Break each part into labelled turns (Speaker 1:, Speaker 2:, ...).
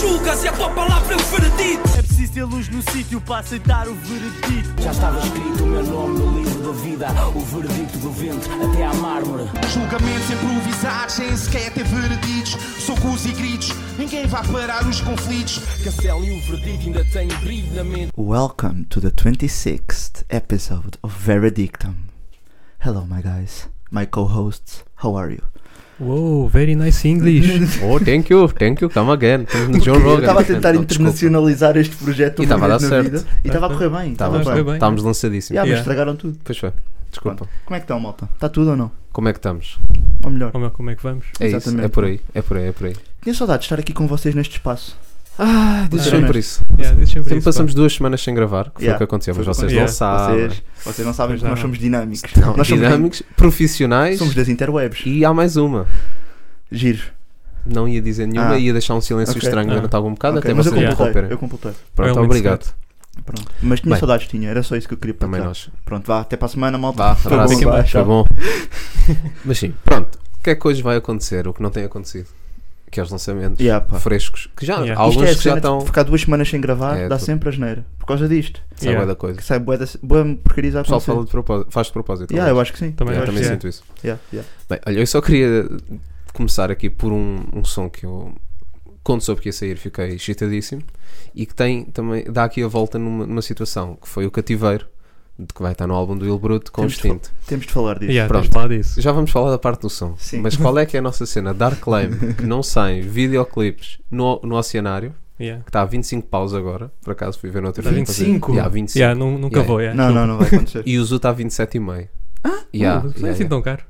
Speaker 1: julgas e a tua palavra é o veredito.
Speaker 2: É preciso ter luz no sítio para aceitar o veredito.
Speaker 3: Já estava escrito o meu nome no livro da vida, o veredito do vento até à mármore.
Speaker 4: Julgamentos improvisados, sem sequer ter vereditos. Socos e gritos, ninguém vai parar os conflitos.
Speaker 5: Castelo e o veredito ainda têm brilho na mente.
Speaker 6: Welcome to the 26th episode of Veredictum. um. Hello, my guys, my co hosts, how are you?
Speaker 7: Wow, very nice English.
Speaker 8: Oh, thank you, thank you, come again. Estamos no Tá John
Speaker 6: Eu
Speaker 8: Rogan.
Speaker 6: estava a tentar
Speaker 8: portanto, não,
Speaker 6: internacionalizar este projeto uma
Speaker 8: E estava a
Speaker 6: vez
Speaker 8: dar
Speaker 6: na
Speaker 8: certo.
Speaker 6: vida e estava a correr bem. Estava
Speaker 8: Estava
Speaker 7: a correr bem.
Speaker 6: bem.
Speaker 8: desculpa. Estávamos lançadíssimos.
Speaker 6: Yeah, mas
Speaker 7: Yeah.
Speaker 6: estragaram tudo.
Speaker 8: Pois foi, desculpa.
Speaker 6: Como é que estão, malta? Está tudo ou não?
Speaker 8: Como é que estamos?
Speaker 6: Ou melhor,
Speaker 7: Como é, como é que vamos?
Speaker 8: É isso,
Speaker 6: Exatamente.
Speaker 8: é por aí, é por aí, é por aí.
Speaker 6: tinha saudade de estar aqui com vocês neste espaço.
Speaker 8: Ah,
Speaker 6: diz
Speaker 8: diz
Speaker 6: sempre
Speaker 8: sempre isso.
Speaker 7: Yeah, deixa eu ver
Speaker 8: Sempre
Speaker 7: isso, pá.
Speaker 8: passamos duas semanas sem gravar, que foi
Speaker 6: Yeah.
Speaker 8: o que aconteceu,
Speaker 6: Foi
Speaker 8: mas
Speaker 6: o que
Speaker 8: vocês não
Speaker 7: aconteceu.
Speaker 8: sabem.
Speaker 6: Vocês, vocês não sabem
Speaker 7: Pois
Speaker 6: que nós
Speaker 7: não.
Speaker 6: somos dinâmicos.
Speaker 8: Não,
Speaker 6: nós somos
Speaker 8: dinâmicos, profissionais
Speaker 6: Somos das interwebs.
Speaker 8: e há mais uma.
Speaker 6: Giro.
Speaker 8: Não ia dizer nenhuma,
Speaker 6: Ah.
Speaker 8: ia deixar um silêncio
Speaker 6: Ok.
Speaker 8: estranho
Speaker 7: Ah.
Speaker 8: durante algum bocado,
Speaker 6: Ok,
Speaker 8: tá, até
Speaker 6: mas
Speaker 8: vocês
Speaker 6: eu
Speaker 7: Yeah.
Speaker 6: completei.
Speaker 8: interromperem.
Speaker 6: Eu completei.
Speaker 8: Pronto,
Speaker 7: Well,
Speaker 8: obrigado.
Speaker 6: Pronto. Mas tinha
Speaker 8: Bem.
Speaker 6: saudades, tinha. Era só isso que eu queria para
Speaker 8: Também nós.
Speaker 6: Pronto, vá. Até para a semana, malta.
Speaker 8: Vá,
Speaker 6: Foi bom,
Speaker 8: abraço,
Speaker 6: vá,
Speaker 8: foi
Speaker 6: tchau.
Speaker 8: bom. Mas sim, pronto. O que é que hoje vai acontecer? O que não tem acontecido? Que é os lançamentos
Speaker 6: Yeah, pá.
Speaker 8: frescos, que já,
Speaker 7: Yeah.
Speaker 8: há alguns
Speaker 6: Isto é a
Speaker 8: que já
Speaker 6: cena de
Speaker 8: estão.
Speaker 6: Ficar duas semanas sem gravar
Speaker 8: É,
Speaker 6: dá
Speaker 8: tu-
Speaker 6: sempre asneira. Por causa disto.
Speaker 8: Sabe
Speaker 7: Yeah.
Speaker 8: bué é da coisa.
Speaker 6: Que sai boa, boa porcaria a
Speaker 8: O pessoal
Speaker 6: acontecer.
Speaker 8: fala de propósito, faz de propósito.
Speaker 6: Yeah, eu
Speaker 8: talvez.
Speaker 6: acho que sim.
Speaker 7: Também
Speaker 8: Yeah,
Speaker 7: acho
Speaker 8: também
Speaker 7: que é.
Speaker 8: sinto isso.
Speaker 6: Yeah, yeah.
Speaker 8: Bem, olha, eu só queria começar aqui por um, um som que eu, quando soube que ia sair, fiquei excitadíssimo e que tem também, dá aqui a volta numa, numa situação que foi o Cativeiro, de que vai estar no álbum do Il Bruto com
Speaker 6: Temos de
Speaker 8: Instinto.
Speaker 6: Temos de falar disso.
Speaker 7: Yeah,
Speaker 8: Pronto.
Speaker 7: tens de falar disso.
Speaker 8: Já vamos falar da parte do som,
Speaker 6: Sim.
Speaker 8: mas qual é que é a nossa cena? Dark Lame, que não saem videoclipes no, no Oceanário,
Speaker 7: Yeah.
Speaker 8: que está a 25 paus agora, por acaso fui ver no outro
Speaker 7: Está a
Speaker 8: dia fazer-
Speaker 6: 25?
Speaker 8: Yeah, 25.
Speaker 7: Yeah, nu- nunca
Speaker 8: Yeah.
Speaker 7: vou, yeah.
Speaker 6: Não, não, não vai acontecer.
Speaker 8: E o Zoo está a 27,5. Ah? Yeah,
Speaker 7: Uh, não é
Speaker 8: yeah,
Speaker 7: assim
Speaker 8: yeah.
Speaker 7: tão caro.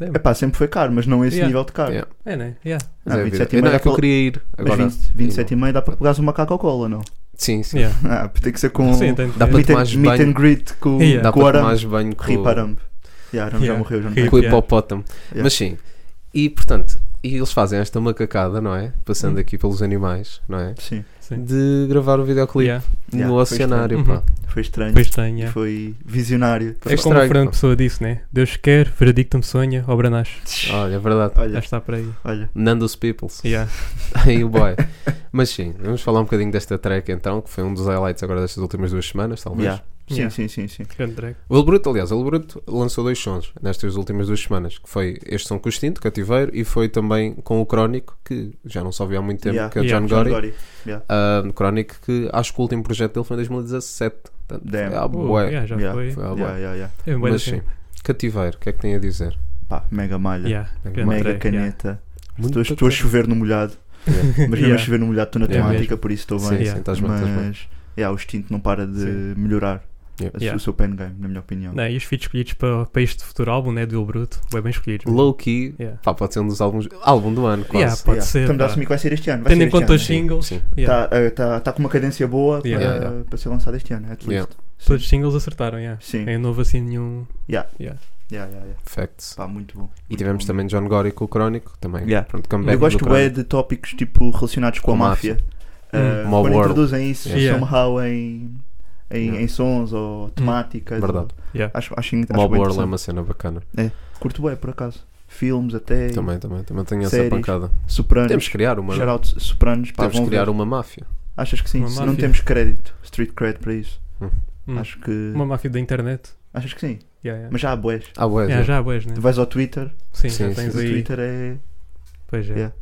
Speaker 6: É pá, sempre foi caro, mas não esse
Speaker 7: Yeah.
Speaker 6: nível de caro.
Speaker 8: Yeah.
Speaker 7: É, né? Yeah.
Speaker 8: Mas
Speaker 6: Ah,
Speaker 8: é,
Speaker 6: 27,5
Speaker 8: vida. Não, é
Speaker 6: dá
Speaker 8: que eu
Speaker 6: pra-
Speaker 8: queria ir
Speaker 6: Mas
Speaker 8: agora.
Speaker 6: 20, 27,5 dá para pegares uma Coca-Cola, não?
Speaker 8: Sim, sim.
Speaker 7: Yeah.
Speaker 6: Ah, tem que ser com
Speaker 7: Sim, tem
Speaker 8: Dá
Speaker 7: é.
Speaker 8: para
Speaker 6: meet,
Speaker 8: tomar
Speaker 6: and,
Speaker 8: banho.
Speaker 6: meet and greet com,
Speaker 7: Yeah.
Speaker 8: Dá
Speaker 6: com o
Speaker 8: para
Speaker 6: Arambe.
Speaker 8: tomar banho com,
Speaker 6: Rip Arambe. Yeah, Arambe já
Speaker 7: Yeah.
Speaker 6: morreu, já não
Speaker 7: Rip.
Speaker 8: com o
Speaker 7: Yeah.
Speaker 8: hipopótamo.
Speaker 6: Yeah.
Speaker 8: Mas sim. E portanto, e eles fazem esta macacada, não é? Passando
Speaker 6: Uhum.
Speaker 8: aqui pelos animais, não é?
Speaker 6: Sim,
Speaker 7: Sim.
Speaker 8: De gravar o videoclipe
Speaker 7: Yeah.
Speaker 8: no
Speaker 6: Yeah, foi
Speaker 8: oceanário,
Speaker 7: estranho.
Speaker 8: pá.
Speaker 6: foi estranho.
Speaker 7: Pois tem,
Speaker 6: E
Speaker 7: yeah.
Speaker 6: Foi visionário.
Speaker 8: Foi
Speaker 7: É como
Speaker 8: estranho,
Speaker 7: o Fernando
Speaker 8: pá.
Speaker 7: Pessoa disse, né? Deus quer, veredicto-me sonha, obra nasce.
Speaker 8: Olha, é verdade.
Speaker 7: Já
Speaker 6: Olha,
Speaker 7: está por aí.
Speaker 6: olha.
Speaker 8: Nando's Peoples.
Speaker 7: Yeah.
Speaker 8: Aí o boy. Mas sim, vamos falar um bocadinho desta track então, que foi um dos highlights agora destas últimas duas semanas, talvez.
Speaker 6: Yeah. Sim,
Speaker 7: Yeah.
Speaker 6: sim, sim, sim.
Speaker 7: Grande drag.
Speaker 8: O El Bruto, aliás, o El Bruto lançou dois sons nestas últimas duas semanas, que foi este som com o Extinto, Cativeiro, e foi também com o Crónico, que já não só vi há muito tempo,
Speaker 6: Yeah.
Speaker 8: que é o
Speaker 7: Yeah,
Speaker 8: John Gory.
Speaker 6: Gory.
Speaker 8: Ah, Crónico, que acho que o último projeto dele foi em 2017. Portanto,
Speaker 6: Damn.
Speaker 8: foi há
Speaker 7: Uh,
Speaker 8: Ah, bué.
Speaker 7: yeah, já
Speaker 6: Yeah.
Speaker 7: foi.
Speaker 8: Foi há bué.
Speaker 6: Yeah, yeah, yeah.
Speaker 7: É um bom
Speaker 8: Mas
Speaker 7: assim.
Speaker 8: sim, Cativeiro, o que é que tem a dizer?
Speaker 6: Pá, mega malha.
Speaker 7: Yeah, grande
Speaker 6: Mega
Speaker 7: drag, yeah.
Speaker 6: caneta. Estou, estou a chover no molhado.
Speaker 8: Yeah.
Speaker 6: Mas mesmo
Speaker 7: Yeah.
Speaker 6: a chover no molhado estou na
Speaker 8: É mesmo.
Speaker 6: temática, por isso estou
Speaker 8: Sim,
Speaker 6: bem.
Speaker 8: sim,
Speaker 7: Yeah.
Speaker 8: estás bem, estás bem.
Speaker 6: Mas yeah, o instinto não para de
Speaker 7: Sim.
Speaker 6: melhorar
Speaker 8: Yeah.
Speaker 6: a- o
Speaker 7: Yeah.
Speaker 6: seu pen game, na minha opinião.
Speaker 7: Não, e os feats escolhidos para, para este futuro álbum, né? Do Il Bruto, bem, bem escolhidos. mesmo.
Speaker 8: Low Key,
Speaker 7: Yeah.
Speaker 8: pá, pode ser um dos álbuns, álbum do ano, quase.
Speaker 7: Yeah, pode ser,
Speaker 6: Estamos a
Speaker 7: pá.
Speaker 6: assumir que vai ser este ano. vai
Speaker 7: Tendo
Speaker 6: ser
Speaker 7: em
Speaker 6: este
Speaker 7: conta
Speaker 6: ano. Tá,
Speaker 7: os singles,
Speaker 8: Sim. Tá,
Speaker 7: yeah.
Speaker 6: Está com uma cadência boa
Speaker 7: Yeah.
Speaker 6: para,
Speaker 8: Yeah, yeah.
Speaker 6: para ser lançado este ano, é at least.
Speaker 8: Yeah.
Speaker 7: todos os singles acertaram. Yeah.
Speaker 6: Sim.
Speaker 7: É novo assim nenhum.
Speaker 6: Yeah, yeah, yeah.
Speaker 8: Facts.
Speaker 6: Pá, muito bom.
Speaker 8: E
Speaker 6: muito
Speaker 8: tivemos
Speaker 6: bom.
Speaker 8: também John Gory com o Crónico, também.
Speaker 6: Yeah.
Speaker 8: Pronto,
Speaker 7: Back
Speaker 6: Eu
Speaker 8: comeback do
Speaker 6: gosto bem
Speaker 8: Crónico.
Speaker 6: de tópicos tipo, relacionados com a
Speaker 8: Com a
Speaker 6: máfia.
Speaker 7: Hum.
Speaker 6: Uh,
Speaker 8: Mob
Speaker 6: quando
Speaker 8: World.
Speaker 6: introduzem isso
Speaker 7: Yeah.
Speaker 6: somehow em, em,
Speaker 8: Yeah.
Speaker 6: em sons
Speaker 7: Hum.
Speaker 6: ou temáticas.
Speaker 8: Verdade.
Speaker 6: ou-
Speaker 7: Yeah.
Speaker 6: Acho, acho, acho
Speaker 8: Mob
Speaker 6: bem
Speaker 8: World é
Speaker 6: interessante.
Speaker 8: uma cena bacana.
Speaker 6: Curto bem, por acaso. Filmes até.
Speaker 8: Também, também, também tenho essa
Speaker 6: Séries.
Speaker 8: pancada.
Speaker 6: Sopranos.
Speaker 8: Temos que criar uma.
Speaker 6: Shout out Sopranos. Pá,
Speaker 8: Temos que
Speaker 6: vão
Speaker 8: criar um-
Speaker 6: ver.
Speaker 8: uma máfia.
Speaker 6: Achas que sim?
Speaker 7: Uma
Speaker 6: Se não
Speaker 7: máfia.
Speaker 6: temos crédito, street cred para isso.
Speaker 7: Hum.
Speaker 6: Acho que.
Speaker 7: Uma É. máfia da internet.
Speaker 6: Achas que sim?
Speaker 7: Yeah, yeah.
Speaker 6: Mas já há boés.
Speaker 8: Ah, ué,
Speaker 7: Yeah, já há boas, né?
Speaker 6: Tu vais ao Twitter,
Speaker 7: Sim,
Speaker 8: Sim,
Speaker 7: já tens
Speaker 6: o
Speaker 7: aí.
Speaker 6: Twitter é.
Speaker 7: Pois é.
Speaker 6: Yeah.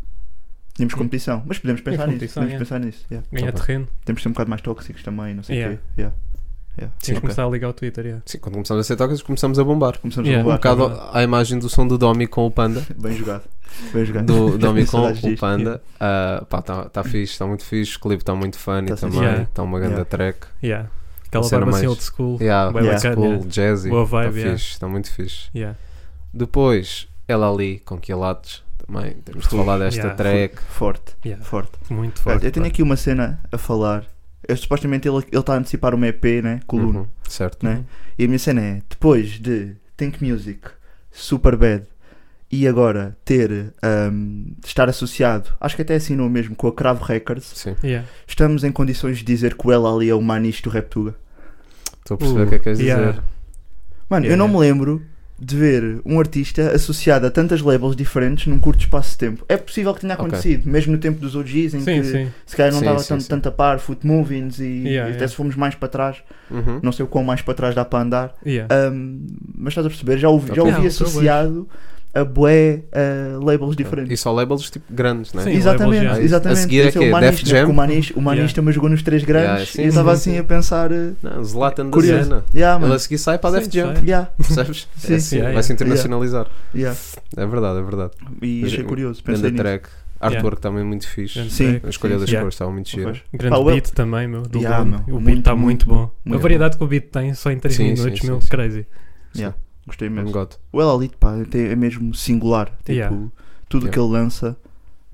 Speaker 6: Temos
Speaker 7: Sim.
Speaker 6: competição, mas podemos pensar nisso.
Speaker 7: competição, é.
Speaker 6: Podemos
Speaker 7: yeah.
Speaker 6: pensar nisso. yeah.
Speaker 7: Ganhar
Speaker 8: Tá bem.
Speaker 7: terreno.
Speaker 6: Temos que ser um bocado mais tóxicos também, não sei o
Speaker 7: Yeah.
Speaker 6: quê. Yeah. Yeah.
Speaker 7: Tens de
Speaker 6: Ok.
Speaker 7: começar a ligar o Twitter. Yeah.
Speaker 8: Sim, quando começamos a ser tocas, começamos a bombar.
Speaker 6: Começamos
Speaker 7: Yeah.
Speaker 6: a
Speaker 8: Um
Speaker 6: voar.
Speaker 8: bocado à imagem do som do Domi com o Panda.
Speaker 6: Bem jogado. Bem jogado.
Speaker 8: Do Domi com
Speaker 6: Saudades
Speaker 8: o
Speaker 6: disto.
Speaker 8: Panda. Ah, Está tá fixe, está muito fixe. O clipe está muito funny
Speaker 6: Tá
Speaker 8: também.
Speaker 7: fixe. Yeah.
Speaker 8: Está uma grande
Speaker 6: Yeah.
Speaker 8: track.
Speaker 7: Yeah. Aquela
Speaker 8: cena
Speaker 7: barba assim
Speaker 8: mais-
Speaker 7: old school.
Speaker 8: Yeah,
Speaker 7: Bem
Speaker 6: Yeah.
Speaker 7: bacana.
Speaker 8: cool, jazzy.
Speaker 7: Boa
Speaker 8: Está
Speaker 7: vibe, yeah.
Speaker 8: fixe, está muito fixe.
Speaker 7: Yeah.
Speaker 8: Depois, ela ali com Quilates. Também temos de
Speaker 6: Ui,
Speaker 8: falar desta
Speaker 7: yeah.
Speaker 8: track.
Speaker 6: Forte,
Speaker 7: Yeah.
Speaker 6: forte.
Speaker 7: Muito forte.
Speaker 6: eu tenho
Speaker 7: pá.
Speaker 6: aqui uma cena a falar. Eu, supostamente ele está a antecipar uma EP, né? Coluna.
Speaker 8: Uhum, certo.
Speaker 6: né? E a minha cena é, depois de Think Music, Superbad e agora ter ahm, estar associado, acho que até assinou mesmo com a Cravo Records,
Speaker 8: Sim.
Speaker 7: Yeah.
Speaker 6: estamos em condições de dizer que o El Ali é o Maniche do Rap Tuga.
Speaker 8: Estou a perceber
Speaker 7: Uh,
Speaker 8: o que é que queres
Speaker 7: yeah.
Speaker 8: dizer.
Speaker 6: Mano, eu
Speaker 7: Yeah, yeah.
Speaker 6: não me lembro de ver um artista associado a tantas labels diferentes num curto espaço de tempo. É possível que tenha
Speaker 8: Ok.
Speaker 6: acontecido, mesmo no tempo dos OGs, em
Speaker 7: Sim,
Speaker 6: que
Speaker 7: sim.
Speaker 6: se calhar não
Speaker 8: Sim,
Speaker 6: estava
Speaker 8: sim,
Speaker 6: tanto,
Speaker 8: sim.
Speaker 6: tanto a par, foot movings e, e
Speaker 7: Yeah,
Speaker 6: até
Speaker 7: yeah.
Speaker 6: se formos mais para trás,
Speaker 8: Uhum.
Speaker 6: não sei o quão mais para trás dá para andar,
Speaker 7: Yeah.
Speaker 6: Ahm, mas estás a perceber, já ouvi, já
Speaker 8: Ok.
Speaker 6: ouvi
Speaker 7: Não, estou
Speaker 6: associado a bué ah, labels diferentes.
Speaker 8: E só labels tipo grandes, né?
Speaker 7: Sim,
Speaker 6: exatamente,
Speaker 7: labels, já.
Speaker 6: exatamente.
Speaker 8: A seguir é
Speaker 6: Esse
Speaker 8: quê?
Speaker 6: o
Speaker 8: Def
Speaker 6: Manista,
Speaker 8: Jam?
Speaker 6: porque O Manista, o Manista mas jogou nos três grandes
Speaker 8: Yeah, sim,
Speaker 6: e eu estava
Speaker 8: sim,
Speaker 6: assim
Speaker 8: sim.
Speaker 6: a pensar. eh,
Speaker 8: Não, um Zlatan da
Speaker 6: Curioso.
Speaker 8: Zena.
Speaker 6: Yeah,
Speaker 8: Ele é
Speaker 6: mano.
Speaker 8: a seguir sai para a Def
Speaker 7: Sim,
Speaker 8: Jam,
Speaker 7: sai.
Speaker 6: Yeah,
Speaker 8: percebes?
Speaker 6: Sim,
Speaker 8: É,
Speaker 7: sim,
Speaker 8: Vai se
Speaker 7: yeah.
Speaker 8: internacionalizar.
Speaker 6: yeah.
Speaker 8: É verdade, é verdade.
Speaker 6: E
Speaker 8: Mas
Speaker 6: achei
Speaker 8: é-
Speaker 6: curioso. Pensei
Speaker 8: Grande
Speaker 6: nisso.
Speaker 8: track. Artwork também muito fixe.
Speaker 7: Grande
Speaker 6: Sim.
Speaker 7: track.
Speaker 8: A escolha das
Speaker 7: Yeah.
Speaker 8: cores estava muito gira.
Speaker 6: Pois.
Speaker 7: Grande
Speaker 6: Pá, o El-
Speaker 7: beat também, meu, do
Speaker 6: Yeah,
Speaker 7: Blonde.
Speaker 6: meu,
Speaker 7: O
Speaker 6: muito,
Speaker 7: beat está muito,
Speaker 6: muito,
Speaker 7: bom.
Speaker 6: muito
Speaker 7: a variedade que o beat tem só em 3
Speaker 8: Sim, sim,
Speaker 7: minutos,
Speaker 8: sim,
Speaker 7: meu,
Speaker 8: sim.
Speaker 7: crazy.
Speaker 6: Yeah, Gostei
Speaker 8: Um
Speaker 6: mesmo.
Speaker 8: God.
Speaker 6: O El Alito, pá, tem- é mesmo singular. Tipo,
Speaker 7: Yeah.
Speaker 6: tudo
Speaker 8: Yeah.
Speaker 6: que ele lança.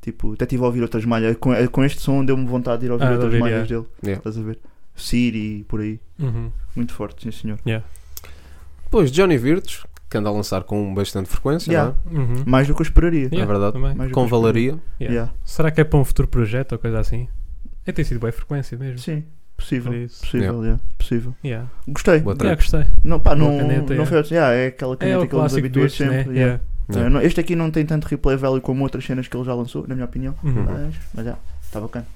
Speaker 6: Tipo, até tive a ouvir outras malhas. Com, eh, com este som deu-me vontade de ir ouvir
Speaker 7: Ah, de
Speaker 6: outras
Speaker 7: ouvir,
Speaker 6: malhas
Speaker 7: yeah.
Speaker 6: dele.
Speaker 8: Yeah.
Speaker 6: Estás a ver? Siri e por aí.
Speaker 7: Uhum.
Speaker 6: Muito forte, sim senhor.
Speaker 8: Depois Johnny Virtus, que anda a lançar com bastante frequência,
Speaker 6: Yeah.
Speaker 8: não é?
Speaker 7: Uhum.
Speaker 6: Mais do que eu esperaria.
Speaker 8: É verdade.
Speaker 7: também.
Speaker 6: Mais do
Speaker 8: Com
Speaker 6: que eu esperaria.
Speaker 8: Valeria.
Speaker 7: Yeah. Será que é para um futuro projeto ou coisa assim? É tem sido boa frequência
Speaker 6: Yeah.
Speaker 7: mesmo.
Speaker 6: Sim,
Speaker 7: Por
Speaker 6: possível.
Speaker 7: isso.
Speaker 6: Possível, yeah, possível.
Speaker 7: Yeah.
Speaker 6: Gostei.
Speaker 8: Boa
Speaker 7: Yeah,
Speaker 8: track.
Speaker 7: gostei.
Speaker 6: Não, pá,
Speaker 7: Uma
Speaker 6: não,
Speaker 7: caneta,
Speaker 6: não
Speaker 7: é.
Speaker 6: foi outro. Yeah, é aquela
Speaker 7: É
Speaker 6: caneta
Speaker 7: o
Speaker 6: que ele nos
Speaker 7: clássico
Speaker 6: habitua
Speaker 7: dos, né?
Speaker 6: sempre. yeah.
Speaker 7: Yeah.
Speaker 8: Yeah.
Speaker 6: Ah, não, este aqui não tem tanto replay value como outras cenas que ele já lançou, na minha opinião.
Speaker 7: Uhum.
Speaker 8: Uhum.
Speaker 6: Mas, mas já, está bacana.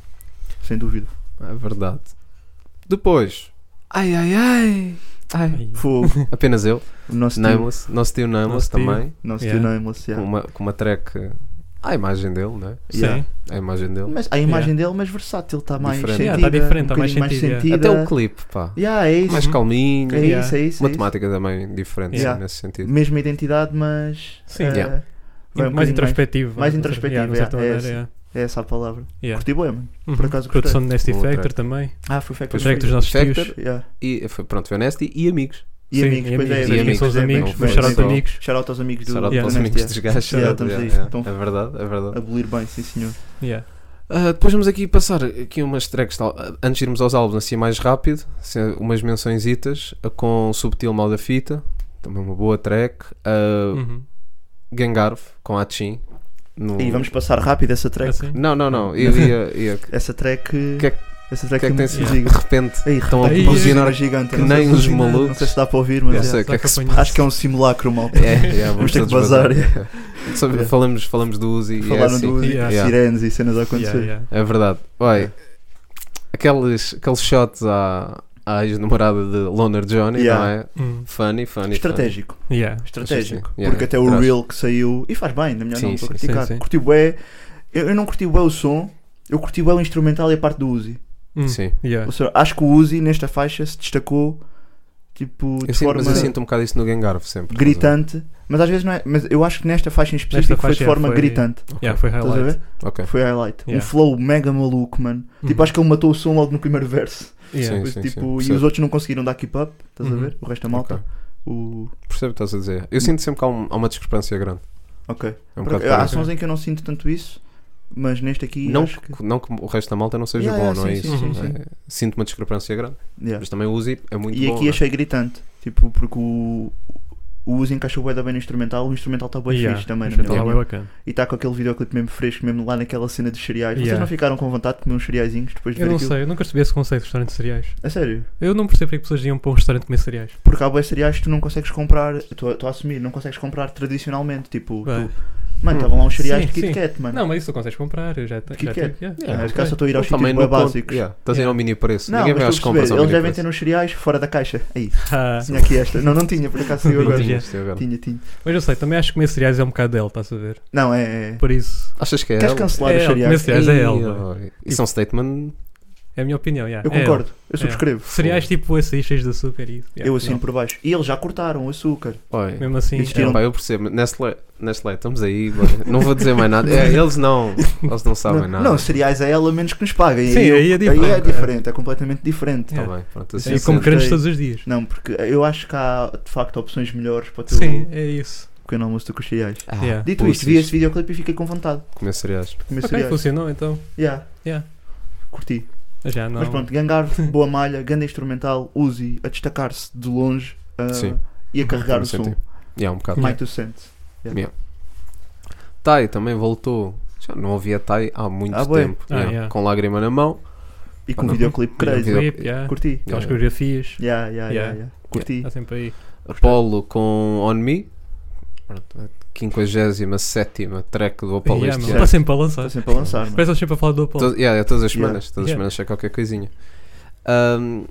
Speaker 6: Sem dúvida.
Speaker 8: É verdade. Depois. Ai, ai, ai.
Speaker 7: Ai.
Speaker 6: Fogo.
Speaker 8: Apenas eu.
Speaker 6: O nosso tio,
Speaker 8: Nameless. Nosso tio Nameless
Speaker 7: Nosso tio.
Speaker 8: também.
Speaker 6: nosso
Speaker 7: Yeah.
Speaker 6: tio Nameless,
Speaker 8: Com,
Speaker 6: yeah.
Speaker 8: uma, com uma track. eh, À imagem dele, né?
Speaker 7: Sim.
Speaker 6: Yeah.
Speaker 8: A imagem dele.
Speaker 6: Mas a imagem dele, mas versátil, está mais
Speaker 8: Diferente.
Speaker 6: sentida.
Speaker 7: Yeah, tá diferente,
Speaker 6: um
Speaker 7: tá mais
Speaker 6: bocadinho
Speaker 7: sentido, yeah.
Speaker 8: Até o
Speaker 6: sentida.
Speaker 8: clipe, pá.
Speaker 6: Yeah, é isso.
Speaker 8: Mais
Speaker 7: Uhum.
Speaker 8: calminho.
Speaker 6: É
Speaker 7: Yeah.
Speaker 6: isso, é isso. é
Speaker 8: Uma
Speaker 6: isso.
Speaker 8: temática também diferente,
Speaker 6: Yeah.
Speaker 8: sim, nesse sentido.
Speaker 6: Mesma identidade, mas.
Speaker 7: Sim.
Speaker 6: eh,
Speaker 8: Yeah.
Speaker 6: vai um
Speaker 7: mais
Speaker 6: bocadinho
Speaker 7: introspectivo.
Speaker 6: mais
Speaker 7: né?
Speaker 6: introspectivo,
Speaker 7: Yeah, de certa
Speaker 6: yeah, é
Speaker 7: maneira, yeah.
Speaker 6: É essa a palavra.
Speaker 7: Yeah.
Speaker 6: Curti bem, mano.
Speaker 7: Uhum.
Speaker 6: por acaso gostei.
Speaker 7: Produção de Nasty
Speaker 8: Boa
Speaker 7: Factor também.
Speaker 6: Ah, foi feito
Speaker 7: Pois é, que dos nossos
Speaker 8: Factor,
Speaker 7: tios.
Speaker 6: Yeah.
Speaker 8: E foi, pronto, foi Honesty e amigos.
Speaker 6: E
Speaker 7: Sim,
Speaker 6: amigos, pois é,
Speaker 8: E amigos,
Speaker 7: são os
Speaker 8: é,
Speaker 7: amigos,
Speaker 8: bem,
Speaker 7: mas
Speaker 8: bem,
Speaker 7: shout out
Speaker 8: bem.
Speaker 7: amigos.
Speaker 6: Shout out aos amigos do.
Speaker 8: Shout out
Speaker 6: do
Speaker 8: para os
Speaker 7: Yeah.
Speaker 8: amigos
Speaker 6: NST.
Speaker 8: dos gajos.
Speaker 6: Yeah,
Speaker 8: yeah,
Speaker 6: estamos
Speaker 8: yeah,
Speaker 6: aí,
Speaker 8: yeah.
Speaker 6: estão-
Speaker 8: É verdade, é verdade.
Speaker 6: Abolir bem, sim senhor.
Speaker 7: Yeah.
Speaker 8: Ah, depois vamos aqui passar aqui umas tracks, tal, ah, antes de irmos aos álbuns, assim mais rápido, assim, umas mençõesitas, ah, com Subtil Mal da Fita, também uma boa track, ah,
Speaker 7: Uhum.
Speaker 8: Gangarve, com Atchin. no-
Speaker 6: E vamos passar rápido essa track.
Speaker 7: Assim.
Speaker 8: Não, não, não, eu ia... ia- O
Speaker 6: Essa track.
Speaker 8: Que é que-
Speaker 6: essa track
Speaker 8: que é que
Speaker 6: tem
Speaker 8: tem
Speaker 6: muito
Speaker 8: sido?
Speaker 6: giga.
Speaker 8: De repente,
Speaker 6: Aí,
Speaker 8: Estão a
Speaker 6: repara,
Speaker 8: buzinar
Speaker 6: é gigante.
Speaker 8: que
Speaker 6: não sei
Speaker 8: nem
Speaker 6: se
Speaker 8: os
Speaker 6: buzina, Não
Speaker 8: malucos.
Speaker 6: sei se dá para ouvir, mas
Speaker 8: Eu
Speaker 6: é.
Speaker 8: sei o que é que se
Speaker 6: acho que é um simulacro mal.
Speaker 8: É, yeah,
Speaker 6: Vamos
Speaker 8: vamos
Speaker 6: ter que
Speaker 8: todos
Speaker 6: bazar.
Speaker 8: é. Só
Speaker 6: Yeah.
Speaker 8: Falamos, falamos do Uzi e é
Speaker 6: Falaram
Speaker 8: assim.
Speaker 6: do Uzi,
Speaker 7: Yeah.
Speaker 6: sirenes e cenas a acontecer.
Speaker 7: Yeah,
Speaker 8: É verdade. Olha, aqueles, aqueles shots à, à ex-namorada de Loner Johnny,
Speaker 6: Yeah.
Speaker 8: não é?
Speaker 7: yeah. Hum.
Speaker 8: Funny, funny.
Speaker 6: Estratégico,
Speaker 7: Yeah.
Speaker 6: estratégico.
Speaker 8: Yeah,
Speaker 6: porque até o
Speaker 8: traz.
Speaker 6: Reel que saiu. E faz bem, na minha
Speaker 8: Sim,
Speaker 6: não, para
Speaker 8: sim,
Speaker 6: criticar.
Speaker 7: sim, sim.
Speaker 6: Curti bué. Eu, eu não curti bué o som, eu curti bué o instrumental e a parte do Uzi.
Speaker 7: Hum.
Speaker 8: Sim.
Speaker 7: Yeah.
Speaker 6: Ou seja, acho que o Uzi nesta faixa se destacou tipo de
Speaker 8: Eu sinto,
Speaker 6: forma
Speaker 8: mas eu sinto um bocado isso no Gangarve sempre.
Speaker 6: gritante. Mas às vezes não é. Mas eu acho que nesta faixa em específico foi
Speaker 7: faixa
Speaker 6: de forma
Speaker 7: foi-
Speaker 6: gritante.
Speaker 7: Yeah, foi
Speaker 6: Estás a
Speaker 7: highlight.
Speaker 6: ver?
Speaker 8: Ok.
Speaker 6: Foi highlight. Um
Speaker 7: Yeah.
Speaker 6: flow mega maluco, mano. Tipo,
Speaker 7: Uhum.
Speaker 6: acho que ele matou o som logo no primeiro verso.
Speaker 7: Yeah.
Speaker 8: Sim, sim, sim.
Speaker 6: tipo, e
Speaker 8: Percebo.
Speaker 6: os outros não conseguiram dar keep up. Estás a
Speaker 7: Uhum.
Speaker 6: ver? O resto da malta.
Speaker 8: Ok.
Speaker 6: O...
Speaker 8: Percebo o que estás a dizer. Eu sinto sempre que há, um- há uma discrepância grande.
Speaker 6: Ok.
Speaker 8: É um
Speaker 6: Por-
Speaker 8: bocado
Speaker 6: Há
Speaker 8: por isso.
Speaker 6: sons em que eu não sinto tanto isso. Mas neste aqui.
Speaker 8: não,
Speaker 6: acho que...
Speaker 8: que... não que o resto da malta não seja
Speaker 6: Yeah,
Speaker 8: bom,
Speaker 6: yeah,
Speaker 8: não é
Speaker 6: sim,
Speaker 8: isso?
Speaker 7: sim,
Speaker 6: sim,
Speaker 8: É, Sinto uma discrepância grande.
Speaker 6: Yeah.
Speaker 8: Mas também o Uzi é muito
Speaker 6: E
Speaker 8: bom.
Speaker 6: aqui
Speaker 8: não é?
Speaker 6: achei gritante. Tipo, porque o. O Uzi encaixou bué da bem no instrumental, o instrumental está bem
Speaker 7: Yeah.
Speaker 6: fixe também, na
Speaker 7: Acho que
Speaker 6: minha
Speaker 7: tá
Speaker 6: opinião.
Speaker 7: bem bacana.
Speaker 6: E está com aquele videoclipe mesmo fresco, mesmo lá naquela cena dos cereais. Vocês
Speaker 7: Yeah.
Speaker 6: não ficaram com vontade de comer uns cereaizinhos depois de
Speaker 7: Eu
Speaker 6: ver
Speaker 7: não
Speaker 6: aquilo?
Speaker 7: sei, eu nunca percebi esse conceito de restaurante de cereais.
Speaker 6: A sério?
Speaker 7: Eu não percebo porque pessoas iam para um restaurante comer cereais.
Speaker 6: Porque há boas cereais que tu não consegues comprar, estou a assumir, não consegues comprar tradicionalmente. Tipo,
Speaker 7: Bem. Hum.
Speaker 6: tu, mano, estavam lá uns cereais
Speaker 7: Sim,
Speaker 6: de Kit
Speaker 7: sim.
Speaker 6: Kat, mano.
Speaker 7: Não, mas isso tu consegues comprar, eu já, já
Speaker 6: Kit
Speaker 7: tive-
Speaker 6: Kat.
Speaker 7: yeah,
Speaker 6: Acho
Speaker 8: Yeah,
Speaker 7: ok.
Speaker 6: que só estou a ir aos
Speaker 8: Ele
Speaker 6: sítios
Speaker 8: também
Speaker 6: bem
Speaker 8: não conta-
Speaker 6: básicos.
Speaker 8: Yeah, Estás a ir ao mini preço.
Speaker 6: Não,
Speaker 8: Ninguém
Speaker 6: mas
Speaker 8: vai às
Speaker 6: estou a perceber,
Speaker 8: compras ao
Speaker 6: eles
Speaker 8: mini
Speaker 6: devem
Speaker 8: preço.
Speaker 6: ter uns cereais fora da caixa. Aí,
Speaker 7: Ah,
Speaker 6: tinha aqui esta. Não, não tinha, por acaso saiu agora.
Speaker 7: Tinha.
Speaker 6: Tinha,
Speaker 8: Isto é agora.
Speaker 6: tinha. tinha.
Speaker 7: mas eu sei, também acho que comer cereais é um bocado dela, estás a ver?
Speaker 6: Não, é... é-
Speaker 7: Por isso,
Speaker 8: Achas que é
Speaker 6: Queres
Speaker 8: ela?
Speaker 6: cancelar
Speaker 7: É,
Speaker 6: os
Speaker 7: é,
Speaker 6: cereais?
Speaker 7: comecei- Aliás, é Tipo
Speaker 8: Ih,
Speaker 7: ela.
Speaker 8: oi. Isso é um statement.
Speaker 7: é a minha opinião. yeah,
Speaker 6: Eu
Speaker 7: é ela.
Speaker 6: concordo,
Speaker 7: É.
Speaker 6: eu subscrevo.
Speaker 7: Cereais tipo esse aí, cheios de açúcar e isso. yeah,
Speaker 6: Eu assim, assino
Speaker 7: não.
Speaker 6: por baixo. E eles já cortaram o açúcar.
Speaker 8: Oi.
Speaker 7: Mesmo assim,
Speaker 6: Existiram-
Speaker 7: é,
Speaker 8: Pá, eu percebo. Nestlé, Nestlé, estamos aí. bora. Não vou dizer mais nada. É, eles não. Eles não sabem
Speaker 6: não,
Speaker 8: nada.
Speaker 6: não, cereais é ela menos que nos paguem.
Speaker 7: Sim, aí é
Speaker 6: é
Speaker 7: diferente.
Speaker 6: diferente, é completamente diferente.
Speaker 8: Tá
Speaker 7: Yeah.
Speaker 8: bem,
Speaker 7: é,
Speaker 8: pronto. Assim,
Speaker 7: e como
Speaker 8: sendo.
Speaker 7: queremos
Speaker 6: gostei.
Speaker 7: todos os dias.
Speaker 6: Não, porque eu acho que há de facto opções melhores para o teu
Speaker 7: Sim, é isso.
Speaker 6: pequeno almoço do que os cereais.
Speaker 8: Ah,
Speaker 7: Yeah.
Speaker 6: Dito
Speaker 8: pussies.
Speaker 6: isto, vi esse videoclipe e fiquei com vontade
Speaker 8: Comer cereais.
Speaker 6: de comer
Speaker 7: Ok,
Speaker 6: cereais.
Speaker 7: funcionou então.
Speaker 6: Yeah.
Speaker 7: Yeah.
Speaker 6: Curti.
Speaker 7: Já não.
Speaker 6: Mas pronto, Gangarve, boa malha, grande instrumental, Uzi a destacar-se de longe ah,
Speaker 8: Sim.
Speaker 6: e a carregar
Speaker 8: Também
Speaker 6: o som.
Speaker 8: senti. Yeah, um bocado.
Speaker 6: Mike to Sense.
Speaker 8: Tai também voltou. Já não ouvia Tai há muito
Speaker 6: Ah, bué.
Speaker 8: tempo.
Speaker 7: Ah,
Speaker 8: Yeah.
Speaker 7: yeah.
Speaker 8: Com lágrima na mão.
Speaker 6: E com
Speaker 8: Ah,
Speaker 6: um
Speaker 8: não.
Speaker 6: videoclipe crazy.
Speaker 8: Video-
Speaker 7: Clip, yeah.
Speaker 6: Curti.
Speaker 7: Aquelas coreografias.
Speaker 6: Yeah, yeah, yeah,
Speaker 7: Yeah.
Speaker 6: yeah. Curti.
Speaker 7: Está sempre aí.
Speaker 8: Apollo com On Me. Pronto, a 57 track do Apollo
Speaker 7: Yeah,
Speaker 8: este
Speaker 7: meu,
Speaker 8: ano.
Speaker 7: Está sempre a
Speaker 6: Estou
Speaker 7: lançar.
Speaker 6: Tá sempre a lançar, mano.
Speaker 7: Parece sempre a falar do Apollo.
Speaker 8: To- yeah, é todas as
Speaker 6: Yeah.
Speaker 8: semanas, todas as
Speaker 7: Yeah.
Speaker 8: semanas sai qualquer coisinha. Ahm,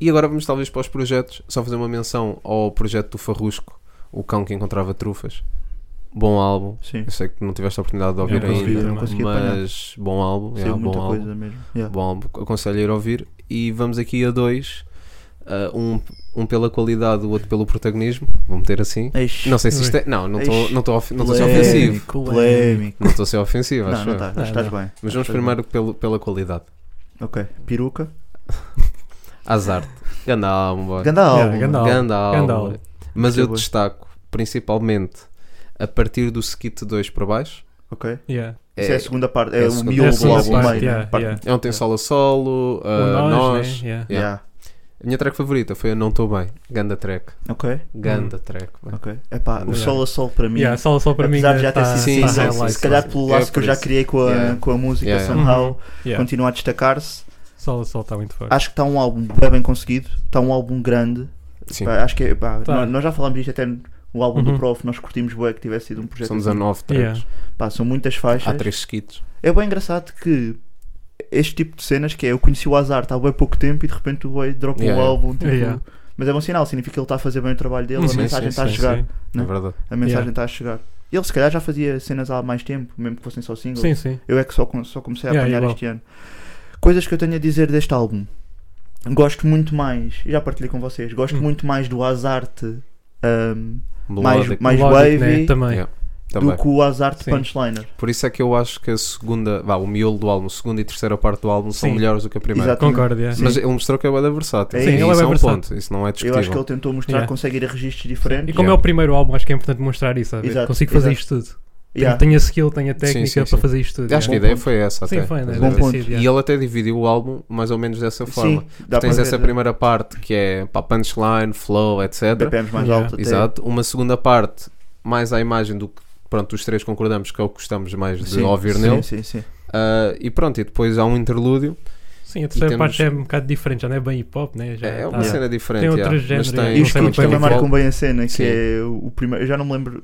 Speaker 8: e agora vamos talvez para os projetos, só fazer uma menção ao projeto do Farrusco, o cão que encontrava trufas. Bom álbum.
Speaker 6: Sim.
Speaker 8: Eu sei que não tiveste a oportunidade de
Speaker 7: Eu
Speaker 8: ouvir
Speaker 7: não consegui,
Speaker 8: ainda,
Speaker 7: eu não
Speaker 6: consegui
Speaker 8: mas bom álbum,
Speaker 6: Saiu
Speaker 8: yeah, É um bom
Speaker 6: muita
Speaker 8: álbum.
Speaker 6: coisa mesmo. Yeah.
Speaker 8: Bom, aconselho a ir ouvir. E vamos aqui a dois: ah, um, um pela qualidade, o outro pelo protagonismo. Vou meter assim.
Speaker 6: Eish.
Speaker 8: Não sei se isto é. Não, não estou
Speaker 6: Eish.
Speaker 8: não tô ofi- não tô a ser
Speaker 6: Polémico,
Speaker 8: ofensivo.
Speaker 6: Polémico.
Speaker 8: Não estou a ser ofensivo,
Speaker 6: Não,
Speaker 8: acho
Speaker 6: não tá.
Speaker 8: eu.
Speaker 6: estás,
Speaker 7: Não,
Speaker 6: estás
Speaker 7: não.
Speaker 6: bem.
Speaker 8: Mas vamos
Speaker 6: Estás
Speaker 8: primeiro pelo, pela qualidade.
Speaker 6: bem. Ok, peruca.
Speaker 8: Azar. Ganda álbum, boy.
Speaker 6: Ganda
Speaker 7: Yeah,
Speaker 6: álbum.
Speaker 7: ganda
Speaker 6: mano.
Speaker 8: Ganda álbum,
Speaker 7: Ganda álbum.
Speaker 8: boy. Mas
Speaker 6: Muito
Speaker 8: eu
Speaker 6: bom.
Speaker 8: destaco, principalmente, a partir do Skit 2 para baixo.
Speaker 6: Ok.
Speaker 7: Yeah.
Speaker 6: Isso é a
Speaker 8: É,
Speaker 6: segunda parte,
Speaker 8: é
Speaker 6: é,
Speaker 8: a
Speaker 6: o
Speaker 8: segunda-
Speaker 6: miolo
Speaker 7: é a
Speaker 6: do
Speaker 7: segunda
Speaker 6: álbum
Speaker 7: parte,
Speaker 6: meio,
Speaker 7: yeah,
Speaker 6: né? Parte-
Speaker 7: yeah.
Speaker 8: é onde tem solo solo, ah,
Speaker 7: O
Speaker 8: nós.
Speaker 7: Né? Yeah.
Speaker 6: Yeah.
Speaker 8: A minha track favorita foi a Não Estou Bem. Ganda track.
Speaker 6: Ok,
Speaker 7: Hum.
Speaker 8: Ganda track, boy.
Speaker 6: ok. Epá, o
Speaker 7: Yeah.
Speaker 6: sol a sol para mim,
Speaker 7: Yeah, só, só para mim
Speaker 6: apesar de já ter
Speaker 7: tá-
Speaker 6: sido
Speaker 8: é
Speaker 6: né?
Speaker 8: Sim,
Speaker 7: tá
Speaker 8: sim, sim,
Speaker 6: single,
Speaker 7: highlight.
Speaker 6: se calhar pelo
Speaker 8: É
Speaker 6: laço que eu
Speaker 8: por
Speaker 6: já
Speaker 8: isso.
Speaker 6: criei com a,
Speaker 8: Yeah.
Speaker 6: com a música
Speaker 8: Yeah.
Speaker 6: somehow,
Speaker 7: Yeah.
Speaker 6: continua a destacar-se.
Speaker 7: Só, só está muito forte.
Speaker 6: Acho que está um álbum bem, bem conseguido, está um álbum grande.
Speaker 8: Sim.
Speaker 6: Pá, acho que é, pá,
Speaker 7: Tá.
Speaker 6: nós, nós já falámos disto até no álbum
Speaker 7: Uhum.
Speaker 6: do Prof, nós curtimos bué que tivesse sido um projeto.
Speaker 8: São
Speaker 6: assim.
Speaker 8: 19 tracks.
Speaker 6: Pá, são muitas
Speaker 8: Há
Speaker 6: faixas.
Speaker 8: 3 skits.
Speaker 6: É bem engraçado que este tipo de cenas que é eu conheci o azar há bem pouco tempo e de repente o boy dropa o
Speaker 8: Yeah.
Speaker 6: álbum. tipo,
Speaker 7: Yeah.
Speaker 6: Mas é bom sinal, significa que ele está a fazer bem o trabalho dele,
Speaker 7: Sim,
Speaker 6: a mensagem está tá a
Speaker 8: sim,
Speaker 6: chegar.
Speaker 8: É
Speaker 6: Não?
Speaker 8: verdade.
Speaker 6: A mensagem
Speaker 7: Yeah.
Speaker 6: está a chegar. Ele se calhar já fazia cenas há mais tempo, mesmo que fossem só singles.
Speaker 7: Sim, sim.
Speaker 6: Eu é que só, com- só comecei a
Speaker 7: Yeah,
Speaker 6: apanhar
Speaker 7: igual.
Speaker 6: este ano. Coisas que eu tenho a dizer deste álbum. Gosto muito mais, e já partilhei com vocês, gosto
Speaker 7: Hum.
Speaker 6: muito mais do Azarte um, mais,
Speaker 8: Melódico
Speaker 6: mais
Speaker 7: Logic,
Speaker 6: wavy
Speaker 7: né? Também.
Speaker 8: Yeah. também.
Speaker 6: do que o Azarte
Speaker 7: Sim.
Speaker 6: Punchliner.
Speaker 8: Por isso é que eu acho que a segunda, vá, o miolo do álbum, a segunda e terceira parte do álbum são
Speaker 7: Sim.
Speaker 8: melhores do que a primeira.
Speaker 6: Exato.
Speaker 7: Concordo, yeah.
Speaker 6: Sim.
Speaker 8: Mas ele mostrou que é bada versátil.
Speaker 6: Sim,
Speaker 8: E
Speaker 6: ele é
Speaker 8: isso
Speaker 7: bué
Speaker 8: um
Speaker 7: versátil.
Speaker 8: ponto, isso não é
Speaker 6: Eu acho que ele
Speaker 8: discutível.
Speaker 6: tentou mostrar
Speaker 7: Yeah.
Speaker 6: que consegue ir a registros
Speaker 7: E
Speaker 6: diferentes.
Speaker 7: como
Speaker 8: Yeah.
Speaker 7: é o primeiro álbum, acho que é importante mostrar isso. sabe?
Speaker 6: Exato,
Speaker 7: Consigo fazer
Speaker 6: exato.
Speaker 7: isto tudo.
Speaker 6: Yeah.
Speaker 7: Tenho a skill, tenho a técnica
Speaker 8: sim,
Speaker 7: para
Speaker 8: sim.
Speaker 7: fazer isto tudo.
Speaker 8: Acho que é a
Speaker 7: yeah.
Speaker 8: ideia foi essa
Speaker 7: Sim,
Speaker 8: até.
Speaker 7: foi, né?
Speaker 8: Estás a
Speaker 6: Bom
Speaker 8: ver?
Speaker 6: ponto.
Speaker 8: E ele até dividiu o álbum mais ou menos dessa forma.
Speaker 6: Sim, dá
Speaker 8: Tens
Speaker 6: para
Speaker 8: essa
Speaker 6: ver né?
Speaker 8: primeira parte que é pá, punchline, flow, etc.
Speaker 6: BPMs mais
Speaker 7: Yeah.
Speaker 6: alto. até.
Speaker 8: Exato. Uma segunda parte mais à imagem do que pronto, os três concordamos que é o que gostamos mais de
Speaker 6: Sim,
Speaker 8: ouvir
Speaker 6: sim,
Speaker 8: nele.
Speaker 6: Sim, sim.
Speaker 8: Ah, e pronto, e depois há um interlúdio
Speaker 7: Sim, a terceira
Speaker 8: E
Speaker 7: parte já é
Speaker 8: temos-
Speaker 7: um bocado diferente, já não é bem hip hop, né? Já
Speaker 8: É
Speaker 7: tá-
Speaker 8: uma cena diferente.
Speaker 7: Tem outro
Speaker 8: yeah.
Speaker 7: género,
Speaker 8: mas
Speaker 7: yeah.
Speaker 8: tem, um
Speaker 6: E os
Speaker 7: sei
Speaker 6: clipes
Speaker 7: muito bem como
Speaker 6: também marcam bem a cena, que
Speaker 8: Sim.
Speaker 6: é o o primeiro. Eu já não me lembro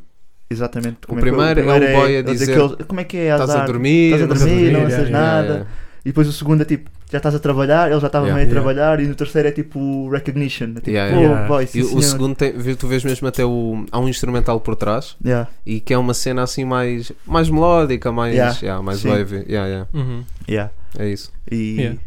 Speaker 6: exatamente como é que
Speaker 8: primeiro é o boy a
Speaker 6: ele
Speaker 8: dizer,
Speaker 6: que ele- como é que é
Speaker 8: Estás
Speaker 6: azar?
Speaker 8: a dormir,
Speaker 6: Estás a
Speaker 8: não sei o
Speaker 6: dormir, não
Speaker 8: quê.
Speaker 6: fazes
Speaker 7: yeah,
Speaker 6: nada. E depois o segundo é tipo, já estás a trabalhar, ele já estava
Speaker 8: Yeah.
Speaker 6: meio a
Speaker 7: Yeah.
Speaker 6: trabalhar. E no terceiro é tipo recognition. É tipo,
Speaker 8: Yeah,
Speaker 6: "Oh,
Speaker 7: yeah.
Speaker 6: boy,
Speaker 8: E
Speaker 6: sim,
Speaker 8: o
Speaker 6: senhor."
Speaker 8: segundo tem, vê- tu vês mesmo até o. Há um instrumental por trás
Speaker 6: Yeah,
Speaker 8: e que é uma cena assim mais, mais melódica, mais,
Speaker 6: Yeah.
Speaker 8: yeah, mais
Speaker 6: Sim.
Speaker 8: wave. Yeah, yeah.
Speaker 7: Uhum.
Speaker 6: yeah.
Speaker 8: É isso.
Speaker 6: E
Speaker 7: Yeah.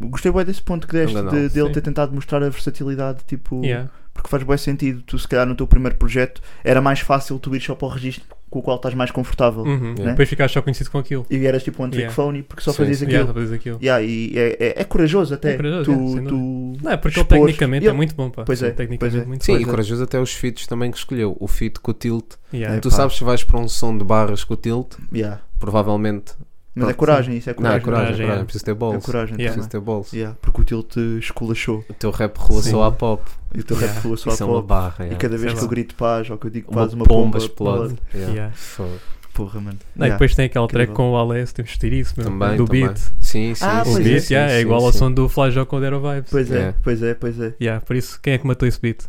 Speaker 6: gostei bem desse ponto que deste,
Speaker 8: É um
Speaker 6: de,
Speaker 8: grande
Speaker 6: de ele
Speaker 7: sim.
Speaker 6: ter tentado mostrar a versatilidade, tipo,
Speaker 7: Yeah.
Speaker 6: porque faz bem sentido. Tu, se calhar, no teu primeiro projeto era mais fácil tu ir só para o registro com o né? qual estás mais confortável.
Speaker 7: Uhum.
Speaker 8: Yeah.
Speaker 7: Depois ficaste só conhecido com aquilo.
Speaker 6: E eras tipo um trick
Speaker 7: Yeah.
Speaker 6: phony porque só
Speaker 8: Sim,
Speaker 6: fazias
Speaker 8: sim.
Speaker 6: aquilo.
Speaker 7: Yeah, só fazes aquilo.
Speaker 6: Yeah, e é, é- é corajoso até.
Speaker 7: É corajoso,
Speaker 6: tu,
Speaker 7: yeah, sem
Speaker 6: tu...
Speaker 7: Não, é porque
Speaker 6: Expor-
Speaker 7: ele tecnicamente é
Speaker 6: Yeah.
Speaker 7: muito bom, pá.
Speaker 6: Pois
Speaker 7: Sim,
Speaker 6: é,
Speaker 7: Tecnicamente
Speaker 6: pois é.
Speaker 7: muito
Speaker 8: Sim,
Speaker 7: bom.
Speaker 8: e corajoso até os feats também que escolheu. O feat com o tilt.
Speaker 7: Yeah.
Speaker 6: É.
Speaker 8: Tu
Speaker 6: Epá.
Speaker 8: sabes se vais para um som de barras com o tilt,
Speaker 6: Yeah.
Speaker 8: provavelmente.
Speaker 6: Mas
Speaker 8: Pronto,
Speaker 6: é coragem, isso é
Speaker 8: Não, é
Speaker 6: coragem.
Speaker 8: coragem, é
Speaker 7: coragem,
Speaker 8: coragem.
Speaker 7: é.
Speaker 8: Preciso ter
Speaker 6: É
Speaker 8: balls.
Speaker 6: coragem
Speaker 7: Yeah.
Speaker 6: também.
Speaker 8: Preciso ter balls.
Speaker 6: Yeah, porque o teu te esculachou
Speaker 8: O teu rap rua
Speaker 7: Sim.
Speaker 8: só a pop.
Speaker 6: e o teu
Speaker 7: Yeah.
Speaker 6: rap pulou só a
Speaker 8: Isso é uma
Speaker 6: pop.
Speaker 8: barra.
Speaker 6: E
Speaker 8: yeah.
Speaker 6: cada vez
Speaker 7: Sei
Speaker 6: que eu
Speaker 7: lá.
Speaker 6: grito paz ou que eu digo
Speaker 8: uma
Speaker 6: paz, uma
Speaker 8: bomba,
Speaker 6: pomba
Speaker 8: explode. Yeah.
Speaker 7: Yeah.
Speaker 8: Fogo.
Speaker 6: Porra, mano.
Speaker 7: Não, e
Speaker 6: Yeah.
Speaker 7: depois tem aquela track com
Speaker 6: Incrível.
Speaker 7: o Alessio, temos de ter isso, meu,
Speaker 8: Também,
Speaker 7: do
Speaker 8: também.
Speaker 7: beat.
Speaker 8: Sim, sim,
Speaker 6: Ah,
Speaker 8: sim,
Speaker 7: O
Speaker 6: pois
Speaker 8: sim,
Speaker 7: beat
Speaker 8: sim,
Speaker 7: yeah, é
Speaker 8: sim,
Speaker 7: igual ao
Speaker 8: sim.
Speaker 7: som do Flajó com o Dero Vibes.
Speaker 6: Pois é,
Speaker 8: Yeah.
Speaker 6: pois é, pois é.
Speaker 7: Yeah, por isso, quem é que matou esse beat?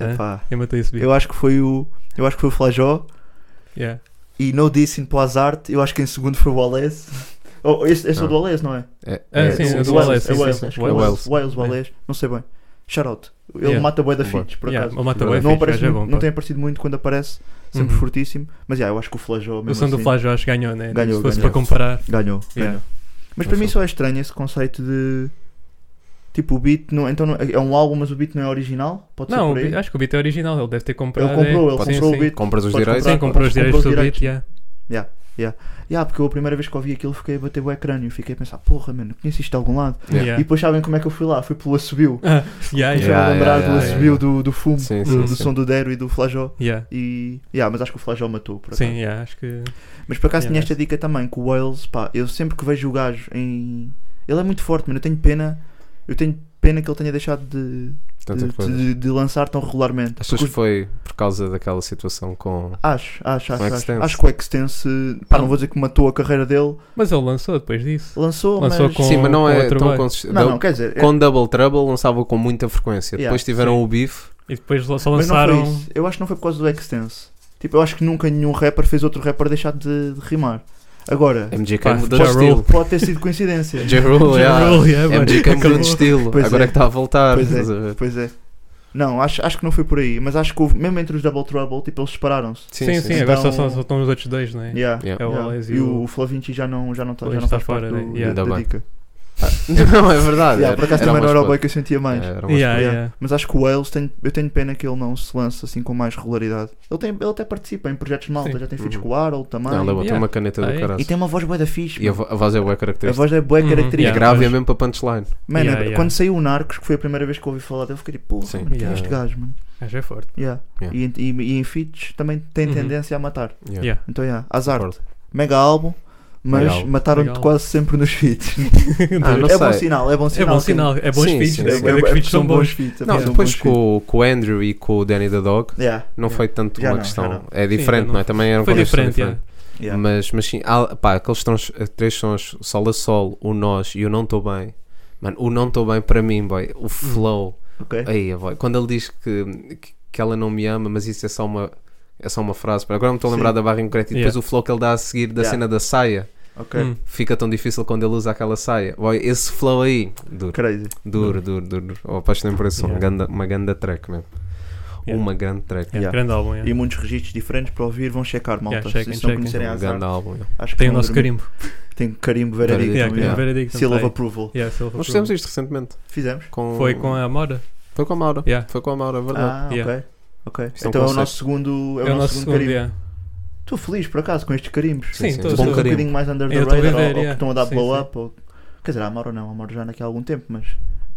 Speaker 7: É.
Speaker 6: Epá,
Speaker 7: Quem matou esse beat?
Speaker 6: Eu acho que foi o. Eu acho que foi o Flajó
Speaker 7: Yeah.
Speaker 6: e no dissing para o Azarte. Eu acho que em segundo foi o Wallace. Oh, este, este é o
Speaker 8: Não.
Speaker 6: do Wallace, não é?
Speaker 8: É,
Speaker 7: Ah,
Speaker 8: é,
Speaker 7: sim,
Speaker 8: sim,
Speaker 7: é
Speaker 8: sim.
Speaker 7: do Wallace,
Speaker 6: É o
Speaker 7: sim,
Speaker 6: Wallace,
Speaker 7: sim.
Speaker 6: acho que é o
Speaker 8: Wales.
Speaker 6: Wallace. Wales,
Speaker 7: É.
Speaker 6: Wallace, não sei bem. Shout out. Ele
Speaker 7: Yeah.
Speaker 6: mata boi da
Speaker 8: Boa.
Speaker 6: feeds, por
Speaker 7: Yeah,
Speaker 6: acaso.
Speaker 7: o Mata
Speaker 8: Não
Speaker 7: Wave,
Speaker 6: não,
Speaker 7: o
Speaker 6: aparece
Speaker 7: gajo é
Speaker 6: muito-
Speaker 7: bom,
Speaker 6: não
Speaker 7: pá.
Speaker 6: tem aparecido muito quando aparece, sempre
Speaker 7: Uhum.
Speaker 6: fortíssimo. Mas yeah, eu acho que o Flajó mesmo
Speaker 7: O som do
Speaker 6: assim,
Speaker 7: Flajó acho que ganhou, né?
Speaker 6: Ganhou,
Speaker 7: Se fosse
Speaker 6: ganhou.
Speaker 7: para comparar.
Speaker 6: ganhou.
Speaker 7: Yeah.
Speaker 6: ganhou. Mas para
Speaker 8: Não
Speaker 6: mim
Speaker 8: sei.
Speaker 6: só é estranho esse conceito de tipo o beat, não, então não- é um álbum, mas o beat não é original? Pode ser
Speaker 7: Não, o
Speaker 6: por aí?
Speaker 7: beat- acho que o beat é original, ele deve ter comprado.
Speaker 6: Ele comprou,
Speaker 7: é.
Speaker 6: ele
Speaker 7: Sim,
Speaker 6: comprou
Speaker 7: sim.
Speaker 6: o beat.
Speaker 8: Compras os
Speaker 6: Podes
Speaker 8: direitos.
Speaker 6: comprar.
Speaker 7: Sim, comprou os direitos
Speaker 6: Comprou
Speaker 7: do
Speaker 6: os
Speaker 7: beat,
Speaker 6: direitos.
Speaker 7: yeah.
Speaker 6: Yeah, porque eu a primeira vez que ouvi aquilo fiquei a bater o crânio, fiquei a pensar, porra, mano, conheço isto de algum lado.
Speaker 8: Yeah.
Speaker 6: E depois sabem como é que eu fui lá? Fui pelo assobio.
Speaker 7: Ah, yeah,
Speaker 6: Comecei
Speaker 7: yeah.
Speaker 6: a
Speaker 8: Yeah,
Speaker 6: lembrar
Speaker 8: yeah,
Speaker 6: do
Speaker 8: yeah,
Speaker 6: assobio
Speaker 8: yeah.
Speaker 6: do, do fumo,
Speaker 8: Sim,
Speaker 6: do,
Speaker 8: sim,
Speaker 6: do
Speaker 8: sim.
Speaker 6: som do Dero e do Flajó.
Speaker 7: Yeah.
Speaker 6: E. Yeah, mas acho que o Flajó matou, por acaso.
Speaker 7: Sim, yeah, acho que.
Speaker 6: Mas por acaso
Speaker 7: Yeah,
Speaker 6: tinha esta dica também, que o Wales, pá, eu sempre que vejo o gajo em. Ele é muito forte, mano. Eu tenho pena. Eu tenho pena que ele tenha deixado de,
Speaker 8: Tanta
Speaker 6: de,
Speaker 8: coisa.
Speaker 6: de- de lançar tão regularmente.
Speaker 8: Achas que
Speaker 6: Porque-
Speaker 8: foi por causa daquela situação com.
Speaker 6: Acho, acho, acho.
Speaker 8: Com o
Speaker 6: Acho,
Speaker 8: Extense.
Speaker 6: acho que o Extense, pá, não vou dizer que matou a carreira dele,
Speaker 7: Mas ele lançou depois disso.
Speaker 6: lançou,
Speaker 7: Lançou
Speaker 6: mas.
Speaker 7: com-
Speaker 8: Sim, mas não é
Speaker 7: outro
Speaker 8: tão
Speaker 7: bem.
Speaker 8: consistente.
Speaker 6: Não, não, quer dizer. é-
Speaker 8: Com Double Trouble lançava com muita frequência.
Speaker 6: Yeah,
Speaker 8: Depois tiveram
Speaker 7: sim.
Speaker 8: o Beef
Speaker 7: E depois só
Speaker 6: Mas não
Speaker 7: lançaram.
Speaker 6: foi isso. Eu acho que não foi por causa do Extense. Tipo, eu acho que nunca nenhum rapper fez outro rapper deixar de, de rimar. Agora,
Speaker 8: MGK
Speaker 7: Pá,
Speaker 8: mudou
Speaker 7: já
Speaker 8: de estilo.
Speaker 6: pode ter sido coincidência.
Speaker 8: J. Rule, yeah.
Speaker 7: Rule, yeah, mano.
Speaker 8: MGK mudou
Speaker 7: Acabou.
Speaker 8: de estilo.
Speaker 6: Pois é.
Speaker 8: Agora é que está a voltar. eh,
Speaker 6: Pois é.
Speaker 8: estás a ver?
Speaker 6: Pois é. Não, acho, acho que não foi por aí, mas acho que houve, mesmo entre os Double Trouble, tipo, eles separaram-se.
Speaker 7: Sim, sim,
Speaker 6: sim.
Speaker 7: agora só,
Speaker 6: Então-
Speaker 7: só, só estão os outros dois, não é?
Speaker 6: Yeah,
Speaker 8: Yeah.
Speaker 7: É o
Speaker 6: yeah.
Speaker 7: Wallace
Speaker 6: E o, o Flavinci já não, já não, tá,
Speaker 7: Pois,
Speaker 6: já não
Speaker 7: tá
Speaker 6: faz parte
Speaker 7: fora,
Speaker 6: do,
Speaker 7: né? Yeah.
Speaker 6: da
Speaker 8: Ainda bem.
Speaker 6: dica.
Speaker 8: Não, é verdade.
Speaker 6: Yeah, por acaso também não era o boy que eu sentia mais.
Speaker 8: Era uma
Speaker 7: Yeah,
Speaker 6: Yeah.
Speaker 7: Ah, yeah.
Speaker 6: Mas acho que o Wales, tem, eu tenho pena que ele não se lance assim com mais regularidade. Ele, tem, ele até participa em projetos de malta,
Speaker 7: Sim.
Speaker 6: já tem feats
Speaker 8: Uhum.
Speaker 6: com o Harold também.
Speaker 8: Não, ele é bom, tem
Speaker 7: Yeah.
Speaker 8: uma caneta
Speaker 7: Ah,
Speaker 8: do
Speaker 7: é?
Speaker 8: caralho.
Speaker 6: e tem uma voz bué da fixe.
Speaker 8: E a
Speaker 6: mano.
Speaker 8: vo- a voz é boa
Speaker 6: a
Speaker 8: característica.
Speaker 6: voz é bué
Speaker 7: Uhum,
Speaker 8: É
Speaker 6: característica.
Speaker 7: yeah.
Speaker 8: grave e é
Speaker 7: Mas-
Speaker 8: mesmo para punchline.
Speaker 6: Mano,
Speaker 7: Yeah, yeah.
Speaker 6: quando saiu o Narcos, que foi a primeira vez que eu ouvi falar dele, eu fiquei tipo, porra,
Speaker 8: Sim.
Speaker 6: mano, quem é
Speaker 7: Yeah.
Speaker 6: este gajo, mano?
Speaker 7: Acho é forte.
Speaker 6: Yeah.
Speaker 8: Yeah.
Speaker 6: E, em- e, e em feats também tem
Speaker 7: Uhum.
Speaker 6: tendência a matar.
Speaker 8: Yeah.
Speaker 7: Yeah.
Speaker 6: Então, yeah, azar.
Speaker 8: Concordo.
Speaker 6: Mega álbum,
Speaker 8: Mega
Speaker 6: mas
Speaker 8: álbum.
Speaker 7: Mega
Speaker 6: mataram-te
Speaker 7: álbum.
Speaker 6: quase sempre nos feats.
Speaker 8: Ah, não
Speaker 6: é bom
Speaker 8: sei.
Speaker 6: sinal, é bom
Speaker 7: É
Speaker 6: sinal.
Speaker 7: bom
Speaker 6: sim.
Speaker 7: sinal, é bons
Speaker 8: Sim,
Speaker 7: feeds,
Speaker 8: sim,
Speaker 7: né?
Speaker 8: sim.
Speaker 7: Quer dizer que os feeds são bons.
Speaker 6: feats. é
Speaker 8: Não,
Speaker 6: bom, são
Speaker 8: depois
Speaker 6: bons feats.
Speaker 8: com, o- com o Andrew e com o Danny the Dog,
Speaker 6: Yeah,
Speaker 8: não foi tanto
Speaker 6: Já
Speaker 8: uma
Speaker 6: não, já
Speaker 8: questão.
Speaker 6: não.
Speaker 8: É diferente,
Speaker 7: não.
Speaker 8: não é? Também era um
Speaker 7: Foi
Speaker 8: contexto
Speaker 7: diferente, yeah.
Speaker 6: yeah.
Speaker 8: Mas, mas sim, há- pá, aqueles trons- três sons, Sol a Sol, o Nós e o Não Estou Bem. Mano, o Não Estou Bem para mim, boy,
Speaker 6: Uhum.
Speaker 8: o flow.
Speaker 6: Ok.
Speaker 8: Aí, boy, quando ele diz que, que, que ela não me ama, mas isso é só uma, é só uma frase. Agora não me estou a lembrar
Speaker 6: Sim.
Speaker 8: da barra em concreto. E depois
Speaker 7: Yeah.
Speaker 8: o flow que ele dá a seguir da
Speaker 6: Yeah.
Speaker 8: cena da saia.
Speaker 6: Ok.
Speaker 7: Hum.
Speaker 8: Fica tão difícil quando ele usa aquela saia. Boy, esse flow aí, duro.
Speaker 6: Crazy.
Speaker 8: Duro, duro, duro. duro. Oh, apaixonei por esse som.
Speaker 7: Yeah.
Speaker 8: Ganda- uma grande track mesmo.
Speaker 7: Yeah.
Speaker 8: Uma grande track.
Speaker 7: Yeah,
Speaker 6: Yeah.
Speaker 7: Grande álbum, yeah.
Speaker 6: E muitos registros diferentes para ouvir, vão checar, malta.
Speaker 7: Yeah, chequem,
Speaker 6: Se não
Speaker 7: chequem.
Speaker 6: conhecerem
Speaker 8: um
Speaker 6: azar,
Speaker 8: grande álbum. yeah.
Speaker 6: acho que
Speaker 7: Tem o
Speaker 6: vão
Speaker 7: nosso
Speaker 6: dormir.
Speaker 7: carimbo.
Speaker 6: Tem carimbo veredicto.
Speaker 8: Veredicto,
Speaker 7: Yeah,
Speaker 6: também,
Speaker 7: que
Speaker 6: né?
Speaker 7: é
Speaker 8: yeah.
Speaker 7: o veredicto,
Speaker 6: Seal of
Speaker 7: tá aí.
Speaker 6: approval.
Speaker 7: Yeah, Seal of
Speaker 8: Nós fizemos
Speaker 7: Approval.
Speaker 8: isto recentemente.
Speaker 6: Fizemos?
Speaker 8: Com...
Speaker 7: Foi com a Mora.
Speaker 8: Foi com a Maura.
Speaker 7: Yeah.
Speaker 8: Foi com a Maura, é verdade.
Speaker 6: Ah,
Speaker 7: Yeah.
Speaker 6: ok. Ok.
Speaker 8: Isto é um
Speaker 6: então é o
Speaker 8: conceito.
Speaker 6: nosso segundo, é o nosso segundo carimbo.
Speaker 7: yeah.
Speaker 6: Estou feliz por acaso com estes carimbos.
Speaker 7: Sim,
Speaker 8: sim.
Speaker 7: todos-
Speaker 8: Bom
Speaker 6: Estão um
Speaker 8: carimbo.
Speaker 6: bocadinho mais under the
Speaker 7: Eu estou a
Speaker 6: radar, ou,
Speaker 7: ver,
Speaker 6: ou que
Speaker 7: yeah.
Speaker 6: estão a dar
Speaker 7: Sim,
Speaker 6: blow
Speaker 7: sim.
Speaker 6: up. Ou... Quer dizer, a Amaro não, a Amaro já daqui há algum tempo, mas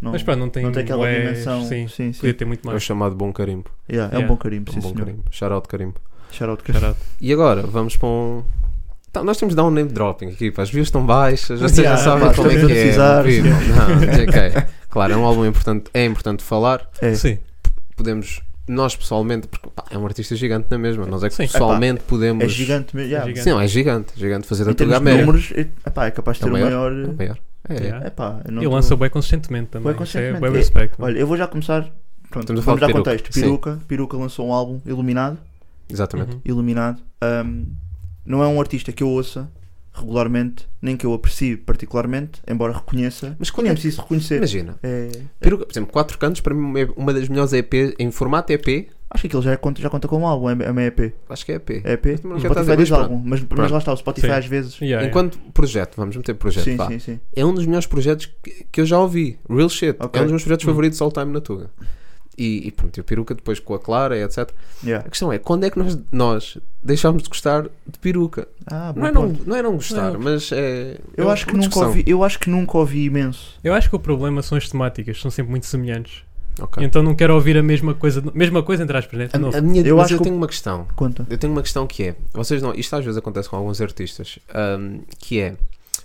Speaker 6: não,
Speaker 7: Mas pá, não tem,
Speaker 6: não tem aquela
Speaker 7: bués,
Speaker 6: dimensão.
Speaker 7: Sim,
Speaker 6: sim, sim.
Speaker 7: podia ter muito
Speaker 8: É o
Speaker 7: mais.
Speaker 8: chamado Bom Carimbo.
Speaker 6: Yeah, é
Speaker 7: Yeah.
Speaker 6: um bom carimbo,
Speaker 8: É
Speaker 6: sim
Speaker 8: um bom
Speaker 6: senhor.
Speaker 8: carimbo. Shout out Carimbo.
Speaker 6: Shout out,
Speaker 7: Shout out.
Speaker 8: E agora, vamos para um. Tá, nós temos de dar um name dropping aqui, pá. As views estão baixas, vocês
Speaker 6: Yeah,
Speaker 8: já sabem
Speaker 6: pá,
Speaker 8: como é
Speaker 6: estamos a
Speaker 8: que é.
Speaker 6: precisar,
Speaker 8: vivo. Não, JK. Claro, é um álbum importante, é importante falar.
Speaker 6: É.
Speaker 7: Sim,
Speaker 8: Podemos, nós pessoalmente, porque pá, é um artista gigante na mesma, nós é que
Speaker 7: Sim.
Speaker 8: pessoalmente podemos.
Speaker 6: É gigante mesmo. Yeah.
Speaker 7: É gigante.
Speaker 8: Sim, não, é gigante, gigante fazer da
Speaker 6: Em
Speaker 8: tua
Speaker 6: termos de
Speaker 8: América.
Speaker 6: números, é, epá, é capaz de
Speaker 8: É o
Speaker 6: ter o maior.
Speaker 8: É o maior. É, é.
Speaker 7: Yeah.
Speaker 6: Epá, eu não
Speaker 7: ele
Speaker 6: tô-
Speaker 7: lança bem consistentemente também.
Speaker 6: Bué
Speaker 7: Isso é
Speaker 6: consistentemente.
Speaker 7: bué
Speaker 6: É-
Speaker 7: respect. mano.
Speaker 6: Olha, eu vou já começar. Pronto,
Speaker 8: Estamos a
Speaker 6: vamos
Speaker 8: falar de
Speaker 6: dar
Speaker 8: peruca.
Speaker 6: contexto.
Speaker 8: Sim.
Speaker 6: Peruca, Peruca lançou um álbum, Iluminado.
Speaker 8: Exatamente.
Speaker 7: Uhum.
Speaker 6: Iluminado. Ahm, não é um artista que eu ouça regularmente, nem que eu aprecie particularmente, embora reconheça.
Speaker 8: Mas
Speaker 6: Mas
Speaker 8: quando
Speaker 6: quando é
Speaker 8: é-
Speaker 6: preciso reconhecer.
Speaker 8: Imagina,
Speaker 6: É,
Speaker 8: peruca, por exemplo, 4 cantos, para mim, é uma das melhores EPs em formato EP.
Speaker 6: acho que aquilo já conta, já conta como álbum, é é uma EP.
Speaker 8: Acho que é EP.
Speaker 6: É EP?
Speaker 8: Mas
Speaker 6: O
Speaker 8: já estás a
Speaker 6: Spotify
Speaker 8: ver,
Speaker 6: diz
Speaker 8: pronto.
Speaker 6: álbum, mas, mas
Speaker 8: Pronto.
Speaker 6: lá está, o Spotify
Speaker 7: Sim.
Speaker 6: às vezes.
Speaker 7: Yeah, yeah.
Speaker 8: Enquanto projeto, vamos meter projeto,
Speaker 6: sim,
Speaker 8: vá.
Speaker 6: sim, sim.
Speaker 8: É um dos melhores projetos que, que eu já ouvi. Real shit.
Speaker 6: Ok. Uhum.
Speaker 8: É um dos meus projetos
Speaker 7: Hum.
Speaker 8: favoritos all time na Tuga. E, e pronto, e o peruca depois com a Clara, e etc.
Speaker 6: Yeah.
Speaker 8: A questão é, quando é que nós, nós deixámos de gostar de peruca?
Speaker 6: Ah, bom
Speaker 8: Não é não,
Speaker 6: ponto.
Speaker 8: não é não gostar, mas é.
Speaker 6: Eu
Speaker 8: é
Speaker 6: acho que
Speaker 8: uma
Speaker 6: nunca
Speaker 8: discussão.
Speaker 6: ouvi, eu acho que nunca ouvi imenso.
Speaker 7: Eu acho que o problema são as temáticas, são sempre muito semelhantes.
Speaker 8: Ok.
Speaker 7: Então não quero ouvir a mesma coisa, mesma coisa entre aspas, né? De novo.
Speaker 8: A, a minha,
Speaker 6: Eu
Speaker 8: mas
Speaker 6: acho
Speaker 8: eu
Speaker 6: que o-
Speaker 8: tenho uma questão.
Speaker 6: Conta.
Speaker 8: Eu tenho uma questão que é, vocês não, isto às vezes acontece com alguns artistas, hum, que é,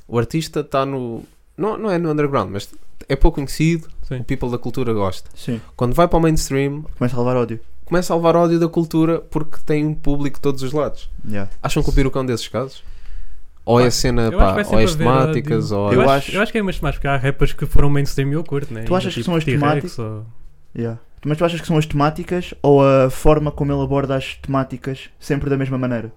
Speaker 8: o artista está no, não, não é no underground, mas é pouco conhecido,
Speaker 7: Sim.
Speaker 8: o people da cultura gosta.
Speaker 6: Sim.
Speaker 8: Quando vai para o mainstream,
Speaker 6: Começa a levar ódio.
Speaker 8: começa a levar ódio da cultura porque tem um público de todos os lados.
Speaker 6: Yeah.
Speaker 8: Acham que o peruca é um desses casos? Ou é
Speaker 7: Pá,
Speaker 8: a cena,
Speaker 7: eu acho que
Speaker 8: pá,
Speaker 7: vai
Speaker 8: ou é
Speaker 7: sempre
Speaker 8: as
Speaker 7: haver
Speaker 8: temáticas, ou
Speaker 6: Eu
Speaker 7: eu,
Speaker 6: acho-
Speaker 7: acho, eu acho que é mais mais porque há rappers que foram mainstream e eu curto, né?
Speaker 6: Tu achas que são as
Speaker 7: T-Rex
Speaker 6: temáticas?
Speaker 7: ou-
Speaker 6: Yeah. Mas tu achas que são as temáticas ou a forma como ele aborda as temáticas sempre da mesma maneira?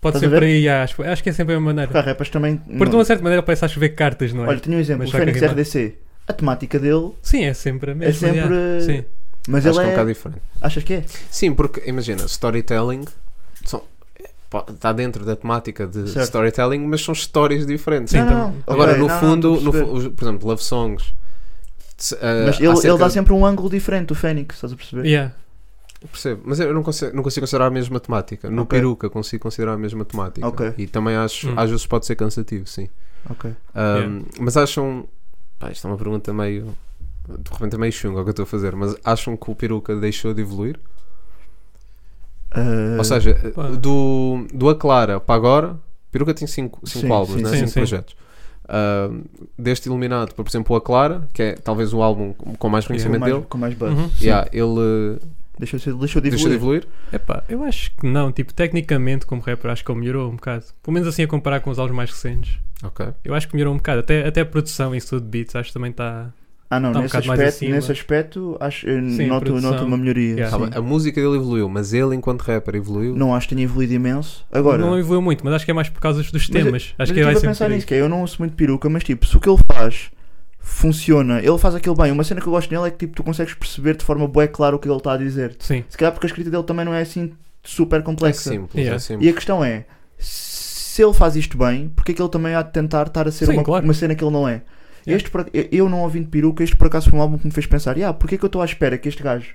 Speaker 7: Pode
Speaker 6: Estás
Speaker 7: ser
Speaker 6: a ver?
Speaker 7: por aí, yeah, acho, acho que é sempre a mesma
Speaker 6: Porque há
Speaker 7: maneira.
Speaker 6: rappers também.
Speaker 7: Porque de
Speaker 6: não-
Speaker 7: uma certa maneira parece a chover cartas, não é?
Speaker 6: Olha, tenho um exemplo,
Speaker 7: Mas
Speaker 6: o
Speaker 7: já que
Speaker 6: Fênix
Speaker 7: rimar.
Speaker 6: RDC. A temática dele,
Speaker 7: Sim, é sempre a mesma.
Speaker 6: sempre,
Speaker 7: yeah.
Speaker 6: eh,
Speaker 7: Sim.
Speaker 6: mas
Speaker 8: acho
Speaker 6: ele
Speaker 8: que é um
Speaker 6: é.
Speaker 8: bocado diferente.
Speaker 6: Achas que é?
Speaker 8: Sim, porque imagina, storytelling são- pá, está dentro da temática de
Speaker 6: Certo.
Speaker 8: storytelling, mas são histórias diferentes.
Speaker 7: Sim,
Speaker 6: não,
Speaker 7: então-
Speaker 6: não, não.
Speaker 8: Agora,
Speaker 6: Ok,
Speaker 8: no
Speaker 6: não, não,
Speaker 8: fundo,
Speaker 6: estou
Speaker 8: no
Speaker 6: a perceber.
Speaker 8: fu- os- por exemplo, Love Songs. se, eh,
Speaker 6: Mas
Speaker 8: há
Speaker 6: ele, ele
Speaker 8: cerca
Speaker 6: dá
Speaker 8: de-
Speaker 6: sempre um ângulo diferente, o Fênix, estás a perceber?
Speaker 7: Yeah.
Speaker 8: Percebo, mas eu não consigo, não consigo considerar a mesma temática. No
Speaker 6: Ok.
Speaker 8: peruca consigo considerar a mesma temática.
Speaker 6: Ok.
Speaker 8: E também acho,
Speaker 7: Hum.
Speaker 8: às vezes pode ser cansativo, sim.
Speaker 6: Ok.
Speaker 8: Ahm,
Speaker 7: Yeah.
Speaker 8: Mas acham. Pá, isto é uma pergunta meio. De repente é meio chunga o que eu estou a fazer, mas acham que o peruca deixou de evoluir?
Speaker 6: Ah,
Speaker 8: Ou seja, eh,
Speaker 7: pá.
Speaker 8: do, do A Clara para agora, peruca tem 5
Speaker 6: Sim,
Speaker 8: álbuns,
Speaker 6: sim,
Speaker 8: né?
Speaker 7: sim,
Speaker 8: 5
Speaker 7: sim.
Speaker 8: projetos. Ahm, deste Iluminado, para, por exemplo, o A Clara, que é talvez o álbum com mais
Speaker 6: com,
Speaker 8: reconhecimento
Speaker 6: É mais,
Speaker 8: dele.
Speaker 6: com mais buzz.
Speaker 7: Uhum.
Speaker 6: Sim.
Speaker 8: Yeah, ele eh,
Speaker 6: Deixa, eu ser- deixa eu
Speaker 8: deixou de
Speaker 6: divulgar.
Speaker 8: evoluir.
Speaker 7: Epá, eu acho que não. Tipo, tecnicamente, como rapper, acho que ele melhorou um bocado. Pelo menos assim a comparar com os álbuns mais recentes.
Speaker 8: Ok.
Speaker 7: Eu acho que melhorou um bocado. Até, até a produção e isso tudo de beats, acho que também está
Speaker 6: Ah não,
Speaker 7: Tá um
Speaker 6: nesse,
Speaker 7: bocado mais
Speaker 6: aspecto,
Speaker 7: acima.
Speaker 6: nesse aspecto acho, eu
Speaker 7: Sim,
Speaker 6: noto,
Speaker 7: produção.
Speaker 6: noto uma melhoria.
Speaker 7: Yeah.
Speaker 8: Tá
Speaker 6: sim.
Speaker 8: bem, a música dele evoluiu, mas ele, enquanto rapper, evoluiu.
Speaker 6: Não acho que tenha evoluído imenso. Agora,
Speaker 7: Não evoluiu muito, mas acho que é mais por causa dos temas.
Speaker 6: mas
Speaker 7: acho que
Speaker 6: eu
Speaker 7: vai
Speaker 6: estive
Speaker 7: ser
Speaker 6: a pensar
Speaker 7: por aí.
Speaker 6: nisso, que é, eu não ouço muito peruca, mas tipo, se o que ele faz funciona, ele faz aquilo bem. Uma cena que eu gosto nele é que tipo, tu consegues perceber de forma bué clara o que ele está a dizer.
Speaker 7: Sim.
Speaker 6: Se calhar porque a escrita dele também não é assim super
Speaker 8: é
Speaker 6: complexa.
Speaker 8: simples,
Speaker 7: Yeah.
Speaker 8: é simples.
Speaker 6: E a questão é, se ele faz isto bem, porque é que ele também há de tentar estar a ser
Speaker 7: Sim,
Speaker 6: uma,
Speaker 7: claro.
Speaker 6: uma cena que ele não é?
Speaker 7: Yeah.
Speaker 6: Este, por ac- eu- eu não ouvindo peruca, este por acaso foi um álbum que me fez pensar, ah, porque é que eu estou à espera que este gajo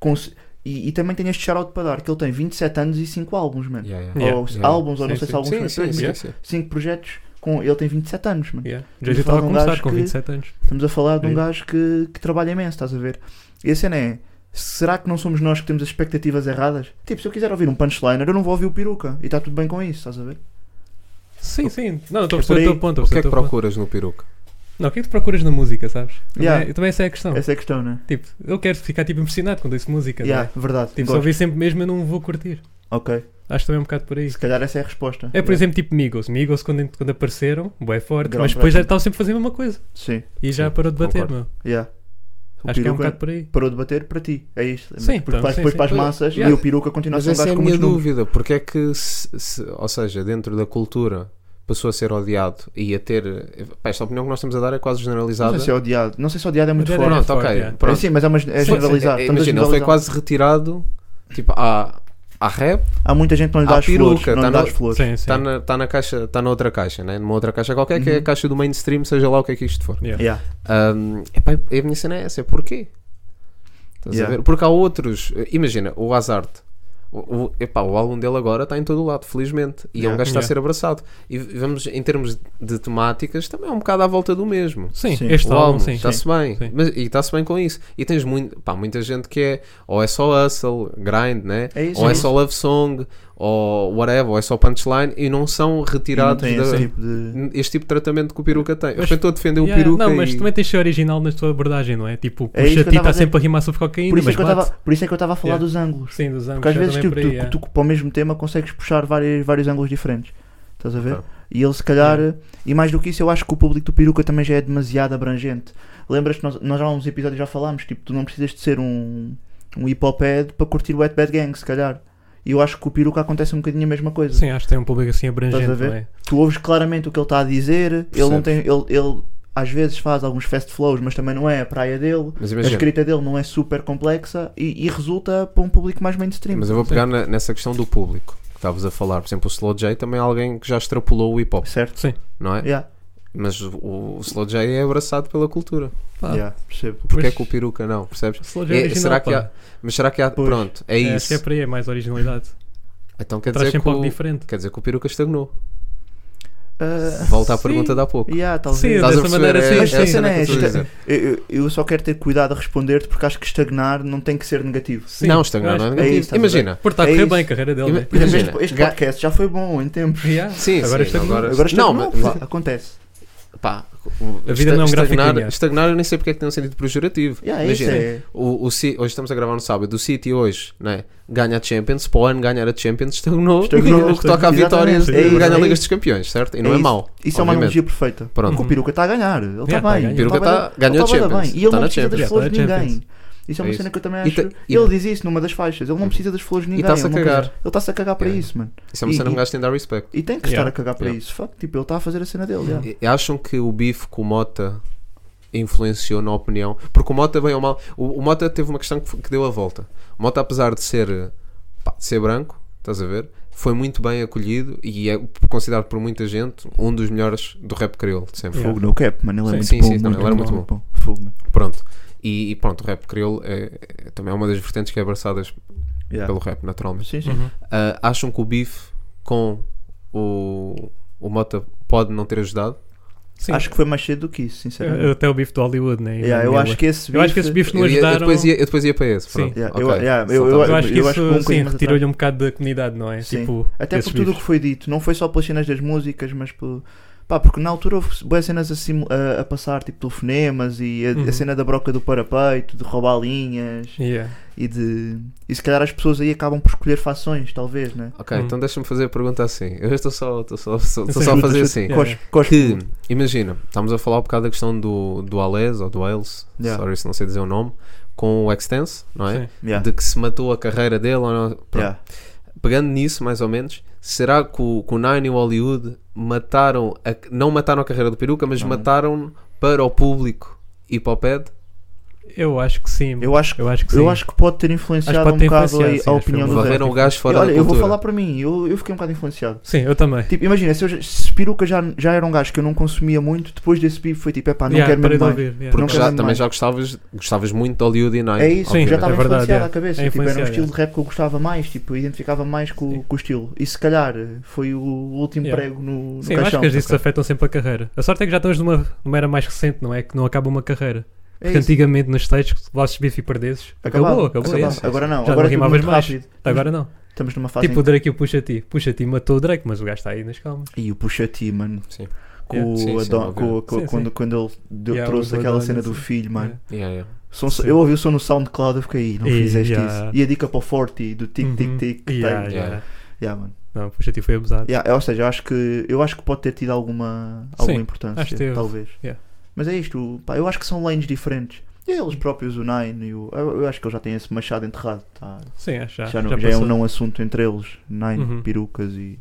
Speaker 6: cons- e, e também tem este shout-out para dar, que ele tem 27 anos e 5 álbuns, mano.
Speaker 8: Yeah, yeah.
Speaker 7: Yeah.
Speaker 6: ou
Speaker 8: yeah. é
Speaker 6: álbuns, ou não
Speaker 7: Sim,
Speaker 6: sei
Speaker 7: sim.
Speaker 6: se álbuns
Speaker 8: Sim,
Speaker 6: foram
Speaker 8: sim,
Speaker 6: três,
Speaker 8: sim,
Speaker 6: mas
Speaker 8: sim.
Speaker 6: cinco projetos com ele tem 27 anos, mano.
Speaker 7: Yeah.
Speaker 6: Estamos
Speaker 7: Jay-Z
Speaker 6: a falar
Speaker 7: estava a
Speaker 6: de um
Speaker 7: começar
Speaker 6: gajo
Speaker 7: com
Speaker 6: que-
Speaker 7: 27 anos.
Speaker 6: Estamos a falar de um
Speaker 7: Sim.
Speaker 6: gajo que, que trabalha imenso, estás a ver? E a cena é, será que não somos nós que temos as expectativas erradas? Tipo, se eu quiser ouvir um punchliner, eu não vou ouvir o peruca. E está tudo bem com isso, estás a ver?
Speaker 7: Sim, sim. Não, eu estou a
Speaker 6: É por
Speaker 7: perceber o
Speaker 6: aí.
Speaker 7: teu ponto. eu
Speaker 8: O que é
Speaker 7: percebo
Speaker 8: que
Speaker 7: o teu ponto.
Speaker 8: procuras no peruca?
Speaker 7: Não, o que é que tu procuras na música, sabes? Também,
Speaker 6: Yeah.
Speaker 7: também essa é a questão.
Speaker 6: Essa é a questão, né?
Speaker 7: Tipo, eu quero ficar tipo impressionado quando ouço música. não é?
Speaker 6: Yeah, verdade.
Speaker 7: Tipo, se
Speaker 6: Gosto.
Speaker 7: ouvir sempre mesmo eu não vou curtir.
Speaker 6: Ok.
Speaker 7: Acho também um bocado por aí.
Speaker 6: Se calhar essa é a resposta.
Speaker 7: É, por
Speaker 6: Yeah.
Speaker 7: exemplo, tipo Migos. Migos, quando, quando apareceram, bué forte,
Speaker 6: Grão
Speaker 7: mas depois
Speaker 6: branco.
Speaker 7: já estavam sempre a fazer a mesma coisa.
Speaker 6: Sim,
Speaker 7: E já parou de bater,
Speaker 8: concordo.
Speaker 7: meu.
Speaker 6: yeah. O
Speaker 7: Acho que é um
Speaker 6: peruca
Speaker 7: bocado por aí.
Speaker 6: parou de bater para ti. É isto.
Speaker 7: Sim,
Speaker 6: Porque
Speaker 7: então,
Speaker 6: vais
Speaker 7: sim,
Speaker 6: depois
Speaker 7: sim.
Speaker 6: para as massas
Speaker 8: Yeah.
Speaker 6: e o peruca continua a
Speaker 8: Mas
Speaker 6: ser um
Speaker 8: essa é
Speaker 6: gajo
Speaker 8: a
Speaker 6: com
Speaker 8: minha
Speaker 6: muitos números.
Speaker 8: dúvida, porque é que, se- se- ou seja, dentro da cultura passou a ser odiado e a ter. Pá, esta opinião que nós estamos a dar é quase
Speaker 6: Não
Speaker 8: generalizada.
Speaker 6: sei se é odiado. Não sei se odiado é muito
Speaker 7: Odiado
Speaker 6: forte.
Speaker 7: é
Speaker 8: Pronto,
Speaker 7: forte,
Speaker 8: ok.
Speaker 7: é.
Speaker 8: Pronto.
Speaker 6: Sim, mas é, uma, é
Speaker 8: Sim,
Speaker 6: generalizado.
Speaker 8: sim,
Speaker 6: Estamos a
Speaker 8: Imagina, ele foi
Speaker 6: generalizar.
Speaker 8: quase retirado tipo, à, à rap,
Speaker 6: Há muita gente que não lhe
Speaker 8: Há
Speaker 6: dá as
Speaker 8: peruca,
Speaker 6: flores. Não
Speaker 8: tá
Speaker 6: lhe dá
Speaker 8: no-
Speaker 6: as flores.
Speaker 7: Sim, sim.
Speaker 8: está na, tá na caixa, está na outra caixa, né? numa outra caixa qualquer,
Speaker 6: Uhum.
Speaker 8: que é a caixa do mainstream, seja lá o que é que isto for.
Speaker 7: Yeah.
Speaker 6: Yeah.
Speaker 8: Ahm, epá, a minha cena é essa, é porquê? Estás a
Speaker 6: Yeah.
Speaker 8: ver? Porque há outros, eh, imagina, o Hazard. O, o, epá, o álbum dele agora está em todo o lado, felizmente. E é um
Speaker 6: Yeah.
Speaker 8: gajo que está a
Speaker 7: Yeah.
Speaker 8: ser abraçado. E vamos, em termos de temáticas, também é um bocado à volta do mesmo.
Speaker 7: Sim,
Speaker 6: Sim.
Speaker 7: este
Speaker 8: o
Speaker 7: álbum,
Speaker 8: álbum,
Speaker 7: sim.
Speaker 8: está-se
Speaker 7: sim.
Speaker 8: bem.
Speaker 7: Sim.
Speaker 8: Mas- e está-se bem com isso. E tens muito, pá, muita gente que é ou é só hustle, grind, né?
Speaker 6: É isso,
Speaker 8: ou
Speaker 6: é
Speaker 8: é,
Speaker 6: isso.
Speaker 8: só love song, ou whatever, ou é só punchline e não são
Speaker 6: Não
Speaker 8: retirados
Speaker 6: tem
Speaker 8: da-
Speaker 6: esse tipo de.
Speaker 8: este tipo de tratamento que o peruca tem. Eu
Speaker 7: Mas-
Speaker 8: estou a defender
Speaker 7: Yeah,
Speaker 8: o peruca.
Speaker 7: Não, mas
Speaker 8: e-
Speaker 7: também tens de ser original na tua abordagem, não é? Tipo,
Speaker 6: É isso que eu
Speaker 7: puxa ti
Speaker 6: tava a
Speaker 7: está
Speaker 6: dizer.
Speaker 7: sempre a rimar sobre cocaína,
Speaker 6: Por isso, é
Speaker 7: mas
Speaker 6: que eu
Speaker 7: bate.
Speaker 6: tava, por isso é que eu estava a falar
Speaker 7: Yeah.
Speaker 6: dos ângulos.
Speaker 7: Sim, dos anos.
Speaker 6: Porque às vezes tipo,
Speaker 7: por aí,
Speaker 6: tu,
Speaker 7: é.
Speaker 6: tu, para o mesmo tema consegues puxar vários, vários ângulos diferentes. Estás a ver?
Speaker 8: Ok.
Speaker 6: E ele se calhar. E mais do que isso, eu acho que o público do peruca também já é demasiado abrangente. Lembras-te, nós, nós já há uns episódios já falámos, tipo, tu não precisas de ser um, um hip hop head para curtir o Wet Bad Gang, se calhar. E eu acho que o peruca acontece um bocadinho a mesma coisa.
Speaker 7: Sim, acho que tem um público assim abrangente,
Speaker 6: Estás a ver?
Speaker 7: não é?
Speaker 6: tu ouves claramente o que ele está a dizer, ele não
Speaker 8: Percebes.
Speaker 6: tem. Ele, ele às vezes faz alguns fast flows, mas também não é a praia dele.
Speaker 8: Mas
Speaker 6: A
Speaker 8: imagina,
Speaker 6: escrita dele não é super complexa e, e resulta para um público mais mainstream.
Speaker 8: mas eu vou pegar na- nessa questão do público que estavas a falar. Por exemplo, o Slow J também é alguém que já extrapolou o hip hop,
Speaker 6: Certo?
Speaker 7: Sim.
Speaker 8: não é?
Speaker 6: Yeah,
Speaker 8: Mas o, o Slow J é abraçado pela cultura.
Speaker 7: Pá,
Speaker 6: yeah, percebo.
Speaker 8: Porque é
Speaker 7: Mas-
Speaker 8: que o peruca não, percebes?
Speaker 7: Slow J
Speaker 8: É,
Speaker 7: original,
Speaker 8: será que
Speaker 7: pá.
Speaker 8: há- Mas será que há.
Speaker 6: Pois.
Speaker 8: Pronto, é
Speaker 7: É,
Speaker 8: isso.
Speaker 7: acho que é para aí, é mais originalidade.
Speaker 8: Então quer
Speaker 7: Traz
Speaker 8: dizer, que
Speaker 7: sempre algo
Speaker 8: o,
Speaker 7: diferente.
Speaker 8: quer dizer que o peruca estagnou.
Speaker 6: Ah,
Speaker 8: Volta à
Speaker 7: Sim.
Speaker 8: pergunta de há pouco.
Speaker 6: yeah, talvez.
Speaker 7: Sim,
Speaker 8: Estás a
Speaker 7: dessa
Speaker 8: perceber?
Speaker 7: maneira,
Speaker 8: É-
Speaker 7: sim,
Speaker 8: é
Speaker 6: Mas
Speaker 7: sim.
Speaker 8: a
Speaker 6: a
Speaker 8: cena
Speaker 6: cena é
Speaker 8: que eu estou a
Speaker 6: esta. Eu, eu só quero ter cuidado a responder-te porque acho que estagnar não tem que ser negativo.
Speaker 7: Sim,
Speaker 8: não, estagnou,
Speaker 7: acho
Speaker 8: não é
Speaker 7: que-
Speaker 8: negativo.
Speaker 6: isso, estás a ver?
Speaker 8: Imagina.
Speaker 7: Por estar a
Speaker 6: É
Speaker 7: correr
Speaker 6: isso.
Speaker 7: bem a carreira dele.
Speaker 8: Ima-
Speaker 7: né?
Speaker 6: Por exemplo, este,
Speaker 8: Imagina,
Speaker 6: este
Speaker 8: ga-
Speaker 6: podcast já foi bom em tempos.
Speaker 7: Yeah.
Speaker 8: Sim,
Speaker 7: Agora
Speaker 8: sim,
Speaker 7: está
Speaker 8: agora-
Speaker 6: Agora
Speaker 8: Não,
Speaker 6: estagnou,
Speaker 8: mas-
Speaker 6: pá, acontece.
Speaker 8: Pá,
Speaker 7: A vida não é um gráfico
Speaker 8: estagnar,
Speaker 7: linear.
Speaker 8: estagnar eu nem sei porque é que tem um sentido pejorativo.
Speaker 6: Yeah, isso
Speaker 8: Imagina,
Speaker 6: é-
Speaker 8: o, o Ci- hoje estamos a gravar no sábado, o City hoje né, ganha a Champions, para o ano ganhar a Champions estagnou,
Speaker 6: Estagnou,
Speaker 8: o que toca
Speaker 6: estagnou,
Speaker 8: a vitórias
Speaker 6: um exatamente. É
Speaker 8: e ganha
Speaker 6: isso,
Speaker 8: a
Speaker 6: é
Speaker 8: Ligas
Speaker 6: isso.
Speaker 8: dos Campeões, certo? E não é,
Speaker 6: isso.
Speaker 8: mau.
Speaker 6: Isso é uma
Speaker 8: obviamente.
Speaker 6: analogia perfeita.
Speaker 8: Pronto.
Speaker 6: Porque o Peruca está a ganhar. Ele está
Speaker 7: Yeah, tá a
Speaker 6: bem.
Speaker 7: ganhar.
Speaker 6: ele
Speaker 8: Peruca
Speaker 6: bem-
Speaker 8: tá- ganhou
Speaker 6: ele tá
Speaker 8: a
Speaker 6: bué da
Speaker 8: Champions.
Speaker 6: E ele
Speaker 8: Tá
Speaker 6: não
Speaker 8: na
Speaker 6: precisa das
Speaker 8: Champions.
Speaker 6: flores
Speaker 7: Yeah,
Speaker 6: de
Speaker 7: tá na
Speaker 6: ninguém. Isso é uma
Speaker 8: É
Speaker 6: cena
Speaker 8: isso.
Speaker 6: que eu também
Speaker 8: E
Speaker 6: acho.
Speaker 8: tá- e-
Speaker 6: Ele diz isso numa das faixas. Ele não precisa das flores de ninguém.
Speaker 8: tá-se a
Speaker 6: ele não
Speaker 8: cagar.
Speaker 6: quer- Ele está-se a cagar para
Speaker 8: Yeah.
Speaker 6: isso, mano.
Speaker 8: Isso é uma
Speaker 6: E-
Speaker 8: cena que um
Speaker 6: e-
Speaker 8: gajo tem de dar respeito.
Speaker 6: E tem que
Speaker 7: Yeah.
Speaker 6: estar a cagar para
Speaker 8: Yeah.
Speaker 6: isso. Fuck, tipo, ele está a fazer a cena dele. yeah.
Speaker 8: E Acham que o bife com o Mota influenciou na opinião? Porque o Mota, bem ou mal, o, o Mota teve uma questão que, f- que deu a volta. O Mota, apesar de ser, eh, pá, de ser branco, estás a ver? Foi muito bem acolhido e é considerado por muita gente um dos melhores do rap crioulo de sempre.
Speaker 6: Fogo no cap, mano. Ele é
Speaker 7: Sim,
Speaker 6: muito
Speaker 8: sim,
Speaker 6: bom.
Speaker 8: sim, não, ele era muito
Speaker 6: bom. Fogo, mano.
Speaker 8: Pronto. E, e pronto, o rap crioulo é, é- também é uma das vertentes que é abraçadas
Speaker 6: Yeah.
Speaker 8: pelo rap, naturalmente.
Speaker 6: Sim, sim.
Speaker 7: Uhum.
Speaker 8: Ah, acham que o bife com o, o Mota pode não ter ajudado?
Speaker 7: Sim.
Speaker 6: Acho que foi mais cedo do que isso,
Speaker 7: Eu-
Speaker 6: sinceramente.
Speaker 7: Até o bife do Hollywood, né?
Speaker 6: Yeah, eu acho que esse
Speaker 7: Eu acho que
Speaker 6: bife-
Speaker 7: esses bifes não
Speaker 8: Eu, ia- eu
Speaker 7: ajudaram.
Speaker 8: depois ia, eu depois ia para esse.
Speaker 7: Sim.
Speaker 8: Pronto.
Speaker 6: Yeah, eu-
Speaker 8: Ok.
Speaker 6: yeah, eu-
Speaker 8: Só
Speaker 6: eu-
Speaker 8: tava-
Speaker 7: Eu acho que
Speaker 6: eu acho que um
Speaker 7: isso, sim,
Speaker 6: bocadinho mais
Speaker 7: retirou-lhe um bocado da comunidade, não é?
Speaker 6: Sim.
Speaker 7: Tipo,
Speaker 6: Até por
Speaker 7: esses
Speaker 6: tudo o
Speaker 7: bifes.
Speaker 6: que foi dito, não foi só pelas cenas das músicas, mas por, Pá, porque na altura houve boas cenas a, simu- a- a passar, tipo telefonemas e a, a
Speaker 7: Uhum.
Speaker 6: cena da broca do parapeito, de roubar linhas
Speaker 7: Yeah.
Speaker 6: e de. E se calhar as pessoas aí acabam por escolher fações, talvez, né?
Speaker 8: Ok,
Speaker 7: Hum.
Speaker 8: então deixa-me fazer a pergunta assim. Eu estou só, estou só, estou
Speaker 6: é
Speaker 7: Sim.
Speaker 8: só a fazer
Speaker 6: Chuta,
Speaker 8: assim.
Speaker 6: chuta, cospe, cospe.
Speaker 8: Que, imagina, estamos a falar um bocado da questão do, do Ales ou do Ailes,
Speaker 6: Yeah.
Speaker 8: sorry se não sei dizer o nome, com o Extense, não é?
Speaker 7: Sim.
Speaker 6: Yeah,
Speaker 8: De que se matou a carreira dele ou não. Pronto.
Speaker 6: yeah.
Speaker 8: Pegando nisso, mais ou menos, será que o, que o Nine e o Hollywood mataram, a- não mataram a carreira do peruca, mas
Speaker 6: Não.
Speaker 8: mataram para o público e para o pad?
Speaker 7: Eu acho que sim.
Speaker 6: Eu acho que.
Speaker 7: Eu acho que sim.
Speaker 6: Eu acho que pode ter influenciado
Speaker 7: pode ter
Speaker 6: um bocado
Speaker 7: influenciado,
Speaker 6: aí
Speaker 7: sim,
Speaker 6: a
Speaker 7: acho que
Speaker 6: opinião
Speaker 7: foi
Speaker 6: do
Speaker 7: uma
Speaker 6: Zé.
Speaker 8: Varreram o gajo
Speaker 6: E
Speaker 8: fora
Speaker 6: Olha,
Speaker 8: da
Speaker 6: eu vou
Speaker 8: cultura.
Speaker 6: falar para mim, eu, eu fiquei um bocado influenciado.
Speaker 7: Sim, eu também.
Speaker 6: Tipo, imagina, se, eu, se peruca já, já era um gajo que eu não consumia muito, depois desse beef foi tipo, epá, não
Speaker 7: Yeah,
Speaker 6: quero
Speaker 7: parei
Speaker 6: mesmo mais.
Speaker 7: de ouvir. yeah.
Speaker 6: Porque
Speaker 8: Porque já,
Speaker 6: Nunca vi
Speaker 8: também
Speaker 6: mais.
Speaker 8: já gostavas, gostavas muito de Hollywood e Nine.
Speaker 6: É isso,
Speaker 7: Sim,
Speaker 6: já
Speaker 8: obviamente.
Speaker 6: estava
Speaker 7: é verdade,
Speaker 6: influenciado
Speaker 7: é.
Speaker 6: à cabeça.
Speaker 7: É
Speaker 6: tipo, era um
Speaker 7: influenciado,
Speaker 6: estilo
Speaker 7: é.
Speaker 6: de rap que eu gostava mais, tipo, identificava mais com,
Speaker 7: Sim.
Speaker 6: com o estilo. E se calhar eh, foi o último
Speaker 7: Yeah.
Speaker 6: prego no, no
Speaker 7: Sim, eu acho
Speaker 6: caixão. É
Speaker 7: que as discos afetam sempre a carreira. A sorte é que já estamos numa, numa era mais recente, não é? Que não acaba uma carreira.
Speaker 6: É
Speaker 7: Porque
Speaker 6: isso.
Speaker 7: antigamente nos textos, se levasses bife e perdesses,
Speaker 6: Acabava,
Speaker 7: acabou, acabou.
Speaker 6: acabava.
Speaker 7: isso.
Speaker 6: Agora não,
Speaker 7: Já
Speaker 6: agora
Speaker 7: não
Speaker 6: é tudo
Speaker 7: rimavas
Speaker 6: muito
Speaker 7: mais.
Speaker 6: rápido.
Speaker 7: Agora não.
Speaker 6: Estamos numa fase.
Speaker 7: tipo o
Speaker 6: em...
Speaker 7: Drake e o Pusha T. Pusha T matou o Drake, mas o gajo está aí nas calmas.
Speaker 6: E o Puxa T, mano.
Speaker 8: Sim.
Speaker 6: Com
Speaker 7: Yeah.
Speaker 6: o
Speaker 8: Sim, sim,
Speaker 6: Adon-
Speaker 8: óbvio.
Speaker 6: com- com-
Speaker 7: Sim,
Speaker 6: quando,
Speaker 7: sim.
Speaker 6: quando ele deu-
Speaker 7: Yeah,
Speaker 6: trouxe
Speaker 7: o
Speaker 6: aquela
Speaker 7: Adonis,
Speaker 6: cena do
Speaker 7: sim.
Speaker 6: filho, mano.
Speaker 8: Yeah, yeah.
Speaker 6: Som-
Speaker 7: Sim.
Speaker 6: eu ouvi o som no SoundCloud, eu fiquei aí, não
Speaker 7: E-
Speaker 6: fizeste
Speaker 7: yeah.
Speaker 6: isso. E a dica para o Forte do tic tic
Speaker 7: Uhum.
Speaker 6: tic. tá que
Speaker 7: Yeah, yeah.
Speaker 6: tem.
Speaker 8: Yeah.
Speaker 6: Yeah, mano.
Speaker 7: Não, Pusha T foi abusado.
Speaker 6: Yeah, é, ou seja, eu acho que eu acho que pode ter tido alguma, alguma
Speaker 7: Sim,
Speaker 6: importância,
Speaker 7: acho que teve.
Speaker 6: talvez.
Speaker 7: Yeah.
Speaker 6: Mas é isto, pá, eu acho que são lanes diferentes. E eles próprios, o Nine e o. Eu, eu acho que eles já têm esse machado enterrado. tá?
Speaker 7: Sim, acho já.
Speaker 6: Já, não- já é
Speaker 7: passou.
Speaker 6: um não assunto entre eles, Nine,
Speaker 7: Uhum.
Speaker 6: perucas e.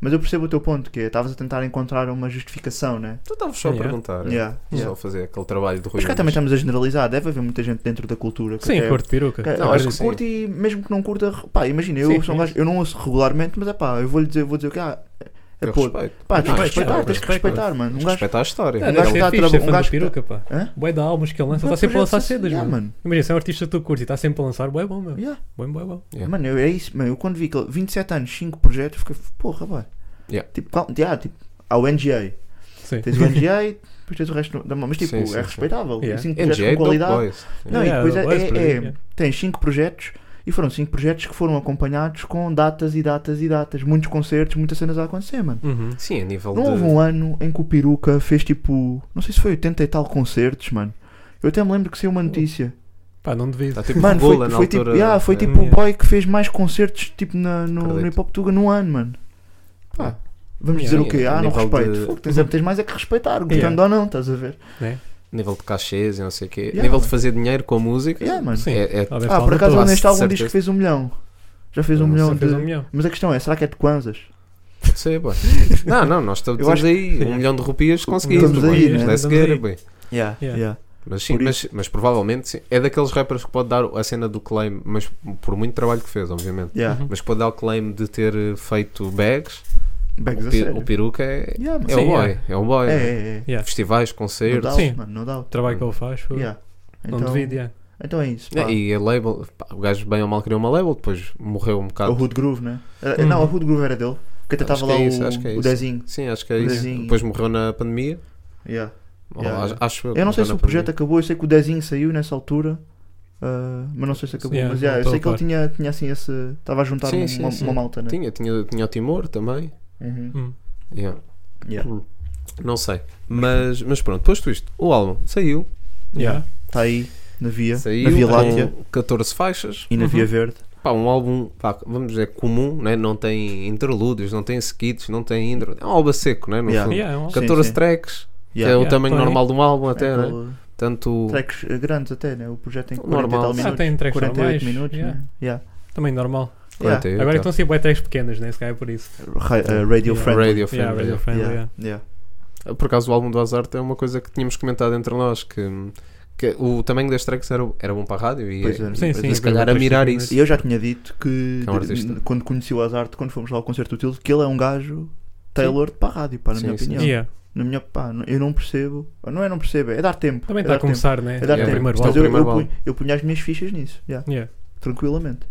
Speaker 6: Mas eu percebo o teu ponto, que é, estavas a tentar encontrar uma justificação, né?
Speaker 8: Tu estavas só a
Speaker 7: Yeah.
Speaker 8: perguntar.
Speaker 6: Yeah,
Speaker 8: Só
Speaker 6: yeah.
Speaker 8: a fazer aquele trabalho de Rui
Speaker 6: Mas cá
Speaker 8: Nunes.
Speaker 6: também estamos a generalizar, deve haver muita gente dentro da cultura que é
Speaker 7: Sim,
Speaker 6: até-
Speaker 7: curto peruca.
Speaker 6: que-
Speaker 8: Não,
Speaker 6: acho
Speaker 8: acho
Speaker 6: que
Speaker 8: que sim.
Speaker 6: curte e mesmo que não curta, pá, imagina, eu
Speaker 7: assim- Sim,
Speaker 6: sou um
Speaker 7: é
Speaker 6: gajo, eu não ouço regularmente, mas é pá, eu vou-lhe dizer, vou dizer que ah, é
Speaker 8: Eu
Speaker 6: pô,
Speaker 8: respeito.
Speaker 6: pá, tens que
Speaker 7: Não,
Speaker 6: respeitar,
Speaker 7: respeito,
Speaker 6: tens que
Speaker 7: respeito.
Speaker 6: respeitar, mano. Um gajo
Speaker 8: Respeita a história. É
Speaker 7: Não,
Speaker 6: Um
Speaker 7: deve
Speaker 6: gajo
Speaker 7: ser
Speaker 6: tá a
Speaker 7: fixe
Speaker 6: traba-
Speaker 7: ser
Speaker 6: um
Speaker 7: fã do
Speaker 6: gajo tá-
Speaker 7: peruca, pá.
Speaker 6: Hã?
Speaker 7: Bué de álbuns que ele lança,
Speaker 6: Não,
Speaker 7: está sempre a
Speaker 6: pois é,
Speaker 7: lançar
Speaker 6: sim,
Speaker 7: cedas,
Speaker 6: yeah,
Speaker 7: mano.
Speaker 6: mano.
Speaker 7: Imagina, se é um artista que tu curtes e está sempre a lançar, bué bom, meu.
Speaker 6: Yeah.
Speaker 7: Bué, bué, bom.
Speaker 8: Yeah.
Speaker 6: Mano, eu- é isso, mano. Eu quando vi aquele 27 anos, 5 projetos, fiquei, porra, pá.
Speaker 8: Yeah.
Speaker 6: Tipo, cal- yeah, tipo, há o NGA.
Speaker 7: Sim.
Speaker 6: Tens o NGA, depois tens o resto da mão. Mas tipo,
Speaker 8: Sim, sim,
Speaker 6: é
Speaker 8: sim.
Speaker 6: respeitável.
Speaker 7: Yeah.
Speaker 6: E cinco projetos
Speaker 8: NGA
Speaker 6: um com qualidade.
Speaker 8: Boys.
Speaker 6: Não,
Speaker 7: Yeah,
Speaker 6: e depois é,
Speaker 7: Boys,
Speaker 6: é-
Speaker 7: por
Speaker 6: é-
Speaker 7: exemplo, yeah.
Speaker 6: tens 5 projetos e foram 5 projetos que foram acompanhados com datas e datas e datas. Muitos concertos, muitas cenas a acontecer, mano.
Speaker 7: Uhum.
Speaker 8: Sim, a nível
Speaker 6: Não
Speaker 8: de...
Speaker 6: houve um ano em que o Peruca fez tipo, não sei se foi 80 e tal concertos, mano. Eu até me lembro que saiu uma notícia.
Speaker 7: Pá, não devido.
Speaker 8: Está tipo
Speaker 6: Mano, foi,
Speaker 8: Gola na
Speaker 6: foi
Speaker 8: altura.
Speaker 6: tipo, yeah, foi
Speaker 8: É.
Speaker 6: tipo o
Speaker 7: Yeah.
Speaker 6: boy que fez mais concertos tipo, na, no, no
Speaker 8: Acredito.
Speaker 6: Hip Hop Tuga num ano, mano. Pá, vamos
Speaker 7: Yeah.
Speaker 6: dizer o quê?
Speaker 8: Yeah,
Speaker 6: Ah, não
Speaker 8: nível
Speaker 6: respeito.
Speaker 8: de- É
Speaker 6: Fogo, tens, tens mais é que respeitar, gostando
Speaker 7: Yeah.
Speaker 6: ou não, estás a ver?
Speaker 8: Nível de cachês e não sei o quê.
Speaker 6: Yeah,
Speaker 8: nível
Speaker 6: mano.
Speaker 8: de fazer dinheiro com a música.
Speaker 6: Yeah, mano.
Speaker 7: Sim.
Speaker 8: É, é-
Speaker 7: Talvez
Speaker 6: Ah,
Speaker 7: falta
Speaker 6: por acaso
Speaker 8: tudo.
Speaker 6: ele neste
Speaker 8: Ah,
Speaker 6: álbum
Speaker 8: certeza.
Speaker 6: diz que fez um milhão. Já fez um
Speaker 8: Não,
Speaker 6: milhão
Speaker 7: só
Speaker 6: de.
Speaker 7: fez um milhão.
Speaker 6: Mas a questão é, será que é de Kwanzas?
Speaker 8: Pode ser, boy. Não, não, nós estamos
Speaker 6: Eu acho
Speaker 8: aí. Um milhão de rupias conseguimos.
Speaker 6: Estamos
Speaker 8: boy.
Speaker 6: aí, né?
Speaker 8: Isto é
Speaker 7: Estamos
Speaker 8: cegueira,
Speaker 7: aí.
Speaker 8: boy.
Speaker 6: Yeah,
Speaker 7: Yeah.
Speaker 6: yeah.
Speaker 8: Mas sim,
Speaker 6: Por
Speaker 8: mas, mas provavelmente sim. é daqueles rappers que pode dar a cena do claim, mas por muito trabalho que fez, obviamente.
Speaker 6: yeah.
Speaker 7: Uhum.
Speaker 8: Mas pode dar o claim de ter eh, feito bags.
Speaker 6: Bags
Speaker 7: Uhum.
Speaker 8: o,
Speaker 6: a
Speaker 8: pi-
Speaker 6: sério.
Speaker 8: o peruca é,
Speaker 6: Yeah, mano.
Speaker 8: é
Speaker 7: Sim,
Speaker 8: o boy.
Speaker 7: yeah.
Speaker 8: É o boy.
Speaker 6: É, é, é.
Speaker 7: Yeah.
Speaker 8: Festivais,
Speaker 6: No
Speaker 8: concertos.
Speaker 6: doubt,
Speaker 7: Sim.
Speaker 6: mano, no
Speaker 7: O
Speaker 6: doubt.
Speaker 7: trabalho que ele faz, foi.
Speaker 6: Yeah.
Speaker 7: Não
Speaker 6: Então,
Speaker 7: devido, yeah.
Speaker 6: então é isso.
Speaker 8: É,
Speaker 6: pá.
Speaker 8: e a label, pá, o gajo bem ou mal criou uma label, depois morreu um
Speaker 6: O
Speaker 8: bocado.
Speaker 6: Hood Groove, né? Era-
Speaker 7: Uhum.
Speaker 6: Não, o Hood Groove era dele. Que até
Speaker 8: Acho
Speaker 6: estava
Speaker 8: que
Speaker 6: lá
Speaker 8: é isso, acho que é
Speaker 6: o, o
Speaker 8: isso.
Speaker 6: Dezinho.
Speaker 8: Sim, acho que é isso.
Speaker 6: Desenho.
Speaker 8: Depois morreu na pandemia.
Speaker 6: Yeah.
Speaker 8: Ou
Speaker 6: Yeah,
Speaker 8: acho-
Speaker 6: yeah.
Speaker 8: acho
Speaker 6: Eu não sei se
Speaker 8: morreu
Speaker 6: o
Speaker 8: na
Speaker 6: projeto acabou, eu sei que o Dezinho saiu nessa altura, ah, mas não sei se acabou.
Speaker 7: Yeah,
Speaker 6: mas yeah, eu
Speaker 7: não
Speaker 6: sei que
Speaker 7: estou a
Speaker 6: ele tinha, tinha assim esse. Estava a juntar
Speaker 8: Sim,
Speaker 6: um-
Speaker 8: sim,
Speaker 6: uma,
Speaker 8: sim.
Speaker 6: uma malta, né?
Speaker 8: pandemia. Tinha, tinha, tinha o Timor também.
Speaker 6: Uhum.
Speaker 7: Hum.
Speaker 8: Yeah.
Speaker 6: Yeah.
Speaker 8: Não sei. Mas, mas pronto, posto isto, o álbum saiu.
Speaker 7: Yeah.
Speaker 6: Está Tá aí, na Via,
Speaker 8: Saiu tá
Speaker 6: na Via
Speaker 8: com
Speaker 6: Láctea
Speaker 8: 14 faixas.
Speaker 6: e na
Speaker 7: Uhum.
Speaker 6: Via Verde.
Speaker 8: Pá, um álbum, pá, vamos dizer, comum, né? não tem interlúdios, não tem skits, não tem intro. É um álbum seco, né? no
Speaker 6: Yeah.
Speaker 8: fundo.
Speaker 7: Yeah, é um-
Speaker 6: Sim,
Speaker 8: 14
Speaker 6: sim.
Speaker 8: tracks,
Speaker 6: Yeah.
Speaker 8: que é o
Speaker 7: Yeah,
Speaker 8: tamanho
Speaker 7: põe.
Speaker 8: normal de um álbum até,
Speaker 6: É,
Speaker 8: né?
Speaker 6: aquele-
Speaker 8: Tanto.
Speaker 6: Tracks eh, grandes até, né? O projeto tem 40 e
Speaker 8: Normal.
Speaker 6: tal
Speaker 8: Ah,
Speaker 6: minutos.
Speaker 7: tem tracks
Speaker 6: 48
Speaker 7: normais,
Speaker 6: minutos, né? Yeah.
Speaker 7: Também normal.
Speaker 6: Yeah.
Speaker 8: 48,
Speaker 7: Agora é que
Speaker 8: tá.
Speaker 7: estão sempre bué tracks pequenas, né? Se calhar é por isso.
Speaker 6: Ra- eh, Radio
Speaker 7: Yeah.
Speaker 6: Friendly.
Speaker 8: Radio Friendly.
Speaker 7: Yeah, radio friendly,
Speaker 6: Yeah,
Speaker 7: yeah.
Speaker 6: yeah.
Speaker 8: Por acaso o álbum do Azarte é uma coisa que tínhamos comentado entre nós, que, que o tamanho das tracks era, era bom para a rádio e,
Speaker 6: Pois era.
Speaker 8: e
Speaker 7: Sim, sim.
Speaker 8: se calhar a mirar isso.
Speaker 6: E eu já tinha dito que,
Speaker 8: É um artista.
Speaker 6: quando conheci o Azarte, quando fomos lá ao concerto do Tilde, que ele é um gajo tailored para a rádio, pá, na
Speaker 8: Sim,
Speaker 6: minha
Speaker 8: sim.
Speaker 6: opinião.
Speaker 7: Yeah.
Speaker 6: Na minha, pá, n- eu não percebo. Não é não percebo, é dar tempo.
Speaker 7: Também
Speaker 6: é
Speaker 7: está
Speaker 6: dar
Speaker 7: a começar, né?
Speaker 6: tempo. É dar
Speaker 8: Yeah.
Speaker 7: o
Speaker 6: tempo.
Speaker 7: primeiro
Speaker 8: Está
Speaker 6: Mas
Speaker 8: o
Speaker 6: eu,
Speaker 7: álbum.
Speaker 6: eu
Speaker 8: primeiro
Speaker 6: punho, eu punho as minhas fichas nisso, yeah,
Speaker 7: Yeah.
Speaker 6: tranquilamente.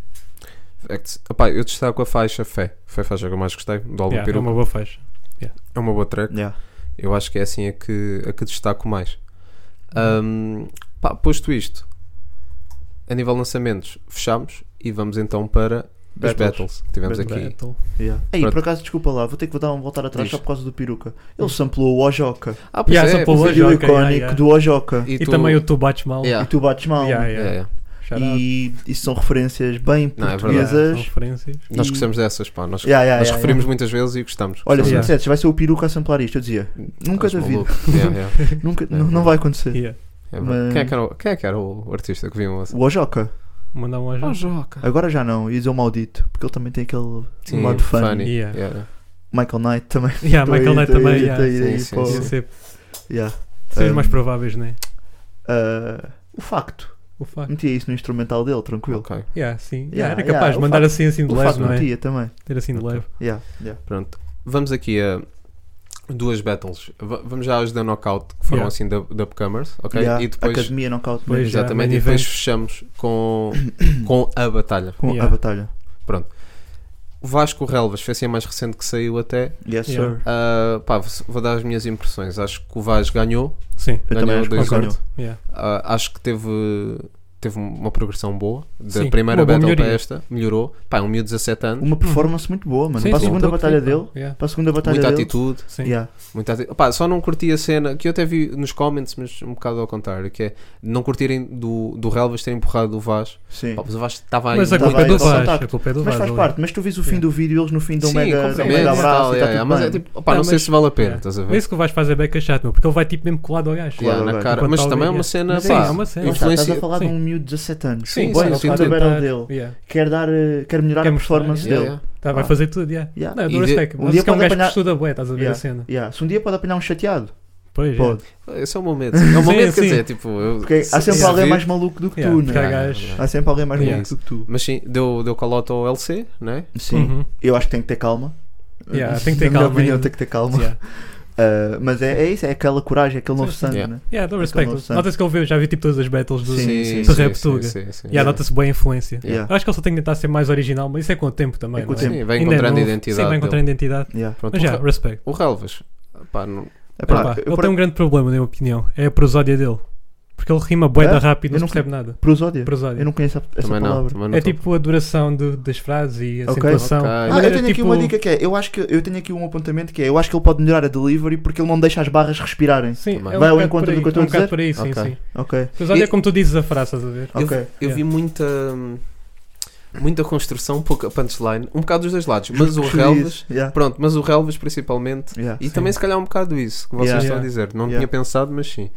Speaker 8: É que, epá, eu destaco a faixa Fé. Foi a faixa que eu mais gostei do álbum
Speaker 7: Yeah, É
Speaker 8: Peruca.
Speaker 7: uma boa faixa.
Speaker 8: É uma boa track.
Speaker 6: Yeah.
Speaker 8: Eu acho que é assim a que, a que destaco mais. Ahm, pá, posto isto, a nível de lançamentos, fechamos e vamos então para Dos battles que tivemos
Speaker 6: Battle.
Speaker 8: aqui.
Speaker 7: Battle.
Speaker 6: Yeah. Aí,
Speaker 8: Pronto.
Speaker 6: por acaso, desculpa lá, vou ter que dar um voltar atrás
Speaker 8: Diz. Hum.
Speaker 6: só por causa do peruca. Ele samplou o Ojoca,
Speaker 8: Ah, pois
Speaker 7: Yeah,
Speaker 8: é,
Speaker 7: só para
Speaker 8: pois
Speaker 6: o
Speaker 8: é.
Speaker 7: hoje.
Speaker 6: vídeo
Speaker 7: Ojoca,
Speaker 6: icónico
Speaker 7: yeah, yeah.
Speaker 6: do Ojoca.
Speaker 7: E,
Speaker 8: tu-
Speaker 7: também o Tu Bates Mal.
Speaker 8: Yeah.
Speaker 6: E tu bates mal.
Speaker 7: Yeah,
Speaker 8: É,
Speaker 7: yeah.
Speaker 8: é.
Speaker 7: Shout out.
Speaker 6: E isso são referências bem
Speaker 8: Não, é verdade.
Speaker 7: Yeah,
Speaker 6: portuguesas.
Speaker 7: são referências.
Speaker 8: Nós
Speaker 6: E-
Speaker 8: gostamos dessas, pá. Nós,
Speaker 6: Yeah, yeah,
Speaker 8: nós
Speaker 6: yeah,
Speaker 8: referimos
Speaker 6: yeah.
Speaker 8: muitas vezes e gostamos.
Speaker 6: Olha, se me
Speaker 8: Gostamos.
Speaker 7: Yeah.
Speaker 6: dissesse, vai ser o peruca a samplar isto, eu dizia, nunca
Speaker 8: Estás
Speaker 6: da vida,
Speaker 8: maluco. Yeah, yeah. É
Speaker 6: nunca, não, não vai acontecer.
Speaker 7: Yeah.
Speaker 8: verdade.
Speaker 6: Mas-
Speaker 8: Quem, é que era o, quem é que era o artista que viam?
Speaker 6: O Ojoca,
Speaker 7: Mandar um
Speaker 8: Oh,
Speaker 6: Ah,
Speaker 7: ajo.
Speaker 8: Joca.
Speaker 6: agora já não, ia dizer o maldito, porque ele também tem aquele
Speaker 8: Sim,
Speaker 6: modo fã.
Speaker 8: funny.
Speaker 7: Yeah.
Speaker 8: Yeah.
Speaker 6: Michael Knight também.
Speaker 7: Yeah,
Speaker 6: Tô aí,
Speaker 7: Ah, Michael Knight
Speaker 6: tô aí,
Speaker 7: também.
Speaker 6: tô
Speaker 7: yeah.
Speaker 6: aí, tô aí,
Speaker 8: Sim,
Speaker 6: pô.
Speaker 8: sim,
Speaker 7: Ia ser-
Speaker 6: Yeah.
Speaker 7: seriam
Speaker 6: Um,
Speaker 7: mais prováveis, né?
Speaker 6: Uh, o facto,
Speaker 7: O facto.
Speaker 6: metia isso no instrumental dele, tranquilo.
Speaker 8: Ok,
Speaker 7: Yeah, sim.
Speaker 6: Hum. Yeah,
Speaker 7: Yeah, era capaz
Speaker 6: yeah, o
Speaker 7: de mandar
Speaker 6: facto-
Speaker 7: assim, assim de
Speaker 6: O
Speaker 7: leve,
Speaker 6: facto
Speaker 7: não é?
Speaker 6: metia também.
Speaker 7: Ter assim de
Speaker 8: Ok.
Speaker 7: leve.
Speaker 6: Yeah, yeah.
Speaker 8: pronto. Vamos aqui a duas battles. Va- vamos já às da Knockout, que foram
Speaker 7: Yeah.
Speaker 8: assim da, da Upcomers, ok?
Speaker 6: Yeah,
Speaker 8: E depois,
Speaker 6: Academia Knockout
Speaker 7: Pois. já,
Speaker 8: exatamente,
Speaker 7: main
Speaker 8: e depois
Speaker 7: event.
Speaker 8: fechamos com, com a batalha.
Speaker 6: com a
Speaker 7: Yeah.
Speaker 6: batalha.
Speaker 8: O Vasco Relvas foi assim a mais recente que saiu até.
Speaker 6: Yes,
Speaker 7: Yeah.
Speaker 6: sir.
Speaker 8: Ah, pá, vou, vou dar as minhas impressões. Acho que o Vaz ganhou.
Speaker 7: Sim.
Speaker 6: Eu
Speaker 8: Ganhou
Speaker 6: também acho que
Speaker 8: dois
Speaker 6: concordo.
Speaker 7: Yeah.
Speaker 8: Ah, acho que teve, teve uma progressão boa. Da
Speaker 7: Sim,
Speaker 8: primeira
Speaker 7: uma boa
Speaker 8: battle para
Speaker 7: melhoria.
Speaker 8: esta, melhorou. Pá, um miúdo de 17 anos.
Speaker 6: Uma performance muito boa, mano.
Speaker 7: Hum. Sim,
Speaker 6: para a
Speaker 7: sim,
Speaker 6: segunda
Speaker 7: tô
Speaker 6: batalha
Speaker 7: curtindo.
Speaker 6: dele,
Speaker 7: Yeah.
Speaker 6: para a segunda batalha
Speaker 8: Muita
Speaker 6: dele.
Speaker 8: atitude.
Speaker 7: Sim.
Speaker 6: Yeah.
Speaker 8: Muita ati- Opá, só não curti a cena que eu até vi nos comments, mas um bocado ao contrário, que é não curtirem do, do Relvas ter empurrado o Vaz.
Speaker 6: Sim.
Speaker 8: Pá, mas o Vaz estava aí.
Speaker 7: Mas a
Speaker 6: Tava
Speaker 7: culpa é
Speaker 6: aí
Speaker 7: do
Speaker 8: tá
Speaker 6: só
Speaker 7: Vaz.
Speaker 6: contacto.
Speaker 7: A culpa é do
Speaker 6: Mas
Speaker 7: Vaz.
Speaker 6: faz
Speaker 7: ali.
Speaker 6: parte, mas tu vês o fim
Speaker 7: Yeah.
Speaker 6: do vídeo, eles no fim dão um
Speaker 8: Sim,
Speaker 6: mega, dão um
Speaker 8: completamente,
Speaker 6: mega
Speaker 8: e
Speaker 6: abraço
Speaker 8: tal,
Speaker 6: e
Speaker 8: é,
Speaker 6: tá
Speaker 8: é,
Speaker 6: tudo
Speaker 8: mas
Speaker 6: bem.
Speaker 8: é tipo, opá,
Speaker 7: Não,
Speaker 8: não, sei
Speaker 7: mas-
Speaker 8: se vale a pena,
Speaker 7: é.
Speaker 8: estás a ver?
Speaker 7: Mas isso que o Vaz faz é beca chato, meu, porque ele vai tipo mesmo colado ao gajo.
Speaker 8: Yeah,
Speaker 6: Claro,
Speaker 8: na
Speaker 6: agora.
Speaker 8: cara.
Speaker 7: Enquanto
Speaker 8: Mas
Speaker 7: alguém-
Speaker 8: também é uma
Speaker 7: yeah.
Speaker 8: cena,
Speaker 7: tipo, Mas é
Speaker 8: pá,
Speaker 7: isso, é uma cena.
Speaker 6: Lá está,
Speaker 8: influencia-
Speaker 6: Estás a falar de
Speaker 7: sim.
Speaker 6: um miúdo de 17 anos. Um
Speaker 8: Sim,
Speaker 6: Boy,
Speaker 8: sim,
Speaker 6: ele
Speaker 8: sim,
Speaker 6: está
Speaker 8: sim.
Speaker 6: no battle
Speaker 7: Tentar-
Speaker 6: dele.
Speaker 7: Tipo, tá- yeah.
Speaker 6: Quer, dar, eh, quer melhorar
Speaker 7: Quer
Speaker 6: a
Speaker 7: mostrar,
Speaker 6: performance
Speaker 8: Yeah,
Speaker 6: dele.
Speaker 8: yeah.
Speaker 7: Tá, vai
Speaker 6: Ah.
Speaker 7: fazer tudo, yeah.
Speaker 6: Yeah.
Speaker 7: Não, eu
Speaker 8: E
Speaker 7: dou
Speaker 8: de-
Speaker 7: respect.
Speaker 6: um
Speaker 7: Mas
Speaker 6: dia
Speaker 7: isso que é um gajo
Speaker 6: pode
Speaker 7: que
Speaker 6: apanhar-
Speaker 7: estuda bué, estás a ver
Speaker 6: Yeah.
Speaker 7: a cena.
Speaker 6: Yeah, Se um dia pode apanhar um chateado,
Speaker 7: Pois, yeah.
Speaker 6: pode.
Speaker 8: Esse é o momento. É o momento, quer
Speaker 7: sim.
Speaker 8: dizer, tipo. eu-
Speaker 6: Porque há sempre
Speaker 8: se
Speaker 6: alguém
Speaker 8: vir-
Speaker 6: mais maluco do que
Speaker 7: Yeah,
Speaker 6: tu,
Speaker 7: porque há
Speaker 6: né?
Speaker 7: gajos-
Speaker 6: Há sempre alguém mais
Speaker 7: Yeah.
Speaker 6: maluco do que tu.
Speaker 8: Mas sim, deu, deu calota ao LC, né?
Speaker 6: Sim.
Speaker 7: Uhum.
Speaker 6: Eu acho que tem que ter calma.
Speaker 7: Yeah, tem que ter
Speaker 6: Na minha
Speaker 7: calma
Speaker 6: opinião,
Speaker 7: ainda.
Speaker 6: tem que ter calma.
Speaker 7: Yeah.
Speaker 6: Uh, mas é, é isso, é aquela coragem, é aquele novo
Speaker 7: Sim, sim.
Speaker 6: sangue,
Speaker 8: Yeah.
Speaker 6: né?
Speaker 7: Yeah, dou
Speaker 6: Aquele
Speaker 7: respect.
Speaker 6: novo sangue.
Speaker 7: Nota-se que ele viu, já vi tipo todas as battles do.
Speaker 6: Sim, sim,
Speaker 7: sim, sim, sim,
Speaker 8: sim.
Speaker 7: Yeah, nota-se boa a influência.
Speaker 8: Yeah.
Speaker 7: Eu acho que ele só tem que tentar ser mais original, mas isso é com o tempo também.
Speaker 6: É com o
Speaker 7: não
Speaker 6: tempo.
Speaker 8: Sim, vai
Speaker 7: Ainda é
Speaker 8: encontrando a
Speaker 7: novo.
Speaker 8: identidade.
Speaker 7: Sim, vai
Speaker 8: dele.
Speaker 7: encontrando a identidade.
Speaker 6: Yeah.
Speaker 8: Pronto,
Speaker 7: Mas
Speaker 8: o
Speaker 7: já,
Speaker 8: Re-
Speaker 7: respect.
Speaker 8: O Relvas, pá, não-
Speaker 6: É pá,
Speaker 7: Epá,
Speaker 6: eu
Speaker 7: ele
Speaker 6: por-
Speaker 7: tem um grande problema, na minha opinião. É a prosódia dele. Porque ele rima bué
Speaker 6: É?
Speaker 7: da rápido,
Speaker 6: Eu
Speaker 7: não se
Speaker 6: não-
Speaker 7: percebe nada.
Speaker 6: prosódia.
Speaker 7: Prosódia.
Speaker 6: Eu não conheço a- essa
Speaker 8: também não.
Speaker 6: palavra.
Speaker 8: também não
Speaker 7: É
Speaker 8: tô-
Speaker 7: tipo a duração do- das frases e a
Speaker 6: Ok.
Speaker 7: acentuação.
Speaker 8: Ok. Ah,
Speaker 7: A
Speaker 6: Ah, eu
Speaker 7: maneira,
Speaker 6: tenho aqui
Speaker 7: tipo,
Speaker 6: uma dica que é, eu acho que eu tenho aqui um apontamento que é, eu acho que ele pode melhorar a delivery porque ele não deixa as barras respirarem.
Speaker 7: Sim,
Speaker 8: Também.
Speaker 7: é um
Speaker 6: Vai ao
Speaker 7: bocado
Speaker 6: encontro
Speaker 7: por aí,
Speaker 6: do que eu estou
Speaker 7: é um
Speaker 6: a
Speaker 7: bocado
Speaker 6: dizer?
Speaker 7: por aí, sim,
Speaker 8: Ok.
Speaker 7: sim.
Speaker 6: Ok,
Speaker 7: Prosódia
Speaker 8: E-
Speaker 7: é como tu dizes a frase, estás a ver?
Speaker 8: Eu,
Speaker 6: ok.
Speaker 8: eu vi muita. hum, Muita construção, pouca punchline, um bocado dos dois lados, mas o
Speaker 6: Juro que
Speaker 8: Relvas,
Speaker 6: isso, yeah,
Speaker 8: pronto, mas o Relvas principalmente
Speaker 6: yeah.
Speaker 8: E também se calhar um bocado isso que vocês
Speaker 6: Yeah.
Speaker 8: estão a
Speaker 7: Yeah.
Speaker 8: dizer. Não
Speaker 6: Yeah.
Speaker 8: tinha pensado, mas sim.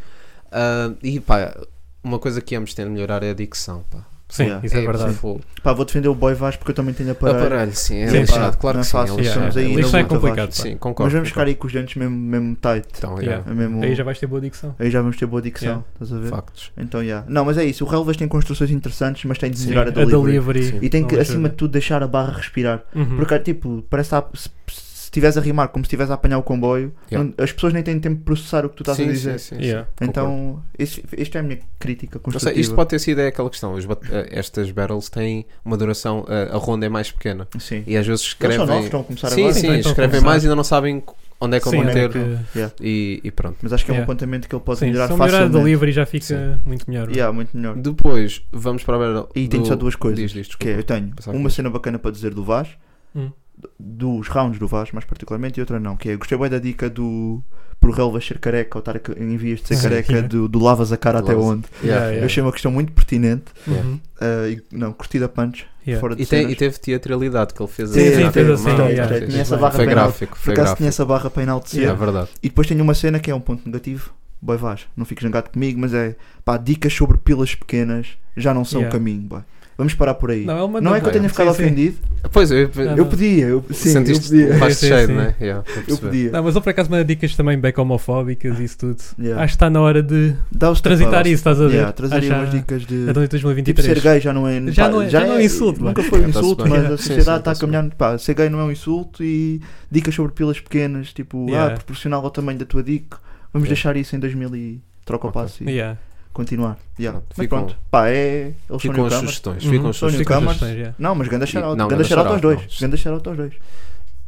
Speaker 8: Ah, e pá, uma coisa que ambos têm de melhorar é a dicção. Pá.
Speaker 7: Sim,
Speaker 6: Yeah.
Speaker 7: isso é, verdade.
Speaker 8: Tipo,
Speaker 6: Pá, vou defender o Boy Vaz porque eu também tenho aparelho.
Speaker 8: aparelho, sim, é
Speaker 7: Sim,
Speaker 8: sim,
Speaker 7: sim.
Speaker 8: claro
Speaker 6: Não é
Speaker 8: que sim.
Speaker 6: fácil,
Speaker 8: eles-
Speaker 7: estamos
Speaker 8: é,
Speaker 6: aí
Speaker 8: eles-
Speaker 6: na
Speaker 7: Isto é
Speaker 6: luta,
Speaker 7: complicado, pá.
Speaker 8: Sim,
Speaker 6: Mas
Speaker 8: concordo.
Speaker 6: vamos ficar
Speaker 8: concordo.
Speaker 6: aí com os dentes mesmo, mesmo tight.
Speaker 8: Então,
Speaker 7: Yeah.
Speaker 8: yeah,
Speaker 6: É mesmo-
Speaker 7: Aí já vais ter boa dicção.
Speaker 6: aí já vamos ter boa dicção,
Speaker 7: Yeah.
Speaker 6: estás a ver?
Speaker 8: factos.
Speaker 6: Então, yeah. Não, mas é isso. O Relvas tem construções interessantes, mas tem de
Speaker 7: Sim,
Speaker 6: melhorar a delivery.
Speaker 8: Sim.
Speaker 6: E tem que,
Speaker 7: não
Speaker 6: acima de
Speaker 7: ajuda.
Speaker 6: tudo, deixar a barra respirar.
Speaker 7: Uhum.
Speaker 6: Porque, tipo, parece que há- se se estiveres a rimar como se estivesse a apanhar o comboio,
Speaker 8: Yeah.
Speaker 6: não- as pessoas nem têm tempo de processar o que tu estás a
Speaker 8: Sim,
Speaker 6: dizer.
Speaker 8: sim, sim, sim.
Speaker 7: Yeah.
Speaker 6: Então, isso, isto é a minha crítica
Speaker 8: Não
Speaker 6: construtiva.
Speaker 8: sei, isto pode ter sido é aquela questão. os bat- eh, estas battles têm uma duração, eh, a ronda é mais pequena.
Speaker 6: Sim.
Speaker 8: E às
Speaker 6: Eles
Speaker 8: vezes escrevem.
Speaker 6: são novos, estão a começar
Speaker 8: sim,
Speaker 6: agora.
Speaker 8: sim,
Speaker 7: Então, então,
Speaker 8: escrevem
Speaker 7: começar.
Speaker 8: mais e ainda não sabem onde é que
Speaker 7: Sim,
Speaker 8: vão
Speaker 6: onde é
Speaker 8: meter.
Speaker 7: que-
Speaker 8: E, e pronto.
Speaker 6: Mas acho que é um
Speaker 7: Yeah.
Speaker 6: apontamento que ele pode
Speaker 7: Sim,
Speaker 6: melhorar
Speaker 7: se eu melhorar a
Speaker 6: facilmente.
Speaker 7: delivery já fica
Speaker 8: Sim.
Speaker 7: muito melhor.
Speaker 6: Yeah, muito melhor.
Speaker 8: Depois vamos para a battle.
Speaker 6: E tenho
Speaker 8: do-
Speaker 6: só duas coisas.
Speaker 8: Diz, diz,
Speaker 6: Que é, eu tenho
Speaker 8: Passava
Speaker 6: uma
Speaker 8: aqui.
Speaker 6: cena bacana para dizer do Vaz,
Speaker 7: Hum.
Speaker 6: d- dos rounds do Vaz, mais particularmente, e outra não. Que é, gostei bem da dica do. Por Relvas ser careca ou estar ca- em vias de ser
Speaker 7: Sim, É,
Speaker 6: careca,
Speaker 7: yeah.
Speaker 6: do, do lavas a cara
Speaker 8: Do
Speaker 6: até
Speaker 8: lavas.
Speaker 6: onde.
Speaker 8: Yeah.
Speaker 7: Yeah,
Speaker 6: Eu achei uma questão muito pertinente.
Speaker 7: Uhum.
Speaker 6: ah, e- não, curtida punch,
Speaker 7: Yeah.
Speaker 6: fora de
Speaker 8: E, tem-
Speaker 6: cenas.
Speaker 8: e teve teatralidade que ele fez
Speaker 6: Sim, sim,
Speaker 8: na
Speaker 6: fez
Speaker 8: primeira
Speaker 6: assim,
Speaker 8: mão,
Speaker 6: yeah,
Speaker 8: fez
Speaker 6: yeah.
Speaker 8: assim.
Speaker 6: Tinha essa barra
Speaker 8: Foi
Speaker 6: bem
Speaker 8: gráfico,
Speaker 6: Por
Speaker 8: foi
Speaker 6: acaso
Speaker 8: gráfico.
Speaker 6: tinha essa barra para
Speaker 8: É
Speaker 6: enaltecer.
Speaker 8: verdade.
Speaker 6: E depois tenho uma cena que é um ponto negativo. Boy, Vaz, não fiques zangado comigo, mas é pá, dicas sobre pilas pequenas já não são
Speaker 7: Yeah.
Speaker 6: o caminho. boy. Vamos parar por aí. Não,
Speaker 7: Não, ele mandou
Speaker 6: é que eu
Speaker 8: bem.
Speaker 6: tenha ficado
Speaker 7: Sim, sim.
Speaker 6: ofendido.
Speaker 8: Pois, eu,
Speaker 7: Não,
Speaker 6: Eu podia, eu, sim, eu
Speaker 8: sentiste
Speaker 6: podia.
Speaker 8: um fast
Speaker 7: Sim, sim,
Speaker 8: shade,
Speaker 7: sim.
Speaker 8: né? Yeah, vou
Speaker 6: Eu
Speaker 8: perceber.
Speaker 6: podia.
Speaker 7: Não, mas ele por acaso manda dicas também bem homofóbicas e isso tudo.
Speaker 6: Yeah.
Speaker 7: Acho que está na hora de
Speaker 6: Dá os
Speaker 7: transitar isso, estás a ver?
Speaker 6: Yeah, trazer
Speaker 7: Acho
Speaker 6: umas
Speaker 7: já-
Speaker 6: dicas de.
Speaker 7: Então em
Speaker 6: Tipo,
Speaker 7: 2023.
Speaker 6: ser gay já não é.
Speaker 7: Já
Speaker 6: pá,
Speaker 7: não é- já não é insulto,
Speaker 6: Nunca
Speaker 7: mano. tá
Speaker 6: foi um
Speaker 8: Está-se
Speaker 6: insulto,
Speaker 8: bem.
Speaker 6: mas a
Speaker 8: Sim,
Speaker 6: sociedade
Speaker 8: sim,
Speaker 6: está a
Speaker 8: está-se
Speaker 6: caminhar. Pá, ser gay não é um insulto e dicas sobre pilas pequenas, tipo, ah,
Speaker 7: Yeah.
Speaker 6: proporcional ao tamanho da tua dica. Vamos
Speaker 8: Yeah.
Speaker 6: deixar isso em 2000 e troca o
Speaker 8: Ok.
Speaker 6: passo e
Speaker 7: Yeah.
Speaker 6: continuar. Yeah.
Speaker 8: Pronto,
Speaker 6: Mas
Speaker 8: ficam-
Speaker 6: pronto, pá, é. Eles são
Speaker 8: Ficam as
Speaker 6: newcomers.
Speaker 8: sugestões.
Speaker 7: Uhum.
Speaker 8: Ficam as
Speaker 6: São
Speaker 8: sugestões.
Speaker 7: Fica com
Speaker 6: Newcomers.
Speaker 7: questões, yeah.
Speaker 6: Não, mas ganda
Speaker 8: Não,
Speaker 6: shoutout.
Speaker 8: ganda
Speaker 6: Ganda shoutout aos
Speaker 8: shoutout,
Speaker 6: dois.
Speaker 8: não.
Speaker 6: Ganda shoutout aos dois.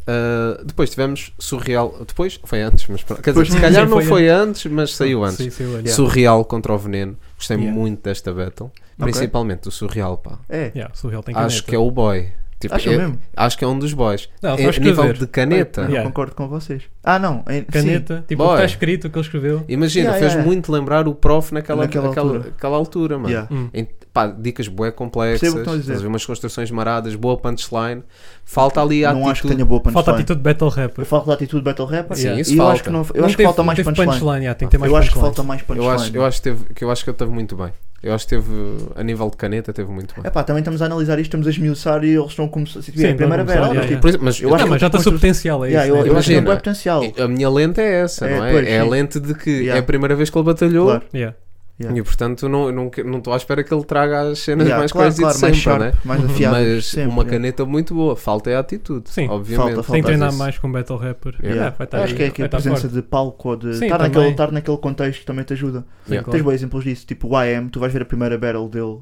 Speaker 8: Ah, depois tivemos Surreal. Depois? Foi antes, mas pronto. Quer dizer,
Speaker 6: Depois-
Speaker 8: se calhar
Speaker 7: Sim,
Speaker 8: não
Speaker 7: foi
Speaker 8: foi antes, mas saiu antes.
Speaker 7: Sim, saiu antes.
Speaker 6: Yeah.
Speaker 8: Surreal contra o Veneno. Gostei
Speaker 7: Yeah.
Speaker 8: muito desta battle. Principalmente do Surreal, pá.
Speaker 6: É.
Speaker 7: Yeah, surreal tem
Speaker 8: Acho que é o boy. Tipo,
Speaker 6: Acham
Speaker 8: eu-
Speaker 6: mesmo?
Speaker 8: acho que é um dos boys.
Speaker 7: Não, só
Speaker 8: É, a nível
Speaker 7: escrever.
Speaker 8: de caneta.
Speaker 6: Eu não
Speaker 7: Yeah.
Speaker 6: concordo com vocês. Ah, não. em-
Speaker 7: Caneta, tipo, o
Speaker 8: Boy.
Speaker 7: que está escrito, o que ele escreveu.
Speaker 8: Imagina,
Speaker 6: Yeah,
Speaker 8: fez
Speaker 6: yeah, yeah.
Speaker 8: muito lembrar o prof naquela,
Speaker 6: Naquela
Speaker 8: aquela-
Speaker 6: altura.
Speaker 8: aquela altura,
Speaker 6: Sim.
Speaker 8: mano.
Speaker 6: Yeah.
Speaker 7: Hum.
Speaker 8: Em- pá, dicas bué
Speaker 6: Percebo
Speaker 8: complexas,
Speaker 6: o que estão a dizer.
Speaker 8: estás a ver, umas construções maradas, boa punchline. Falta ali a
Speaker 6: Não acho que
Speaker 8: atitude.
Speaker 6: tenha boa punchline.
Speaker 7: Falta atitude de battle rapper.
Speaker 6: Eu falo de atitude battle rapper.
Speaker 8: Sim,
Speaker 6: e
Speaker 8: isso
Speaker 6: eu
Speaker 8: falta.
Speaker 6: acho que, não, eu
Speaker 7: Não
Speaker 6: acho que
Speaker 7: teve-
Speaker 6: falta
Speaker 7: não
Speaker 6: mais
Speaker 7: teve
Speaker 6: punchline.
Speaker 7: yeah, tem que ter mais
Speaker 6: eu acho que
Speaker 7: punchline.
Speaker 6: falta mais punchline.
Speaker 8: Eu acho, eu, acho que teve, que eu acho que ele teve muito bem. Eu acho que teve, a nível de caneta, teve muito bem.
Speaker 6: Epá, também estamos a analisar isto, estamos a esmiuçar e eles estão a começar. Se tiver
Speaker 7: Sim,
Speaker 6: a primeira
Speaker 7: vão começar, yeah,
Speaker 6: vela, mas
Speaker 7: yeah.
Speaker 6: tipo.
Speaker 8: Por exemplo, mas eu
Speaker 6: eu
Speaker 7: Não,
Speaker 6: acho que
Speaker 7: mas já está
Speaker 6: eles
Speaker 7: sob potencial, é
Speaker 6: Yeah,
Speaker 7: isso.
Speaker 6: eu,
Speaker 7: né?
Speaker 6: eu acho que tem um
Speaker 8: Imagina.
Speaker 6: bom potencial.
Speaker 8: A minha lente é essa,
Speaker 6: É,
Speaker 8: não é?
Speaker 6: pois,
Speaker 8: é a
Speaker 6: sim.
Speaker 8: lente de que
Speaker 6: Yeah.
Speaker 8: é a primeira vez que ele batalhou
Speaker 6: Claro.
Speaker 7: Yeah.
Speaker 8: e portanto não não que- não estou à espera que ele traga as cenas
Speaker 6: Yeah,
Speaker 8: mais
Speaker 6: claro,
Speaker 8: crazy
Speaker 6: claro,
Speaker 8: de
Speaker 6: mais
Speaker 8: sempre, né?
Speaker 6: sharp, mais afiado.
Speaker 8: Mas
Speaker 6: sempre,
Speaker 8: uma
Speaker 6: yeah.
Speaker 8: caneta muito boa, falta é a atitude,
Speaker 7: Sim.
Speaker 8: obviamente.
Speaker 6: Falta, falta.
Speaker 7: Tem que treinar
Speaker 8: Mas-
Speaker 7: mais com battle rapper.
Speaker 8: Yeah.
Speaker 7: Yeah, vai estar
Speaker 6: Eu acho que é
Speaker 7: aí,
Speaker 6: aqui
Speaker 7: vai
Speaker 6: a
Speaker 7: estar
Speaker 6: presença
Speaker 7: forte.
Speaker 6: de palco ou de
Speaker 7: Sim,
Speaker 6: estar,
Speaker 7: também.
Speaker 6: naquele, estar naquele contexto também te ajuda.
Speaker 7: Sim,
Speaker 8: Yeah.
Speaker 7: claro.
Speaker 6: Tens bons exemplos disso, tipo o IM, tu vais ver a primeira battle dele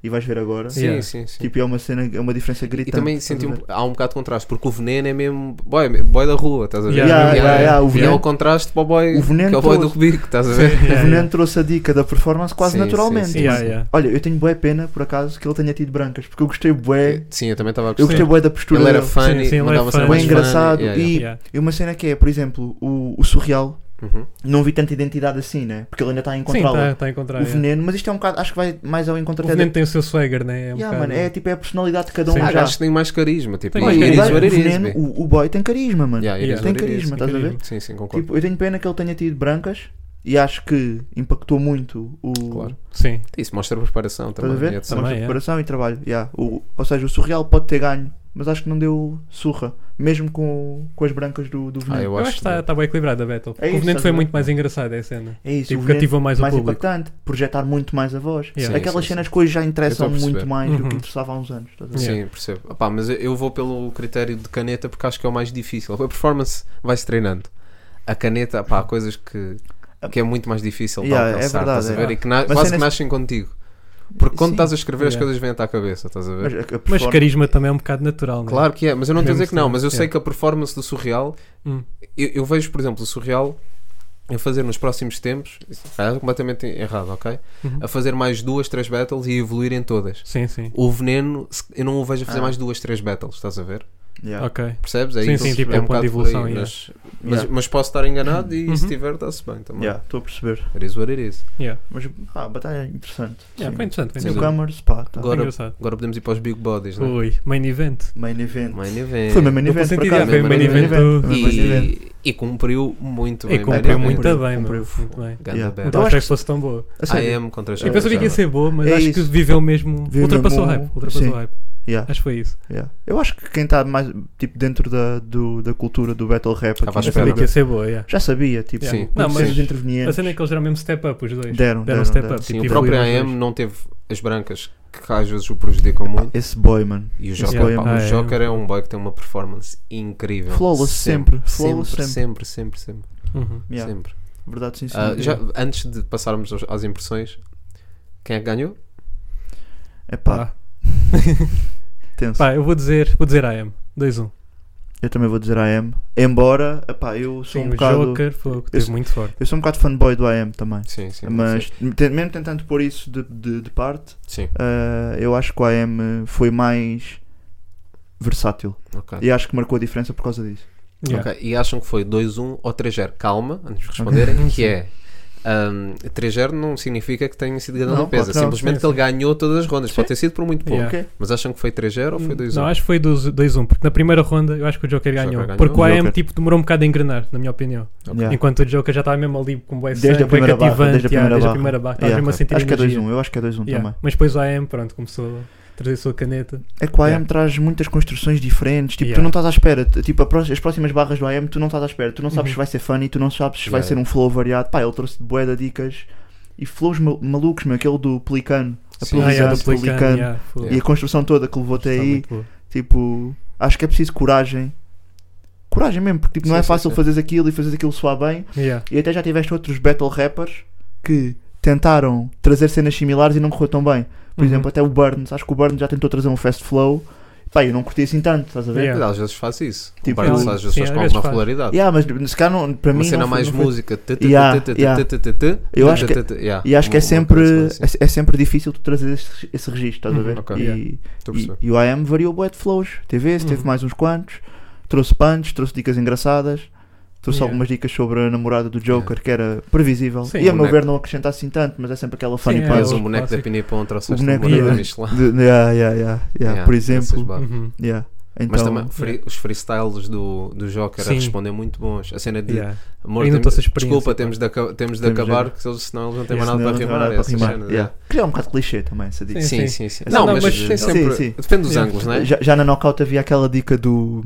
Speaker 6: e vais ver agora.
Speaker 8: Sim,
Speaker 7: Yeah.
Speaker 8: sim, sim.
Speaker 6: Tipo, é uma cena, é uma diferença
Speaker 8: E
Speaker 6: gritante.
Speaker 8: também
Speaker 6: estás a
Speaker 8: senti um,
Speaker 6: ver?
Speaker 8: há um bocado de contraste, porque o veneno é mesmo boy, boy da rua, estás a ver?
Speaker 7: Yeah,
Speaker 8: E é-
Speaker 7: yeah,
Speaker 6: yeah, o
Speaker 8: e é
Speaker 6: Veneno-
Speaker 8: o contraste para o boy
Speaker 6: o Veneno
Speaker 8: que é o boy do
Speaker 6: trouxe.
Speaker 8: Rubico, estás a ver?
Speaker 6: O Veneno trouxe a dica da performance quase
Speaker 8: Sim,
Speaker 6: naturalmente.
Speaker 8: sim, sim,
Speaker 6: mano.
Speaker 7: Yeah, yeah.
Speaker 6: Olha, eu tenho bué pena por acaso que ele tenha tido brancas, porque eu gostei bué,
Speaker 8: Sim, eu também estava a
Speaker 6: eu
Speaker 8: gostar.
Speaker 6: gostei bué da postura
Speaker 8: Ele era
Speaker 6: dele.
Speaker 8: funny,
Speaker 7: Sim, sim, ele
Speaker 8: mandava
Speaker 7: é
Speaker 8: ser
Speaker 7: funny.
Speaker 6: bué
Speaker 8: mais
Speaker 6: engraçado
Speaker 8: funny, yeah,
Speaker 6: e,
Speaker 7: yeah.
Speaker 6: e uma cena que é, por exemplo, o, o surreal
Speaker 8: yeah. Uhum.
Speaker 6: não vi tanta identidade assim, né? Porque ele ainda está a
Speaker 7: Sim,
Speaker 6: encontrá-la.
Speaker 8: tá,
Speaker 7: está a encontrar.
Speaker 6: o
Speaker 7: yeah.
Speaker 6: veneno, mas isto é um bocado, acho que vai mais ao encontro
Speaker 7: O
Speaker 6: até
Speaker 7: veneno
Speaker 6: da.
Speaker 7: tem o seu swagger, né? É um
Speaker 6: Yeah, mano,
Speaker 7: bocado-
Speaker 6: é tipo é a personalidade de cada um
Speaker 7: Sim.
Speaker 8: Há
Speaker 6: já.
Speaker 8: gajos que têm mais carisma, tipo,
Speaker 7: Tem
Speaker 8: e
Speaker 7: mais
Speaker 8: Ah, it is
Speaker 7: carisma.
Speaker 8: what
Speaker 6: o,
Speaker 8: it is,
Speaker 6: veneno,
Speaker 8: man.
Speaker 6: o, o boy tem carisma, mano.
Speaker 8: Yeah, it
Speaker 7: Yeah.
Speaker 8: is
Speaker 6: Tem
Speaker 8: what it is.
Speaker 6: carisma, estás a ver?
Speaker 8: Sim, sim, concordo.
Speaker 6: Tipo, eu tenho pena que ele tenha tido brancas e acho que impactou muito o
Speaker 8: Claro.
Speaker 7: Sim.
Speaker 8: Isso mostra preparação
Speaker 6: Tipo, estás a
Speaker 8: também.
Speaker 6: ver?
Speaker 8: e
Speaker 6: A
Speaker 8: etc.
Speaker 7: Também.
Speaker 6: nossa
Speaker 7: é.
Speaker 6: preparação e trabalho. yeah. O- ou seja, o surreal pode ter ganho, mas acho que não deu surra, mesmo com, com as brancas do, do
Speaker 8: Ah,
Speaker 6: veneno.
Speaker 8: eu
Speaker 7: Eu acho que
Speaker 8: acho.
Speaker 7: está bem equilibrada a battle.
Speaker 6: É
Speaker 7: o
Speaker 6: isso,
Speaker 7: Veneno foi
Speaker 6: tá-
Speaker 7: muito mais engraçada a cena.
Speaker 6: é isso,
Speaker 7: Tipo,
Speaker 6: o veneno
Speaker 7: cativou mais o
Speaker 6: mais
Speaker 7: público.
Speaker 6: impactante, projetar muito mais a voz.
Speaker 7: Yeah.
Speaker 8: Sim,
Speaker 6: Aquelas
Speaker 8: sim,
Speaker 6: cenas que hoje já interessam
Speaker 8: Eu estou a
Speaker 6: muito
Speaker 8: perceber.
Speaker 6: mais do que
Speaker 7: Uhum.
Speaker 6: interessavam há uns anos. estás a ver?
Speaker 8: Sim,
Speaker 7: Yeah.
Speaker 8: percebo. Opá, mas eu- eu vou pelo critério de caneta porque acho que é o mais difícil. A performance vai-se treinando. A caneta, pá, há coisas que, que é muito mais difícil de
Speaker 6: Yeah, é
Speaker 8: alcançar,
Speaker 6: verdade,
Speaker 8: estás a
Speaker 6: é.
Speaker 8: ver? E que na-
Speaker 6: Mas
Speaker 8: quase
Speaker 6: cenas-
Speaker 8: que nascem contigo. Porque quando
Speaker 6: Sim.
Speaker 8: estás a escrever as
Speaker 7: Yeah.
Speaker 8: coisas vêm-te à cabeça, estás a ver?
Speaker 6: Mas, a- a
Speaker 7: Mas
Speaker 6: performance-
Speaker 7: carisma também é um bocado natural, né?
Speaker 8: Claro que é, mas eu não estou a
Speaker 7: Mesmo
Speaker 8: dizer que não,
Speaker 7: assim,
Speaker 8: mas eu sei
Speaker 7: é.
Speaker 8: que a performance do Surreal,
Speaker 7: Hum.
Speaker 8: eu, eu vejo, por exemplo, o Surreal a fazer nos próximos tempos, isso é completamente errado, ok?
Speaker 7: Uhum.
Speaker 8: A fazer mais duas, três battles e evoluir em todas.
Speaker 7: Sim, sim.
Speaker 8: O Veneno, se- eu não o vejo a fazer
Speaker 6: Ah.
Speaker 8: mais duas, três battles, estás a ver?
Speaker 6: Yeah.
Speaker 7: Ok.
Speaker 8: Percebes? É
Speaker 7: Sim,
Speaker 8: isso.
Speaker 7: sim, tipo,
Speaker 8: é
Speaker 7: é
Speaker 8: um
Speaker 7: um ponto
Speaker 8: bocado
Speaker 7: de
Speaker 8: por aí,
Speaker 7: evolução, yeah.
Speaker 8: mas, mas,
Speaker 6: Yeah.
Speaker 8: mas posso estar enganado e se
Speaker 7: Uhum.
Speaker 8: tiver, está-se bem também.
Speaker 6: Yeah, Estou a perceber.
Speaker 8: It is what it is.
Speaker 7: Yeah.
Speaker 6: Mas ah, a batalha é interessante.
Speaker 7: Yeah,
Speaker 6: Sim.
Speaker 7: foi interessante, foi
Speaker 8: Sim,
Speaker 6: Sim, o
Speaker 7: interessante.
Speaker 6: Cameras, pá, tá.
Speaker 8: Agora-
Speaker 7: Engraçado.
Speaker 8: Agora podemos ir para os Big Bodies, não é?
Speaker 7: Ui, main event.
Speaker 6: Main event.
Speaker 8: Main event.
Speaker 6: Foi o meu main
Speaker 7: Não
Speaker 6: event,
Speaker 7: faz
Speaker 6: por
Speaker 7: sentido,
Speaker 6: acaso.
Speaker 7: é, foi
Speaker 8: o main
Speaker 7: event do-
Speaker 6: Foi o main event.
Speaker 8: E, e cumpriu muito
Speaker 7: E
Speaker 8: bem.
Speaker 7: cumpriu
Speaker 8: main
Speaker 7: muito
Speaker 8: event.
Speaker 7: bem, mano.
Speaker 6: Cumpriu.
Speaker 7: Muito bem.
Speaker 8: Ganda
Speaker 6: Yeah.
Speaker 8: battle.
Speaker 7: Não
Speaker 6: Então,
Speaker 7: estava
Speaker 6: acho-
Speaker 7: achei que fosse tão boa.
Speaker 6: A sério.
Speaker 8: AM contra
Speaker 7: Eu
Speaker 8: Chave.
Speaker 7: pensava que ia ser boa, mas
Speaker 6: É
Speaker 7: acho que
Speaker 6: isso.
Speaker 7: viveu mesmo.
Speaker 6: Viveu
Speaker 7: ultrapassou o
Speaker 6: mesmo-
Speaker 7: hype. Ultrapassou
Speaker 6: sim.
Speaker 7: o hype.
Speaker 6: Yeah,
Speaker 7: Acho que foi isso.
Speaker 6: yeah. Eu acho que quem está mais tipo, dentro da, do- da cultura do battle rap
Speaker 8: Estava à
Speaker 7: Eu
Speaker 6: aqui,
Speaker 8: espera.
Speaker 7: sabia que ia ser boa, yeah.
Speaker 6: já sabia, tipo,
Speaker 7: Yeah.
Speaker 8: Sim.
Speaker 6: não,
Speaker 7: Não,
Speaker 6: mas
Speaker 7: mas-
Speaker 6: os
Speaker 7: A
Speaker 6: intervenientes
Speaker 7: cena é que eles deram mesmo step up, os dois.
Speaker 6: deram,
Speaker 7: Deram
Speaker 6: deram,
Speaker 7: step
Speaker 6: deram.
Speaker 7: up.
Speaker 8: Sim,
Speaker 7: tipo,
Speaker 8: o próprio
Speaker 7: evoluíram os
Speaker 8: AM
Speaker 7: dois.
Speaker 8: não teve as brancas, que às vezes o prejudicam muito.
Speaker 6: Esse boy, mano.
Speaker 8: E o
Speaker 6: esse
Speaker 8: Joker,
Speaker 6: boy é
Speaker 8: pá,
Speaker 6: muito-
Speaker 8: o
Speaker 7: Ah, é.
Speaker 8: Joker é um boy que tem uma performance incrível.
Speaker 6: Flawless sempre, flawless sempre.
Speaker 8: sempre, sempre, sempre, sempre,
Speaker 7: Uhum.
Speaker 6: Yeah, é
Speaker 8: sempre.
Speaker 6: Verdade, sim, sim.
Speaker 8: Ah, já, antes de passarmos aos- às impressões, quem é que ganhou?
Speaker 6: É pá,
Speaker 7: Pá.
Speaker 6: tenso.
Speaker 7: Ah. Pá, eu vou dizer, vou dizer AM. 2-1.
Speaker 6: Eu também vou dizer AM. Embora, epá, eu sou
Speaker 7: Sim,
Speaker 6: um
Speaker 7: o
Speaker 6: bocado.
Speaker 7: Joker foi o que teve
Speaker 6: Eu-
Speaker 7: muito forte.
Speaker 6: Eu sou um bocado fanboy do AM também.
Speaker 8: Sim, sim.
Speaker 6: Mas te- mesmo tentando pôr isso de, de- de parte,
Speaker 8: Sim,
Speaker 6: ah, eu acho que o AM foi mais versátil.
Speaker 8: ok.
Speaker 6: E acho que marcou a diferença por causa disso.
Speaker 7: Yeah.
Speaker 8: Ok, E acham que foi 2-1 ou 3-0? Calma, antes de responderem, que é. Um, 3-0 não significa que tenha sido ganhando
Speaker 6: Não,
Speaker 8: a pesa,
Speaker 6: claro que não,
Speaker 8: simplesmente
Speaker 7: sim,
Speaker 8: ele ganhou todas as rondas, pode ter sido por muito pouco.
Speaker 7: Yeah.
Speaker 6: Ok?
Speaker 8: Mas acham que foi 3-0 ou foi 2-1?
Speaker 7: Não, acho que foi 2-1, porque na primeira ronda eu acho que o Joker
Speaker 8: Joker
Speaker 7: ganhou.
Speaker 8: ganhou.
Speaker 7: Porque o AM
Speaker 6: Joker.
Speaker 7: tipo, demorou um bocado a engrenar, na minha opinião.
Speaker 6: Yeah.
Speaker 7: Enquanto o Joker já estava mesmo ali com o bem
Speaker 6: Desde a
Speaker 7: sangue, bem
Speaker 6: primeira barra,
Speaker 7: cativante,
Speaker 6: desde a
Speaker 7: yeah,
Speaker 6: primeira
Speaker 7: desde a
Speaker 6: barra.
Speaker 7: primeira barra. Estava
Speaker 6: Yeah.
Speaker 7: mesmo a sentir
Speaker 6: Acho que é
Speaker 7: energia.
Speaker 6: 2-1, eu acho que é 2-1
Speaker 7: Yeah.
Speaker 6: também.
Speaker 7: Mas depois o AM, pronto, começou a trazer a sua caneta.
Speaker 6: É que o AM
Speaker 7: Yeah.
Speaker 6: traz muitas construções diferentes, tipo, tu
Speaker 7: Yeah.
Speaker 6: não estás à espera, t- tipo, a pró- as próximas barras do AM tu não estás à espera, tu não sabes se vai ser funny, tu não sabes se vai
Speaker 8: Yeah.
Speaker 6: ser um flow variado, pá, ele trouxe de bué de dicas e flows mal- malucos, meu, aquele do Pelicano, a
Speaker 8: Sim.
Speaker 7: Ah,
Speaker 8: Pelicano,
Speaker 7: yeah, do
Speaker 6: polarizar-se do Pelicano,
Speaker 7: Pelicano, yeah, foi-
Speaker 6: e a construção toda que levou até
Speaker 7: está
Speaker 6: aí,
Speaker 7: muito boa.
Speaker 6: tipo, acho que é preciso coragem, coragem mesmo, porque tipo, não
Speaker 8: Sim,
Speaker 6: é
Speaker 8: sim,
Speaker 6: fácil
Speaker 8: sim.
Speaker 6: fazeres aquilo e fazeres aquilo soar bem,
Speaker 7: Yeah.
Speaker 6: e até já tiveste outros battle rappers que tentaram trazer cenas similares e não correu tão bem. Por
Speaker 7: Uhum.
Speaker 6: exemplo, até o Burns, acho que o Burns já tentou trazer um fast flow Pá, eu não curti assim tanto, estás a ver?
Speaker 7: Yeah.
Speaker 8: Às vezes faz isso.
Speaker 6: Tipo,
Speaker 8: Tipo, às
Speaker 7: sim,
Speaker 8: vezes
Speaker 7: às
Speaker 8: faz com
Speaker 7: vezes
Speaker 8: alguma
Speaker 7: faz.
Speaker 8: regularidade.
Speaker 6: Yeah, mas se calhar não, para
Speaker 8: Uma
Speaker 6: mim
Speaker 8: cena
Speaker 6: não foi-
Speaker 8: mais
Speaker 6: não foi-
Speaker 8: música.
Speaker 6: Yeah, yeah. Eu acho que- E acho que é sempre,
Speaker 8: assim.
Speaker 6: é, é sempre difícil tu trazer esse, esse registro, estás a
Speaker 7: Uhum,
Speaker 6: ver?
Speaker 8: ok.
Speaker 6: E,
Speaker 7: Yeah.
Speaker 8: Estou a
Speaker 6: e,
Speaker 8: perceber.
Speaker 6: e o IM variou bué de flows. Teve esse, teve
Speaker 7: Uhum.
Speaker 6: mais uns quantos. Trouxe punch, trouxe dicas engraçadas. Trouxe
Speaker 7: Yeah.
Speaker 6: algumas dicas sobre a namorada do Joker, que era previsível.
Speaker 7: Sim,
Speaker 6: e a meu
Speaker 8: boneco.
Speaker 6: ver não acrescenta assim tanto, mas é sempre aquela funny
Speaker 7: Sim, é,
Speaker 8: Mas
Speaker 6: puzzle.
Speaker 8: o boneco da
Speaker 7: clássico.
Speaker 8: Pini para onde trouxeste
Speaker 6: O
Speaker 8: o
Speaker 6: boneco
Speaker 8: boneco da
Speaker 7: da-
Speaker 8: Michelin.
Speaker 6: De- yeah, yeah, yeah, yeah.
Speaker 8: Yeah,
Speaker 6: Por
Speaker 8: essas
Speaker 6: exemplo,
Speaker 8: barras.
Speaker 7: Uhum.
Speaker 6: yeah. então,
Speaker 8: Mas também free- os freestyles do, do Joker a
Speaker 7: Sim.
Speaker 8: responder muito bons. A cena de
Speaker 7: Yeah.
Speaker 8: amor,
Speaker 7: Ainda não
Speaker 8: temos-
Speaker 7: trouxe a experiência,
Speaker 8: desculpa,
Speaker 7: pá.
Speaker 8: temos de, aca- temos de
Speaker 6: Temos de-
Speaker 8: acabar, que eles- senão eles não têm mais
Speaker 6: senão
Speaker 8: nada para
Speaker 6: não tem mais
Speaker 8: rimar.
Speaker 6: nada
Speaker 8: essas
Speaker 6: para rimar.
Speaker 8: cenas,
Speaker 6: Yeah. Porque é um bocado clichê também essa dica.
Speaker 7: Sim,
Speaker 8: né? Sim,
Speaker 7: sim.
Speaker 8: sim, sim.
Speaker 6: Essa
Speaker 8: Não,
Speaker 6: não,
Speaker 8: mas
Speaker 7: mas
Speaker 8: tem
Speaker 7: sim,
Speaker 8: sempre.
Speaker 6: sim.
Speaker 8: Depende dos
Speaker 7: Sim.
Speaker 8: ângulos, não é?
Speaker 6: Já, já na Knockout havia aquela dica do.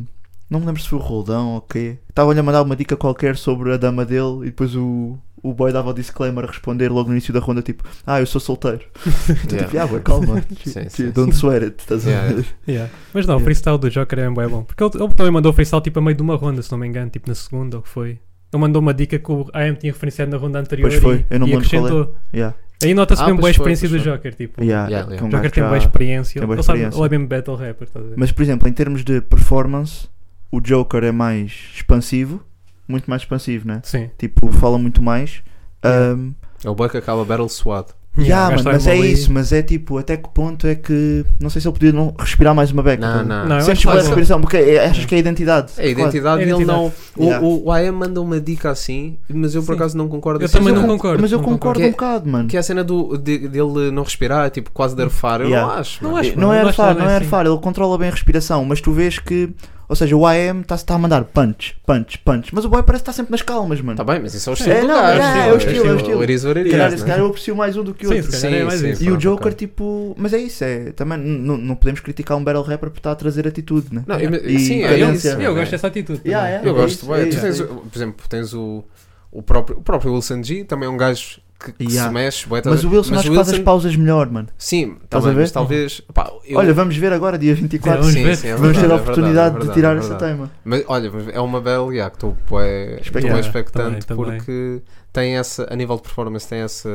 Speaker 6: Não me lembro se foi o Roldão ou o quê. Estavam-lhe a mandar uma dica qualquer sobre a dama dele e depois o, o boy dava o disclaimer a responder logo no início da ronda, tipo: Ah, eu sou solteiro. Então,
Speaker 8: Yeah.
Speaker 6: tipo, ah, boy, calma.
Speaker 8: Sim, sim.
Speaker 6: Don't swear it. Estás a
Speaker 8: Yeah,
Speaker 6: ver?
Speaker 7: Yeah. Mas não, o
Speaker 6: Yeah.
Speaker 7: freestyle do Joker é bem bom. Porque ele, ele também mandou o freestyle tipo a meio de uma ronda, se não me engano, tipo na segunda ou o que foi. Ele mandou uma dica que o AM tinha referenciado na ronda anterior
Speaker 6: Pois foi,
Speaker 7: e,
Speaker 6: eu não
Speaker 7: e
Speaker 6: me lembro qual é.
Speaker 7: acrescentou.
Speaker 6: Yeah.
Speaker 7: Aí nota-se
Speaker 8: Ah,
Speaker 7: mesmo boa a
Speaker 8: pois foi,
Speaker 7: experiência do
Speaker 8: pois foi.
Speaker 7: Joker, tipo.
Speaker 6: Yeah,
Speaker 8: Yeah,
Speaker 6: que
Speaker 8: yeah.
Speaker 6: é um
Speaker 7: O Joker
Speaker 6: gajo
Speaker 7: tem boa
Speaker 6: já-
Speaker 7: experiência.
Speaker 6: tem boa
Speaker 7: Ele sabe,
Speaker 6: experiência.
Speaker 7: ele é mesmo battle rapper, estás a ver?
Speaker 6: Mas, por exemplo, em termos de performance, o Joker é mais expansivo. Muito mais expansivo, né?
Speaker 7: Sim.
Speaker 6: Tipo, fala muito mais.
Speaker 7: Yeah.
Speaker 6: Ahm,
Speaker 8: É o boy que acaba Battle Swat.
Speaker 6: Yeah,
Speaker 7: o gajo
Speaker 6: mano,
Speaker 7: está
Speaker 6: mas é
Speaker 7: mesmo ali.
Speaker 6: isso, mas é tipo, até que ponto é que. Não sei se ele podia não respirar mais uma beca.
Speaker 8: Não,
Speaker 6: tá?
Speaker 8: não.
Speaker 7: Não, eu
Speaker 6: Sentes
Speaker 7: acho
Speaker 6: pela
Speaker 7: que faz-
Speaker 6: respiração, porque é- achas que é a identidade.
Speaker 8: É a identidade
Speaker 7: É a
Speaker 8: e ele
Speaker 7: identidade.
Speaker 8: não. O,
Speaker 6: Yeah.
Speaker 8: o, o AM manda uma dica assim, mas eu por
Speaker 7: Sim.
Speaker 8: acaso não concordo
Speaker 7: Eu
Speaker 8: assim.
Speaker 7: também não
Speaker 8: tanto.
Speaker 7: concordo.
Speaker 6: Mas eu
Speaker 7: não
Speaker 6: concordo
Speaker 8: Que é-
Speaker 6: um bocado, mano.
Speaker 8: Que é a cena do, de, dele não respirar, tipo quase de arfar. Eu
Speaker 6: Yeah.
Speaker 8: não acho.
Speaker 7: Não
Speaker 8: mano.
Speaker 7: acho.
Speaker 6: não
Speaker 7: mano,
Speaker 6: é
Speaker 7: eu acho que
Speaker 6: arfar,
Speaker 7: não é
Speaker 6: não é
Speaker 7: assim.
Speaker 6: arfar, ele controla bem a respiração, mas tu vês que. Ou seja, o AM está-se tá a mandar punch, punch, punch, mas o boy parece que está sempre nas calmas, mano.
Speaker 8: Tá bem, mas isso é o estilo
Speaker 6: É,
Speaker 8: do
Speaker 6: não,
Speaker 8: gajo.
Speaker 7: é, é o
Speaker 8: mano.
Speaker 7: estilo, é o
Speaker 6: estilo.
Speaker 8: It is what it
Speaker 6: Se
Speaker 8: is,
Speaker 6: calhar,
Speaker 8: né?
Speaker 6: se calhar eu aprecio mais um do que o
Speaker 7: Sim,
Speaker 6: outro.
Speaker 7: se calhar é
Speaker 8: Sim,
Speaker 7: mais
Speaker 8: sim,
Speaker 7: isso.
Speaker 6: E
Speaker 8: Pronto,
Speaker 6: o Joker,
Speaker 8: ok.
Speaker 6: tipo. Mas é isso, é. Também não não podemos criticar um battle rapper por estar a trazer atitude, né?
Speaker 8: Não,
Speaker 7: Yeah.
Speaker 8: eu-
Speaker 6: E
Speaker 8: sim, é
Speaker 6: cadência.
Speaker 8: isso.
Speaker 6: Eu
Speaker 7: Eu
Speaker 8: mano,
Speaker 7: gosto
Speaker 8: é.
Speaker 7: dessa atitude.
Speaker 6: Yeah,
Speaker 7: também.
Speaker 6: yeah.
Speaker 8: Eu
Speaker 6: É
Speaker 8: gosto.
Speaker 6: isso,
Speaker 8: bué.
Speaker 6: é
Speaker 8: Tu
Speaker 6: isso,
Speaker 8: tens
Speaker 6: é
Speaker 8: o- Por exemplo, tens o, o, próprio, o próprio Wilson G, também é um gajo que, que
Speaker 6: Yeah.
Speaker 8: se mexe. bué, tá
Speaker 6: Mas
Speaker 8: bem.
Speaker 6: o Wilson acho que faz as pausas melhor, mano.
Speaker 8: Sim, tá
Speaker 6: Estás
Speaker 8: bem,
Speaker 6: a ver?
Speaker 8: mas talvez. pá, eu-
Speaker 6: Olha, vamos ver agora, dia
Speaker 7: Sim,
Speaker 6: 24.
Speaker 7: vamos
Speaker 8: sim,
Speaker 7: ver.
Speaker 8: sim, é
Speaker 6: Vamos ter
Speaker 8: verdade,
Speaker 6: a
Speaker 8: é
Speaker 6: oportunidade
Speaker 8: verdade,
Speaker 6: de tirar
Speaker 8: é
Speaker 6: esse
Speaker 8: verdade.
Speaker 6: tema.
Speaker 8: Mas olha, é uma bela yeah, que estou bué- estou bué
Speaker 6: Yeah,
Speaker 8: expectante
Speaker 7: também, também.
Speaker 8: porque tem essa, a nível de performance, tem essa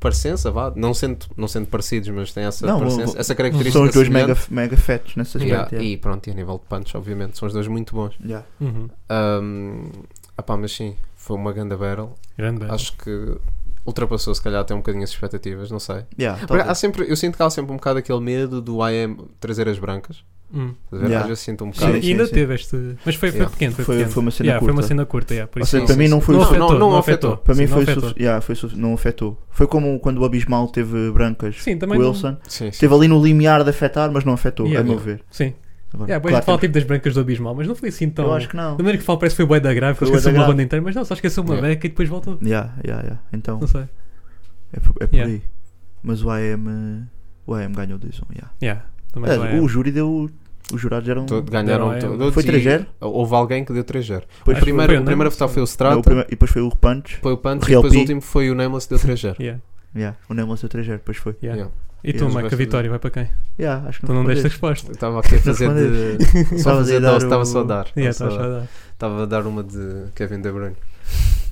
Speaker 8: parecença, vá, não sendo, não sendo parecidos, mas tem essa
Speaker 6: Não,
Speaker 8: parecença,
Speaker 6: vou-
Speaker 8: essa
Speaker 6: São
Speaker 8: característica.
Speaker 6: os dois
Speaker 8: semelhante.
Speaker 6: mega, mega fetos nesse
Speaker 8: Yeah,
Speaker 6: aspecto. yeah.
Speaker 8: E pronto, e a nível de punch, obviamente, são os dois muito bons.
Speaker 6: Yeah.
Speaker 7: Uhum.
Speaker 8: Um, apá, mas sim, foi uma ganda battle.
Speaker 7: Grande
Speaker 6: É.
Speaker 7: battle.
Speaker 8: Acho que ultrapassou, se calhar, até um bocadinho as expectativas, não sei.
Speaker 6: Yeah,
Speaker 8: Porque
Speaker 6: talvez.
Speaker 8: há sempre, eu sinto que há sempre um bocado aquele medo do IM trazer as brancas.
Speaker 7: Hum.
Speaker 8: Estás a ver?
Speaker 6: Yeah.
Speaker 8: Às vezes sinto um
Speaker 7: Sim,
Speaker 8: bocado.
Speaker 6: Sim, sim,
Speaker 7: ainda
Speaker 6: sim.
Speaker 7: teve este. Mas foi, foi
Speaker 8: Yeah.
Speaker 7: pequeno. Foi,
Speaker 6: Foi-
Speaker 7: pequeno.
Speaker 6: foi uma cena
Speaker 7: Yeah, Foi uma
Speaker 6: curta.
Speaker 7: cena curta. yeah, por
Speaker 6: Ou
Speaker 7: isso
Speaker 6: seja,
Speaker 7: não-
Speaker 6: para mim não foi
Speaker 7: não
Speaker 8: Não,
Speaker 7: afetou.
Speaker 8: ah, não, não
Speaker 7: afetou.
Speaker 8: afetou.
Speaker 6: Para mim
Speaker 7: Sim,
Speaker 6: foi,
Speaker 7: não
Speaker 6: su-
Speaker 7: afetou.
Speaker 6: yeah, foi su- não afetou. Foi como quando o Abismal teve brancas
Speaker 7: Sim,
Speaker 6: com
Speaker 7: também.
Speaker 6: o
Speaker 7: não-
Speaker 6: Wilson.
Speaker 8: Sim, sim.
Speaker 6: Esteve ali no limiar de afetar, mas não afetou,
Speaker 7: Yeah,
Speaker 6: a meu
Speaker 8: yeah.
Speaker 6: ver.
Speaker 7: Sim.
Speaker 6: Agora,
Speaker 7: Yeah, boa,
Speaker 6: claro,
Speaker 7: fala
Speaker 6: tem-
Speaker 7: tipo das brancas do abismal, mas não foi assim
Speaker 8: então.
Speaker 7: tão.
Speaker 6: eu acho que não.
Speaker 7: Da maneira que falo parece que foi bué da grave, que
Speaker 6: Foi bué
Speaker 7: esqueceu
Speaker 6: da
Speaker 7: uma
Speaker 6: grave.
Speaker 7: ronda inteira, mas não, só esqueceu uma
Speaker 8: Yeah.
Speaker 7: beca e depois voltou.
Speaker 6: Yeah, yeah, yeah. Então
Speaker 7: Não sei.
Speaker 6: é, por- é por
Speaker 7: Yeah.
Speaker 6: aí. Mas o AM, o AM ganhou 2-1. Yeah.
Speaker 7: Yeah, também
Speaker 6: Aliás,
Speaker 7: não é.
Speaker 6: o júri deu. Os jurados eram.
Speaker 8: Todo- ganharam
Speaker 7: Hum. Deram
Speaker 8: todo-
Speaker 6: Foi
Speaker 8: e
Speaker 6: 3-0?
Speaker 8: Houve alguém que deu 3-0.
Speaker 6: Pois
Speaker 8: O
Speaker 7: Acho que
Speaker 8: primeiro,
Speaker 7: foi o
Speaker 8: o primeiro a
Speaker 7: Neymar,
Speaker 8: votar foi o
Speaker 6: Não,
Speaker 8: Strata,
Speaker 6: o primeiro- e depois foi o Punch.
Speaker 8: foi o Punch e
Speaker 6: Real
Speaker 8: depois o
Speaker 6: P.
Speaker 8: último foi o Nameless que deu 3-0.
Speaker 7: Yeah,
Speaker 6: Yeah, o Neymar deu 3-0, depois foi.
Speaker 7: yeah.
Speaker 8: Yeah.
Speaker 7: E
Speaker 6: Yeah,
Speaker 7: tu,
Speaker 8: os
Speaker 7: Mike, a
Speaker 8: gostos-
Speaker 7: vitória vai para quem?
Speaker 6: Yeah, acho que
Speaker 7: Tu não deste a
Speaker 6: respondeste.
Speaker 7: resposta.
Speaker 8: Eu Estava aqui a fazer de. Só
Speaker 6: Estavas
Speaker 8: fazer
Speaker 6: é- a dar
Speaker 8: dose, estava
Speaker 6: o-
Speaker 8: só a dar.
Speaker 7: Yeah,
Speaker 8: estava
Speaker 7: estás
Speaker 8: só a
Speaker 7: a
Speaker 8: dar.
Speaker 7: dar.
Speaker 8: Estava a dar uma de Kevin De Bruyne.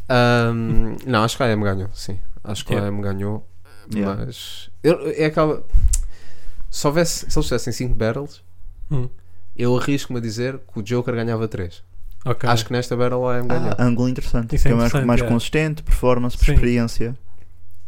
Speaker 8: Ahm, não, acho que a AM ganhou, sim. Acho que
Speaker 7: Yeah.
Speaker 8: a AM ganhou.
Speaker 6: Yeah.
Speaker 8: Mas. eu- é aquela. Se, houvesse, se eles tivessem 5 battles,
Speaker 7: Hum.
Speaker 8: eu arrisco-me a dizer que o Joker ganhava 3.
Speaker 7: Ok.
Speaker 8: Acho que nesta battle a AM ganhou.
Speaker 6: Ah, ângulo interessante.
Speaker 7: Isso é
Speaker 6: que eu acho que
Speaker 7: interessante,
Speaker 6: mais
Speaker 7: é.
Speaker 6: consistente, performance,
Speaker 7: Sim.
Speaker 6: experiência.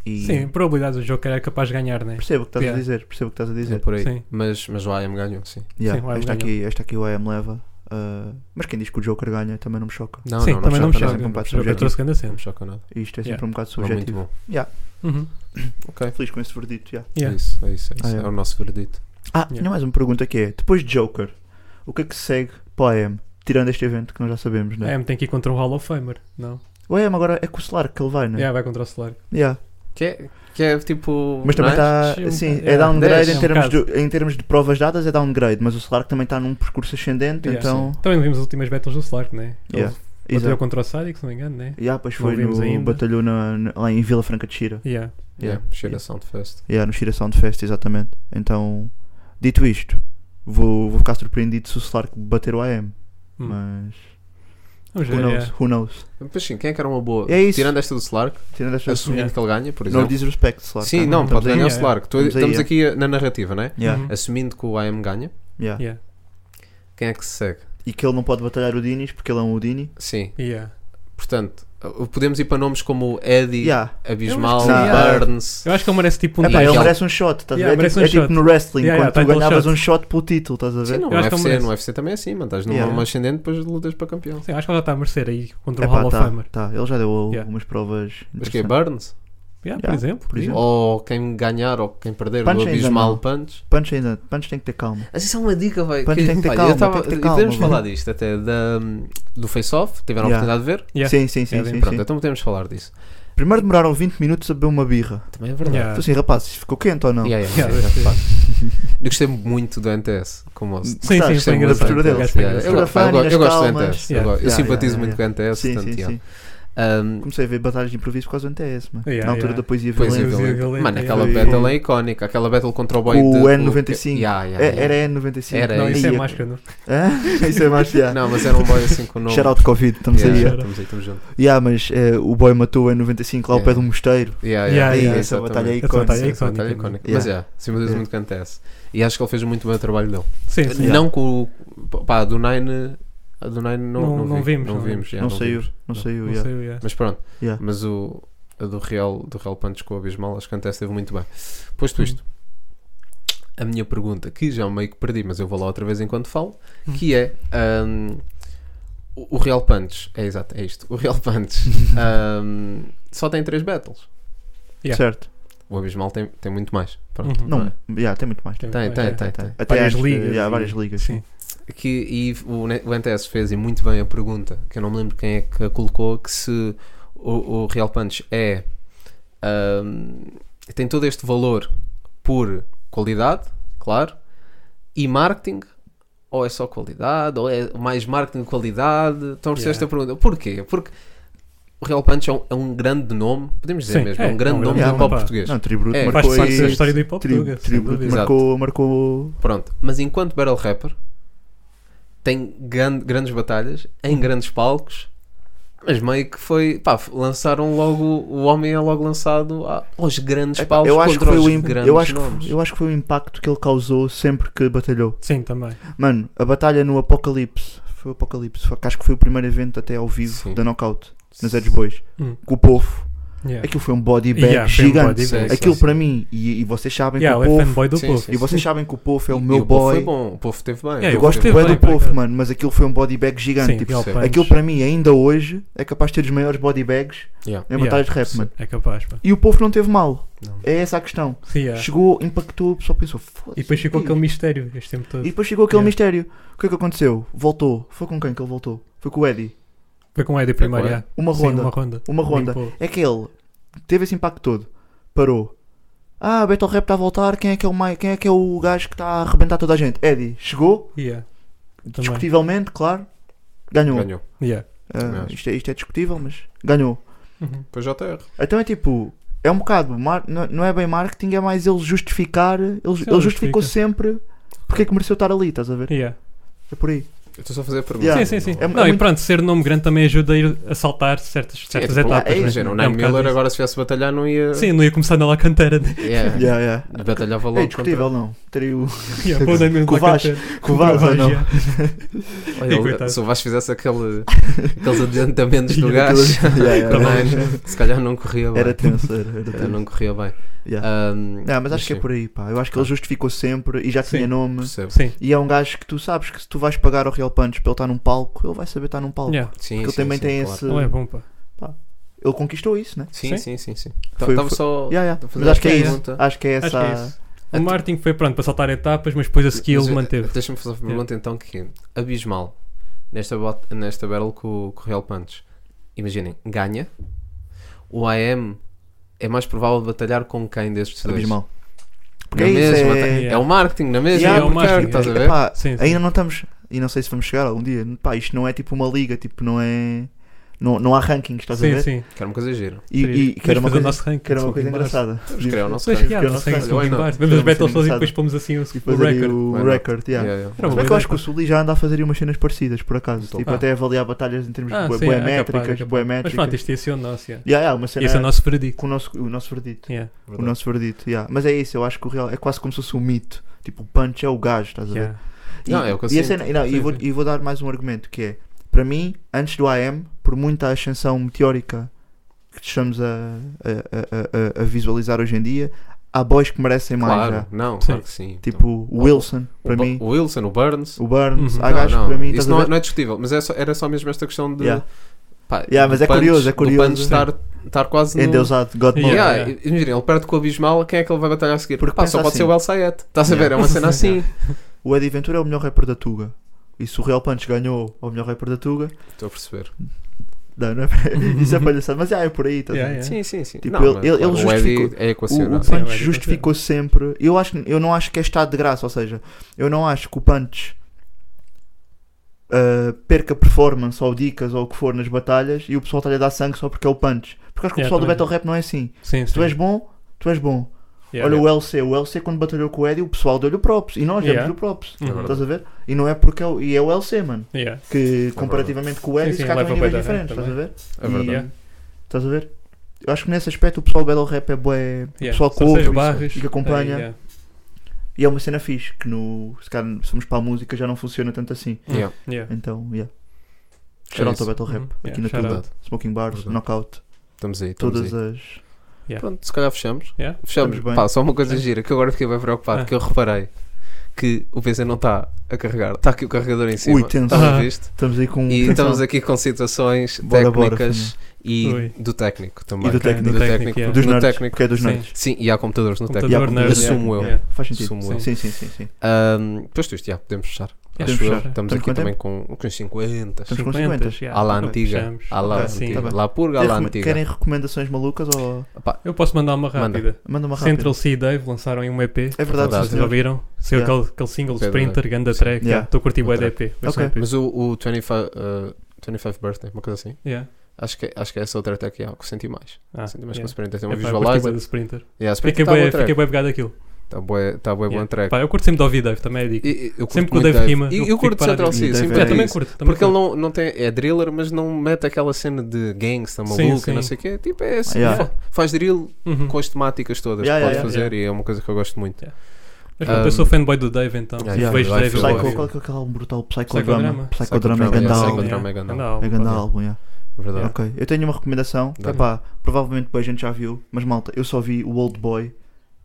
Speaker 6: E
Speaker 7: Sim, probabilidades do Joker era capaz de ganhar, né?
Speaker 6: percebo o que estás
Speaker 7: Yeah.
Speaker 6: a dizer. Percebo o que estás a
Speaker 8: é
Speaker 6: dizer.
Speaker 8: por aí.
Speaker 7: Sim.
Speaker 8: Mas, mas o AM ganhou, sim.
Speaker 6: Yeah,
Speaker 7: Sim, o IM
Speaker 6: esta, aqui, esta aqui o AM leva. ah, mas quem diz que o Joker ganha também não me choca.
Speaker 8: Não,
Speaker 7: Sim,
Speaker 8: não,
Speaker 7: também não me
Speaker 8: choca
Speaker 7: choca.
Speaker 8: nada.
Speaker 6: um bocado
Speaker 7: O Joker
Speaker 6: subjetivo.
Speaker 7: trouxe grande
Speaker 8: Não
Speaker 7: cena.
Speaker 8: me choca nada.
Speaker 6: Isto é sempre
Speaker 7: Yeah.
Speaker 6: um bocado
Speaker 8: Foi muito
Speaker 6: subjetivo.
Speaker 8: bom.
Speaker 7: Uhum.
Speaker 8: Ok.
Speaker 6: Feliz com esse verdito. yeah.
Speaker 8: É
Speaker 7: Yeah.
Speaker 8: isso, é isso. É, isso.
Speaker 6: Ah, é.
Speaker 8: É o nosso verdito.
Speaker 6: Ah,
Speaker 7: Yeah.
Speaker 6: tinha mais uma pergunta que é: depois de Joker, o que é que segue para o AM? Tirando este evento que nós já sabemos,
Speaker 7: A
Speaker 6: né?
Speaker 7: M tem que ir contra um Hall of Famer, não?
Speaker 6: O AM agora é com o Solar que ele vai, né?
Speaker 7: Yeah, vai contra o Solar.
Speaker 6: Yeah.
Speaker 8: Que é, que é tipo.
Speaker 6: Mas também
Speaker 8: não é?
Speaker 6: está.
Speaker 7: Sim, um
Speaker 6: Sim,
Speaker 7: bocado.
Speaker 6: é downgrade
Speaker 8: Desce
Speaker 6: em
Speaker 7: um
Speaker 6: termos,
Speaker 7: bocado.
Speaker 6: de, em termos de provas dadas, é downgrade, mas o Solar também está num percurso ascendente,
Speaker 7: Yeah.
Speaker 6: então.
Speaker 7: Também não vimos as últimas battles do Solar, né? Ele
Speaker 6: Yeah.
Speaker 7: Batalhou
Speaker 6: Exato.
Speaker 7: contra o Sadik, se não me engano, né?
Speaker 6: Yeah, pois
Speaker 7: Não
Speaker 6: foi
Speaker 7: vimos
Speaker 6: no
Speaker 7: ainda.
Speaker 6: batalhão na- na- lá em Vila Franca de Xira.
Speaker 7: Yeah.
Speaker 8: Yeah,
Speaker 6: Yeah.
Speaker 8: cheira Soundfest.
Speaker 6: Yeah, no Xira Sound Fest, exatamente. Então, dito isto, vou, vou ficar surpreendido se o Solar bater o AM,
Speaker 7: Hum. é.
Speaker 6: mas.
Speaker 7: Vamos
Speaker 6: Who
Speaker 7: ver,
Speaker 6: knows?
Speaker 7: yeah.
Speaker 6: Who knows?
Speaker 8: Mas sim, quem é que era uma boa?
Speaker 6: É isso.
Speaker 8: Tirando esta do Slark,
Speaker 6: Tirando esta
Speaker 8: assumindo
Speaker 7: Yeah.
Speaker 8: que ele ganha, por
Speaker 6: No
Speaker 8: exemplo.
Speaker 6: disrespect, Solar.
Speaker 8: sim,
Speaker 7: tá
Speaker 8: não,
Speaker 7: bem.
Speaker 8: pode
Speaker 7: Estamos aí,
Speaker 8: ganhar o
Speaker 7: é.
Speaker 8: Slark. Tô-
Speaker 6: Estamos aí,
Speaker 8: Estamos
Speaker 6: é.
Speaker 8: aqui na narrativa, né?
Speaker 6: Yeah.
Speaker 7: Uhum.
Speaker 8: Assumindo que o AM ganha,
Speaker 6: Yeah.
Speaker 7: Yeah.
Speaker 8: Quem é que se segue?
Speaker 6: E que ele não pode batalhar o Dinis porque ele é um Udini.
Speaker 8: Sim.
Speaker 7: Yeah.
Speaker 8: Portanto, podemos ir para nomes como Eddie,
Speaker 6: Yeah. Eu
Speaker 8: Abismal,
Speaker 6: acho que sim, yeah.
Speaker 8: Burns.
Speaker 7: Eu acho que ele merece tipo um
Speaker 8: Epá,
Speaker 6: Epá, ele
Speaker 8: aquele-
Speaker 6: merece um shot, estás
Speaker 7: Yeah,
Speaker 6: a ver? É
Speaker 7: merece
Speaker 6: tipo,
Speaker 7: um
Speaker 6: é
Speaker 7: shot.
Speaker 6: tipo no wrestling,
Speaker 7: Yeah, yeah,
Speaker 6: quando tu
Speaker 7: title
Speaker 6: ganhavas
Speaker 7: shot.
Speaker 6: um shot pelo título, estás a ver?
Speaker 8: Sim, no
Speaker 7: Eu acho que ele
Speaker 8: UFC,
Speaker 7: merece.
Speaker 8: no UFC também é assim, mano. Estás numa
Speaker 6: Yeah.
Speaker 8: ascendente, depois lutas para campeão.
Speaker 7: Sim, acho que ele já está a merecer aí contra o
Speaker 6: Epá,
Speaker 7: Hall of
Speaker 6: tá,
Speaker 7: Famer.
Speaker 6: tá, ele já deu
Speaker 7: Yeah.
Speaker 6: algumas provas.
Speaker 8: Mas que é
Speaker 6: interessantes.
Speaker 8: Burns?
Speaker 7: Yeah,
Speaker 6: Yeah,
Speaker 7: por exemplo.
Speaker 6: por exemplo.
Speaker 8: Ou quem ganhar ou quem perder
Speaker 6: Punch é ainda
Speaker 8: do Abismal
Speaker 6: não.
Speaker 8: Punch?
Speaker 6: Punch ainda, Punch tem que ter calma.
Speaker 8: Mas isso é uma dica, velho.
Speaker 6: Punch tem que ter
Speaker 8: Olha, eu
Speaker 6: calma, tem
Speaker 8: tava-
Speaker 6: que ter
Speaker 8: e
Speaker 6: calma,
Speaker 8: Podemos
Speaker 6: velho.
Speaker 8: falar disto até da, do Face Off, tiveram
Speaker 6: Yeah.
Speaker 8: a oportunidade de ver.
Speaker 7: Yeah.
Speaker 6: Sim, sim, sim,
Speaker 7: Yeah,
Speaker 6: sim,
Speaker 7: bem,
Speaker 6: sim.
Speaker 8: Pronto, então podemos falar disso.
Speaker 6: Primeiro demoraram 20 minutos a beber uma birra.
Speaker 8: Também é verdade.
Speaker 7: Yeah.
Speaker 6: Então assim, rapaz, isto ficou quente ou não?
Speaker 8: Yeah, yeah,
Speaker 7: Yeah,
Speaker 8: yeah,
Speaker 7: deve
Speaker 8: yeah, fuck. Eu gostei muito do NTS como host.
Speaker 7: Sim,
Speaker 6: Gostaste?
Speaker 7: sim, foi
Speaker 8: Gostei muito da
Speaker 7: engraçado.
Speaker 6: postura
Speaker 8: postura
Speaker 6: dele.
Speaker 7: Gajo
Speaker 8: deles.
Speaker 7: foi engraçado.
Speaker 8: Yeah, Eu go- eu go- eu
Speaker 6: Fotografando
Speaker 8: gosto do
Speaker 6: as
Speaker 8: NTS. Eu
Speaker 7: calmas.
Speaker 8: go- Eu
Speaker 6: Yeah,
Speaker 8: simpatizo
Speaker 6: yeah,
Speaker 8: muito com o NTS.
Speaker 6: Sim,
Speaker 8: portanto,
Speaker 6: sim,
Speaker 8: é yeah.
Speaker 6: sim.
Speaker 8: Um,
Speaker 6: Comecei a ver batalhas de improviso por causa do NTS, mano.
Speaker 7: Yeah,
Speaker 6: Na altura
Speaker 7: yeah.
Speaker 6: da poesia
Speaker 8: Pois é,
Speaker 6: violenta.
Speaker 7: Violenta.
Speaker 8: violenta. Mano, aquela
Speaker 6: Foi-
Speaker 8: battle é icónica. Aquela battle contra o boy
Speaker 6: O
Speaker 8: de-
Speaker 6: N95.
Speaker 8: Yeah, yeah,
Speaker 6: É-
Speaker 8: yeah.
Speaker 6: Era N95.
Speaker 8: Era,
Speaker 7: Não, isso é
Speaker 6: Ia-
Speaker 7: máscara, não?
Speaker 6: Hã? Isso é mais, yeah.
Speaker 8: Não, mas era um boy assim com o nome.
Speaker 6: Shout out Covid, estamos
Speaker 8: Yeah,
Speaker 6: aí.
Speaker 7: Shout
Speaker 6: Yeah.
Speaker 7: out.
Speaker 8: Estamos aí, estamos junto.
Speaker 6: Yeah, mas eh, o boy matou o N95 lá ao pé
Speaker 8: Yeah.
Speaker 6: do mosteiro.
Speaker 8: Yeah, yeah,
Speaker 7: Yeah,
Speaker 8: yeah,
Speaker 7: yeah,
Speaker 6: essa
Speaker 8: exatamente.
Speaker 6: batalha aí.
Speaker 7: Ah, Essa batalha é
Speaker 8: Essa
Speaker 7: icónica.
Speaker 8: batalha é
Speaker 7: não?
Speaker 8: icónica.
Speaker 6: Yeah.
Speaker 8: Mas é, simpatizo muito com o NTS. E acho que ele fez muito bem o trabalho dele.
Speaker 7: Sim, sim.
Speaker 6: Yeah.
Speaker 8: Não com o. Pá, a do Nine. A do Nine não,
Speaker 7: Não-
Speaker 8: não,
Speaker 7: não
Speaker 8: vi,
Speaker 7: vimos,
Speaker 8: Não
Speaker 7: não
Speaker 8: vimos. yeah,
Speaker 6: não saiu,
Speaker 8: vimos.
Speaker 6: não saiu.
Speaker 7: Não
Speaker 6: yeah.
Speaker 7: sei, yeah.
Speaker 8: Mas pronto.
Speaker 6: Yeah.
Speaker 8: Mas o. A do Real, do Real Punch com o Abismal, acho que o NTS esteve muito bem. Posto isto, a minha pergunta, que já meio que perdi, mas eu vou lá outra vez enquanto falo, que é. ahm, o o Real Punch, é exato, é isto. O Real Punch ahm, só tem 3 battles.
Speaker 7: Yeah.
Speaker 6: Certo.
Speaker 8: O Abismal tem, tem muito mais. Pronto.
Speaker 7: Uhum. é.
Speaker 6: Não, yeah, tem muito mais.
Speaker 8: Tem, tem, tem, tem.
Speaker 6: Até
Speaker 7: Várias
Speaker 6: antes,
Speaker 7: ligas
Speaker 6: yeah,
Speaker 7: e-
Speaker 6: várias ligas.
Speaker 7: Sim.
Speaker 6: sim.
Speaker 8: que e o, Ne- o NTS fez e muito bem a pergunta, que eu não me lembro quem é que a colocou, que se o, o Real Punch é ahm, tem todo este valor por qualidade, claro, e marketing, ou é só qualidade, ou é mais marketing que qualidade. Estão a perceber
Speaker 7: Yeah.
Speaker 8: esta pergunta? Porquê? Porque o Real Punch é um, é um grande nome, podemos dizer
Speaker 7: Sim,
Speaker 8: mesmo, é,
Speaker 7: é,
Speaker 8: um grande
Speaker 7: é um
Speaker 8: nome
Speaker 6: grande
Speaker 8: do pop
Speaker 7: nome, pá.
Speaker 8: português.
Speaker 6: Não, Tributo
Speaker 8: É,
Speaker 7: Faz
Speaker 6: marcou
Speaker 7: parte da
Speaker 6: aí-
Speaker 7: história do hip hop,
Speaker 6: Tributo,
Speaker 7: Tuga, sem
Speaker 6: tributo
Speaker 7: dúvida.
Speaker 6: marcou, marcou.
Speaker 8: Pronto, mas enquanto Battle Rapper tem gran- grandes batalhas
Speaker 6: Uhum.
Speaker 8: em grandes palcos, mas meio que foi pá, f- lançaram logo o homem é logo lançado a- aos grandes palcos
Speaker 6: Eu acho, que
Speaker 8: contra
Speaker 6: foi
Speaker 8: os
Speaker 6: o im-
Speaker 8: grandes
Speaker 6: eu, acho
Speaker 8: nomes.
Speaker 6: que, eu acho que foi o impacto que ele causou sempre que batalhou.
Speaker 7: Sim, também.
Speaker 6: Mano, a batalha no Apocalipse. Foi o Apocalipse. Foi, acho que foi o primeiro evento até ao vivo
Speaker 8: Sim.
Speaker 6: da Knockout. Nas Edge Boys.
Speaker 7: Hum.
Speaker 6: Com o povo.
Speaker 7: Yeah.
Speaker 6: Aquilo foi um body bag
Speaker 7: Yeah, foi um
Speaker 6: gigante.
Speaker 7: body
Speaker 8: bag. Sim,
Speaker 6: Aquilo
Speaker 8: sim,
Speaker 6: para mim, e, e vocês sabem
Speaker 7: Yeah,
Speaker 6: que
Speaker 7: ele
Speaker 6: o
Speaker 7: é
Speaker 6: povo.
Speaker 7: fanboy do
Speaker 8: Sim,
Speaker 7: povo.
Speaker 8: sim.
Speaker 6: E vocês sabem que o povo é o
Speaker 8: E- e
Speaker 6: meu
Speaker 8: o povo
Speaker 6: boy.
Speaker 8: foi bom, o povo teve bem.
Speaker 7: É, eu
Speaker 6: Eu
Speaker 8: O povo
Speaker 6: gosto
Speaker 7: gostei
Speaker 8: teve
Speaker 6: bem
Speaker 7: bem,
Speaker 6: do
Speaker 7: por
Speaker 6: povo,
Speaker 7: acaso.
Speaker 6: mano, mas aquilo foi um body bag gigante.
Speaker 7: Sim,
Speaker 6: tipo,
Speaker 7: Real Punch.
Speaker 6: aquilo para mim, ainda hoje, é capaz de ter dos maiores body bags
Speaker 8: Yeah.
Speaker 6: em
Speaker 7: Yeah,
Speaker 6: batalhas de rap,
Speaker 8: sim.
Speaker 6: mano.
Speaker 7: É capaz, pá.
Speaker 6: E o povo não teve mal.
Speaker 8: Não.
Speaker 6: É essa a questão.
Speaker 7: Sim, yeah.
Speaker 6: Chegou, impactou, o pessoal pensou, foda-se.
Speaker 7: E depois ficou
Speaker 6: e-
Speaker 7: aquele mistério este tempo todo.
Speaker 6: E depois chegou aquele
Speaker 7: Yeah.
Speaker 6: mistério. O que é que aconteceu? Voltou. Foi com quem que ele voltou? Foi com o Eddie.
Speaker 7: Foi com o Eddie primeiro,
Speaker 8: Foi com
Speaker 7: yeah.
Speaker 6: Uma
Speaker 7: Sim,
Speaker 6: ronda.
Speaker 7: uma ronda.
Speaker 6: Uma ronda.
Speaker 7: Limpou.
Speaker 6: É que ele teve esse impacto todo. Parou. Ah, Battle Rap está a voltar. Quem é que é o, mai... Quem é, que é o gajo que está a arrebentar toda a gente? Eddie. Chegou.
Speaker 7: Yeah. Também.
Speaker 6: Discutivelmente, claro. Ganhou.
Speaker 8: Ganhou.
Speaker 7: Yeah.
Speaker 6: Ah,
Speaker 8: Também acho.
Speaker 6: isto, é, isto é discutível, mas ganhou.
Speaker 7: Uhum.
Speaker 8: Depois JR.
Speaker 6: Então é tipo, é um bocado, mar- não não é bem marketing, é mais ele justificar. Ele, ele
Speaker 7: ele justifica.
Speaker 6: justificou sempre porque é que mereceu estar ali, estás a ver?
Speaker 7: Yeah.
Speaker 6: É por aí.
Speaker 8: Eu estou só a fazer a pergunta.
Speaker 6: Yeah.
Speaker 7: Sim, sim, sim.
Speaker 6: É- é
Speaker 7: não, e
Speaker 6: muito-
Speaker 7: pronto, ser nome grande também ajuda a ir a saltar certas,
Speaker 8: Sim, é
Speaker 7: certas
Speaker 8: tipo,
Speaker 7: etapas.
Speaker 8: é
Speaker 6: né?
Speaker 8: isso, era o
Speaker 7: É um
Speaker 8: Nine
Speaker 7: bocado
Speaker 8: Miller
Speaker 7: isso.
Speaker 8: agora se viesse batalhar não ia.
Speaker 7: Sim, não ia começar na Lacantera. Né?
Speaker 8: Yeah.
Speaker 6: Yeah, yeah.
Speaker 8: Batalhava logo.
Speaker 6: É discutível, não. Teria o
Speaker 7: yeah, pô, não é mesmo
Speaker 6: Com o Vaz.
Speaker 7: Alcântara.
Speaker 6: com o Vaz, ou não?
Speaker 7: yeah.
Speaker 8: contra-
Speaker 7: Ei,
Speaker 8: Olha,
Speaker 7: coitado.
Speaker 8: se o Vasco fizesse aquele, aqueles adiantamentos do
Speaker 7: Yeah,
Speaker 8: gajo,
Speaker 6: Yeah, yeah,
Speaker 8: não
Speaker 6: yeah.
Speaker 8: é? se calhar não corria bem.
Speaker 6: Era tenso, era, era
Speaker 8: Era,
Speaker 6: tenso.
Speaker 8: não corria bem.
Speaker 6: Yeah.
Speaker 8: Ahm,
Speaker 6: Não, mas acho que é
Speaker 8: sim,
Speaker 6: por aí, pá. Eu acho que ele justificou sempre e já tinha
Speaker 7: Sim.
Speaker 6: nome.
Speaker 8: percebo.
Speaker 7: Sim.
Speaker 6: E é um gajo que tu sabes que se tu vais pagar ao Real Punch para ele estar num palco, ele vai saber estar num palco.
Speaker 7: Yeah.
Speaker 8: Sim,
Speaker 6: Porque ele
Speaker 8: sim,
Speaker 6: também
Speaker 8: sim,
Speaker 6: tem
Speaker 8: claro.
Speaker 6: esse.
Speaker 7: Ele é bom, pá.
Speaker 6: Ele conquistou isso, né?
Speaker 8: Sim, sim, sim, sim.
Speaker 6: Foi-
Speaker 8: Estava
Speaker 6: foi-
Speaker 8: só
Speaker 6: Yeah, yeah.
Speaker 8: a fazer
Speaker 6: Mas acho que é
Speaker 8: esta
Speaker 6: isso.
Speaker 8: pergunta.
Speaker 6: Acho que é
Speaker 7: Acho
Speaker 6: essa.
Speaker 7: que é isso. O Martin foi pronto para saltar etapas, mas depois a skill
Speaker 8: Mas, eh,
Speaker 7: manteve.
Speaker 8: Deixa-me fazer uma pergunta então que é abismal nesta, bot- nesta battle com, o- com o Real Punch. Imaginem, ganha. O AM é mais provável de batalhar com quem destes dois?
Speaker 6: Abismal.
Speaker 8: Na
Speaker 6: Porque é isso,
Speaker 8: mesma,
Speaker 6: é-
Speaker 8: tem- é o marketing, na mesma.
Speaker 6: Yeah,
Speaker 8: é o
Speaker 7: porque-
Speaker 8: marketing, estás a ver?
Speaker 6: Epá,
Speaker 7: Sim, sim.
Speaker 6: Ainda não estamos, e não sei se vamos chegar algum dia, pá, isto não é tipo uma liga, tipo, não é. Não, não há rankings, estás a
Speaker 7: Sim,
Speaker 6: ver?
Speaker 7: sim.
Speaker 8: Que era uma coisa gira.
Speaker 6: E, e que era uma
Speaker 7: fazer o
Speaker 6: coisa,
Speaker 7: nosso ranking.
Speaker 6: que era uma
Speaker 7: se
Speaker 6: coisa
Speaker 7: limbares.
Speaker 6: engraçada.
Speaker 8: Vamos criar o nosso
Speaker 7: Mas,
Speaker 8: ranking.
Speaker 7: yeah,
Speaker 6: Porque
Speaker 7: não sei
Speaker 6: eu não
Speaker 7: se limbares.
Speaker 8: sei. Why
Speaker 7: Vemos as
Speaker 6: not?
Speaker 7: battles todas e
Speaker 6: Engraçado.
Speaker 7: depois pomos assim o
Speaker 6: E
Speaker 7: o
Speaker 6: depois ali
Speaker 7: record.
Speaker 6: o
Speaker 8: Why not?
Speaker 6: record, yeah.
Speaker 8: Yeah, yeah.
Speaker 7: Era uma
Speaker 6: Como é que eu
Speaker 7: boa
Speaker 6: acho que o Sully já anda a fazer aí umas cenas parecidas, por acaso?
Speaker 8: Então,
Speaker 6: tipo,
Speaker 7: ah.
Speaker 6: até avaliar batalhas em termos
Speaker 7: Ah,
Speaker 6: de boé-
Speaker 7: sim, é
Speaker 6: boé
Speaker 7: capaz, é
Speaker 6: métricas,
Speaker 7: capaz.
Speaker 6: boé
Speaker 7: Mas
Speaker 6: métricas.
Speaker 7: pronto, este ia ser o nosso. yeah.
Speaker 6: Yeah, yeah, uma cena
Speaker 7: Esse é o nosso veredicto.
Speaker 6: com o nosso, o nosso verdito.
Speaker 7: Yeah,
Speaker 6: O nosso verdito, yeah. Mas é isso, eu acho que o Real é quase como se fosse um mito. Tipo, o punch é o gajo, estás a ver?
Speaker 7: yeah.
Speaker 6: E,
Speaker 8: Não, é o que eu
Speaker 6: e a
Speaker 8: sinto.
Speaker 6: cena- e não, e
Speaker 8: Sim,
Speaker 6: vou,
Speaker 8: sim.
Speaker 6: e vou dar mais um argumento que é, para mim, antes do AM, por muita ascensão meteórica que estamos a, a- a- a- a visualizar hoje em dia, há boys que merecem mais já.
Speaker 8: Claro, não,
Speaker 7: Sim.
Speaker 8: claro que sim. Então,
Speaker 6: Tipo o Wilson, para
Speaker 8: o, Bu-
Speaker 6: mim,
Speaker 8: o Wilson, o Burns.
Speaker 6: o Burns,
Speaker 7: Uhum.
Speaker 6: há gajos que
Speaker 8: não,
Speaker 6: para mim. estás
Speaker 8: isso
Speaker 6: a
Speaker 8: não,
Speaker 6: ver?
Speaker 8: não é discutível, mas é só- era só mesmo esta questão de.
Speaker 6: Yeah.
Speaker 8: pá,
Speaker 6: Yeah, mas
Speaker 8: do
Speaker 6: é curioso, é
Speaker 8: do
Speaker 6: curioso.
Speaker 8: Punch estar, estar quase. No,
Speaker 6: Endeusado, God
Speaker 7: Yeah.
Speaker 6: mode.
Speaker 8: Yeah,
Speaker 7: Yeah.
Speaker 8: e- Imagina, ele perde com o Abismal, quem é que ele vai batalhar a seguir?
Speaker 6: Porque
Speaker 8: Pá,
Speaker 6: pensa
Speaker 8: só pode
Speaker 6: assim.
Speaker 8: ser o El Sayed. Estás a
Speaker 6: Yeah.
Speaker 8: ver? É uma cena assim.
Speaker 6: O Eddie Ventura é o melhor rapper da Tuga. E se o Real Punch ganhou ao melhor rapper da Tuga,
Speaker 8: Estou a perceber.
Speaker 6: não, não é, isso é palhaçada. Mas ah, é por aí, estás a ver?
Speaker 7: Uhum. Yeah, yeah.
Speaker 8: Sim, sim, sim.
Speaker 6: Tipo,
Speaker 8: Não,
Speaker 6: ele-
Speaker 8: mas,
Speaker 6: ele-
Speaker 8: claro,
Speaker 6: ele
Speaker 8: o Eddie
Speaker 6: justificou-
Speaker 8: é
Speaker 6: O, o Punch
Speaker 8: equacionado.
Speaker 7: Sim, é
Speaker 6: justificou sempre. Eu, acho, eu não acho que é estado de graça, ou seja, eu não acho que o Punch ah, perca performance ou dicas ou o que for nas batalhas e o pessoal está-lhe a dar sangue só porque é o Punch. Porque acho que o
Speaker 7: Yeah,
Speaker 6: pessoal do
Speaker 7: também.
Speaker 6: Battle Rap não é assim.
Speaker 7: Sim,
Speaker 6: Se
Speaker 7: sim.
Speaker 6: tu és bom, tu és bom.
Speaker 7: Yeah.
Speaker 6: Olha o LC, o LC quando batalhou com o Eddie, o pessoal deu-lhe o props e nós
Speaker 7: Yeah.
Speaker 6: demos-lhe o props.
Speaker 7: Uhum.
Speaker 6: Estás a ver? E não é porque é o, e é o LC, mano.
Speaker 7: Yeah.
Speaker 6: Que comparativamente com o Eddie,
Speaker 7: Sim,
Speaker 6: se
Speaker 7: sim,
Speaker 6: calhar
Speaker 7: leva
Speaker 6: estão em
Speaker 7: bué
Speaker 6: níveis
Speaker 7: da rap
Speaker 6: diferentes, estás a ver?
Speaker 8: É
Speaker 6: E-
Speaker 8: verdade.
Speaker 7: Yeah.
Speaker 6: Estás a ver? Eu acho que nesse aspecto o pessoal do Battle Rap é bué. O
Speaker 7: Yeah.
Speaker 6: pessoal que
Speaker 7: Só
Speaker 6: ouve
Speaker 7: seis
Speaker 6: e-
Speaker 7: barras,
Speaker 6: e que acompanha.
Speaker 8: É,
Speaker 7: aí, yeah.
Speaker 6: E é uma cena fixe, que no, se calhar somos para a música já não funciona tanto assim.
Speaker 8: Yeah.
Speaker 7: Yeah.
Speaker 6: Então, yeah. Shout out
Speaker 8: É isso.
Speaker 6: ao Battle Rap,
Speaker 7: Uhum.
Speaker 6: aqui
Speaker 7: Yeah,
Speaker 6: na
Speaker 7: shout
Speaker 6: Tuga.
Speaker 8: out.
Speaker 6: Smoking Bars,
Speaker 8: Verdade.
Speaker 6: Knockout,
Speaker 8: Estamos aí, estamos
Speaker 6: todas
Speaker 8: aí.
Speaker 6: as.
Speaker 8: Pronto, se calhar fechamos.
Speaker 7: Yeah.
Speaker 8: Fechamos.
Speaker 6: Estamos bem.
Speaker 8: Pá, só uma coisa
Speaker 7: Sim.
Speaker 8: gira que eu agora fiquei bem preocupado,
Speaker 7: Ah.
Speaker 8: que eu reparei que o PC não está a carregar. Está aqui o carregador em cima.
Speaker 6: tenso.
Speaker 8: Estás a
Speaker 7: Ah.
Speaker 8: ver isto?
Speaker 6: Estamos aí com. um
Speaker 8: E
Speaker 6: tensão.
Speaker 8: estamos aqui com situações
Speaker 6: Então, Bora, bora,
Speaker 8: técnicas e
Speaker 7: Ui.
Speaker 8: do técnico também.
Speaker 6: E do técnico.
Speaker 8: Do
Speaker 7: Do
Speaker 8: técnico,
Speaker 7: técnico, yeah.
Speaker 6: Dos
Speaker 8: no
Speaker 6: nerds,
Speaker 8: técnico.
Speaker 6: porque é dos
Speaker 7: Sim.
Speaker 6: nerds.
Speaker 8: Sim, e há computadores no técnico.
Speaker 7: Computador
Speaker 6: Yeah,
Speaker 7: nerd, é.
Speaker 8: assumo
Speaker 7: yeah.
Speaker 8: eu.
Speaker 7: Yeah.
Speaker 6: Faz sentido.
Speaker 8: Sumo eu.
Speaker 6: Sim, sim, sim, sim.
Speaker 8: Ahm, depois disto, já, podemos fechar.
Speaker 7: Podemos
Speaker 8: Acho eu.
Speaker 7: fechar.
Speaker 6: Estamos
Speaker 8: Estamos aqui
Speaker 6: com
Speaker 8: também com, com uns 50.
Speaker 6: Estamos com
Speaker 7: 50,
Speaker 6: 50.
Speaker 7: yeah.
Speaker 8: À la
Speaker 7: Ok,
Speaker 8: antiga.
Speaker 7: fechamos.
Speaker 8: À la
Speaker 7: Ah, sim.
Speaker 8: antiga.
Speaker 6: Tá bem.
Speaker 8: La purga, à
Speaker 6: Quer-
Speaker 8: la antiga.
Speaker 6: Querem recomendações malucas ou.
Speaker 8: Opa,
Speaker 7: Eu posso mandar uma
Speaker 8: Manda.
Speaker 7: rápida.
Speaker 6: Manda uma rápida.
Speaker 7: Central C e Dave lançaram aí um EP.
Speaker 6: É verdade,
Speaker 8: Verdade.
Speaker 6: sim,
Speaker 7: Vocês
Speaker 6: senhor.
Speaker 7: ouviram? Saiu
Speaker 6: Yeah.
Speaker 7: aquele, aquele single
Speaker 8: Pedro,
Speaker 7: Sprinter, Ganda
Speaker 8: sim.
Speaker 7: Track. Estou
Speaker 6: Yeah.
Speaker 7: a curtir o
Speaker 8: Outra.
Speaker 7: EDP.
Speaker 6: Ok.
Speaker 8: Mas o, o 25, uh, 25 Birthday, uma coisa assim,
Speaker 7: Yeah.
Speaker 8: acho que, acho que é essa outra track que, é, que eu senti mais.
Speaker 7: Ah,
Speaker 8: senti mais
Speaker 7: yeah.
Speaker 8: com o Sprinter. Tem um
Speaker 7: Epá, eu curti bué
Speaker 8: visualizer.
Speaker 7: do Sprinter.
Speaker 8: Yeah, Sprinter
Speaker 7: Fiquei
Speaker 8: está boa
Speaker 7: bué- Fiquei
Speaker 8: track.
Speaker 7: bem pegado aquilo.
Speaker 8: Está boa tá boa boa
Speaker 7: Yeah.
Speaker 8: track.
Speaker 7: Pá, eu curto sempre de ouvir Dave, também é dica.
Speaker 8: E- e- eu curto
Speaker 7: Sempre que o
Speaker 8: muito
Speaker 7: Dave rima,
Speaker 8: E
Speaker 7: eu
Speaker 8: eu,
Speaker 7: fico
Speaker 8: curto
Speaker 7: parado
Speaker 8: Central
Speaker 6: em
Speaker 8: C,
Speaker 6: mim.
Speaker 8: sim,
Speaker 6: Dave
Speaker 7: Eu
Speaker 6: Era
Speaker 7: também
Speaker 8: é isso.
Speaker 7: curto. também
Speaker 8: Porque ele
Speaker 7: curto.
Speaker 8: não, não tem. É driller, mas não mete aquela cena de gangsta
Speaker 7: Sim,
Speaker 8: maluca e não
Speaker 7: sim.
Speaker 8: sei o quê. Tipo, é assim,
Speaker 6: Yeah.
Speaker 8: fa- faz drill
Speaker 7: Uhum.
Speaker 8: com as temáticas todas
Speaker 6: Yeah,
Speaker 8: que
Speaker 6: yeah,
Speaker 8: podes
Speaker 7: yeah.
Speaker 8: fazer e é uma coisa que eu gosto muito.
Speaker 7: Mas pronto, eu
Speaker 8: Um,
Speaker 7: sou fanboy do Dave, então.
Speaker 8: yeah,
Speaker 6: yeah,
Speaker 7: Vejo
Speaker 8: Dave
Speaker 7: Dave.
Speaker 8: eu
Speaker 6: Psycho,
Speaker 8: gosto.
Speaker 6: qual é que é aquele brutal
Speaker 7: Psychodrama.
Speaker 6: Psychodrama? Psychodrama é
Speaker 8: Psychodrama,
Speaker 6: grande
Speaker 8: yeah,
Speaker 6: álbum.
Speaker 8: Psychodrama. é grande
Speaker 6: É grande álbum, yeah.
Speaker 8: Verdade.
Speaker 6: Ok, eu tenho uma recomendação.
Speaker 8: Dá-lhe.
Speaker 6: Epá, provavelmente depois a gente já viu, mas malta, eu só vi o Old Boy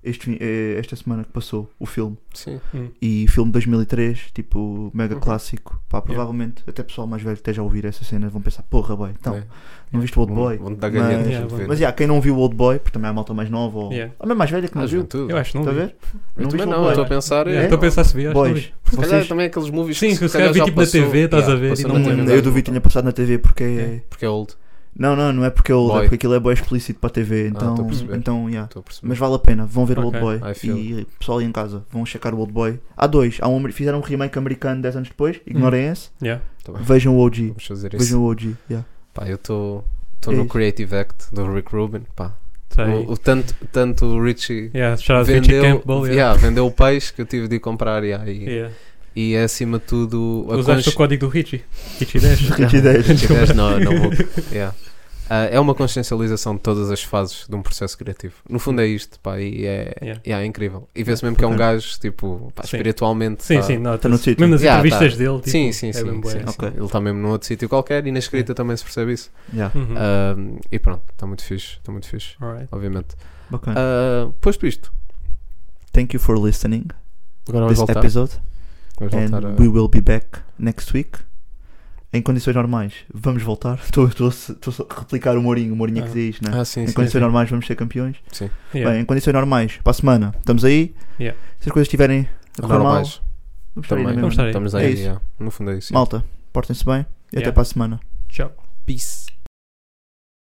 Speaker 6: este, fim- eh, esta semana que passou, o filme.
Speaker 8: Sim.
Speaker 6: E filme de 2003, tipo, mega
Speaker 8: Uhum.
Speaker 6: clássico. Pá, provavelmente até pessoal mais velho que esteja a ouvir essa cena vão pensar, porra, boy, então,
Speaker 8: É.
Speaker 6: não viste o Old
Speaker 8: Vão-
Speaker 6: Boy?
Speaker 8: Vão-te dar
Speaker 6: Mas-
Speaker 8: galhetas.
Speaker 7: Yeah,
Speaker 8: de
Speaker 7: vão-
Speaker 8: ver.
Speaker 6: Mas yeah, quem não viu o Old Boy, porque também há malta mais nova ou
Speaker 7: Yeah.
Speaker 6: a mais velha que não
Speaker 8: Ah,
Speaker 6: viu,
Speaker 8: juventude.
Speaker 7: Eu acho que não
Speaker 6: está Tá a
Speaker 7: vi.
Speaker 6: ver?
Speaker 8: Eu
Speaker 6: Não
Speaker 8: também
Speaker 6: viste
Speaker 8: não,
Speaker 6: o Old
Speaker 8: estou a
Speaker 6: Boy?
Speaker 8: pensar.
Speaker 7: Yeah,
Speaker 8: é,
Speaker 7: Estou a pensar se vi, acho que não
Speaker 6: Boys,
Speaker 7: vi.
Speaker 8: Se calhar
Speaker 6: vocês-
Speaker 8: também aqueles movies
Speaker 7: Sim,
Speaker 8: que
Speaker 7: que se calhar vi
Speaker 8: já
Speaker 7: tipo na
Speaker 8: passou.
Speaker 7: TV, estás
Speaker 8: Yeah,
Speaker 7: a ver,
Speaker 8: passou
Speaker 7: e não
Speaker 8: na
Speaker 7: me
Speaker 8: TV.
Speaker 7: lembro.
Speaker 6: eu duvido que tenha passado na TV porque é.
Speaker 8: Porque é old.
Speaker 6: Não, não, não é porque é old,
Speaker 8: Boy.
Speaker 6: é porque aquilo é boy explícito para a TV,
Speaker 8: Ah,
Speaker 6: então,
Speaker 8: estou a perceber.
Speaker 6: então yeah.
Speaker 8: Estou a perceber.
Speaker 6: Mas vale a pena, vão ver o Old
Speaker 7: Ok,
Speaker 6: Boy.
Speaker 8: I feel.
Speaker 6: E pessoal aí em casa, vão checar o Old Boy. Há dois, há um, fizeram um remake americano 10 anos depois, ignorem esse.
Speaker 7: Yeah.
Speaker 8: Tá bem.
Speaker 6: Vejam o OG.
Speaker 8: Vamos fazer isso.
Speaker 6: Vejam o OG. yeah.
Speaker 8: Pá, eu estou estou
Speaker 6: É
Speaker 8: no
Speaker 6: isso.
Speaker 8: Creative Act do Rick Rubin. Pá.
Speaker 7: Tá aí.
Speaker 8: O, o tanto, tanto o Richie
Speaker 7: Yeah, Charles Richie
Speaker 8: vendeu,
Speaker 7: Campbell. yeah.
Speaker 8: yeah, vendeu o peixe que eu tive de ir comprar. yeah, e,
Speaker 7: Yeah.
Speaker 8: e é acima de tudo. a
Speaker 7: Usaste o
Speaker 8: consci-
Speaker 7: código do Richie. Richie 10.
Speaker 6: Richie 10.
Speaker 8: Se tiveres, não, não vou. Yeah. Ah, é uma consciencialização de todas as fases de um processo criativo. No fundo é isto, pá, e é,
Speaker 7: Yeah.
Speaker 8: yeah, é incrível. E vê-se mesmo que é um
Speaker 6: Ok.
Speaker 8: gajo, tipo, pá,
Speaker 7: Sim.
Speaker 8: espiritualmente.
Speaker 7: Sim,
Speaker 8: tá-
Speaker 7: sim, nota
Speaker 6: Tá no sítio.
Speaker 7: Mesmo nas
Speaker 8: Yeah,
Speaker 7: entrevistas
Speaker 8: tá.
Speaker 7: dele. Tipo,
Speaker 8: sim, sim,
Speaker 7: é
Speaker 8: sim.
Speaker 7: bem bué.
Speaker 8: sim, sim.
Speaker 6: Ok.
Speaker 8: Ele está mesmo num outro sítio qualquer e na escrita também se percebe isso.
Speaker 6: Yeah.
Speaker 7: Uhum.
Speaker 8: Ahm, e pronto, está muito fixe, está muito fixe,
Speaker 7: Alright.
Speaker 8: obviamente.
Speaker 6: Bacana.
Speaker 8: Ah, posto isto,
Speaker 6: Thank you for listening
Speaker 8: agora vais
Speaker 6: this
Speaker 8: voltar.
Speaker 6: episode.
Speaker 8: Vais voltar
Speaker 6: And
Speaker 8: a...
Speaker 6: we will be back next week. Em condições normais, vamos voltar. Estou estou a estou só a replicar o Mourinho, o Mourinho é que
Speaker 7: Ah.
Speaker 6: diz, né?
Speaker 8: Ah, sim,
Speaker 6: Em
Speaker 8: sim.
Speaker 6: condições
Speaker 7: sim.
Speaker 6: normais, vamos ser campeões.
Speaker 7: Yeah.
Speaker 6: Bem, em condições normais, para a semana, estamos aí.
Speaker 7: Yeah.
Speaker 6: Se as coisas estiverem a correr mal,
Speaker 8: Normais.
Speaker 6: vamos estar aí
Speaker 8: Também.
Speaker 6: na mesma.
Speaker 7: Vamos estar aí.
Speaker 8: Estamos
Speaker 6: É
Speaker 8: aí,
Speaker 6: isso.
Speaker 8: yeah. no fundo é isso. yeah.
Speaker 6: Malta, portem-se bem e até
Speaker 7: Yeah.
Speaker 6: para a semana.
Speaker 7: Tchau.
Speaker 8: Peace.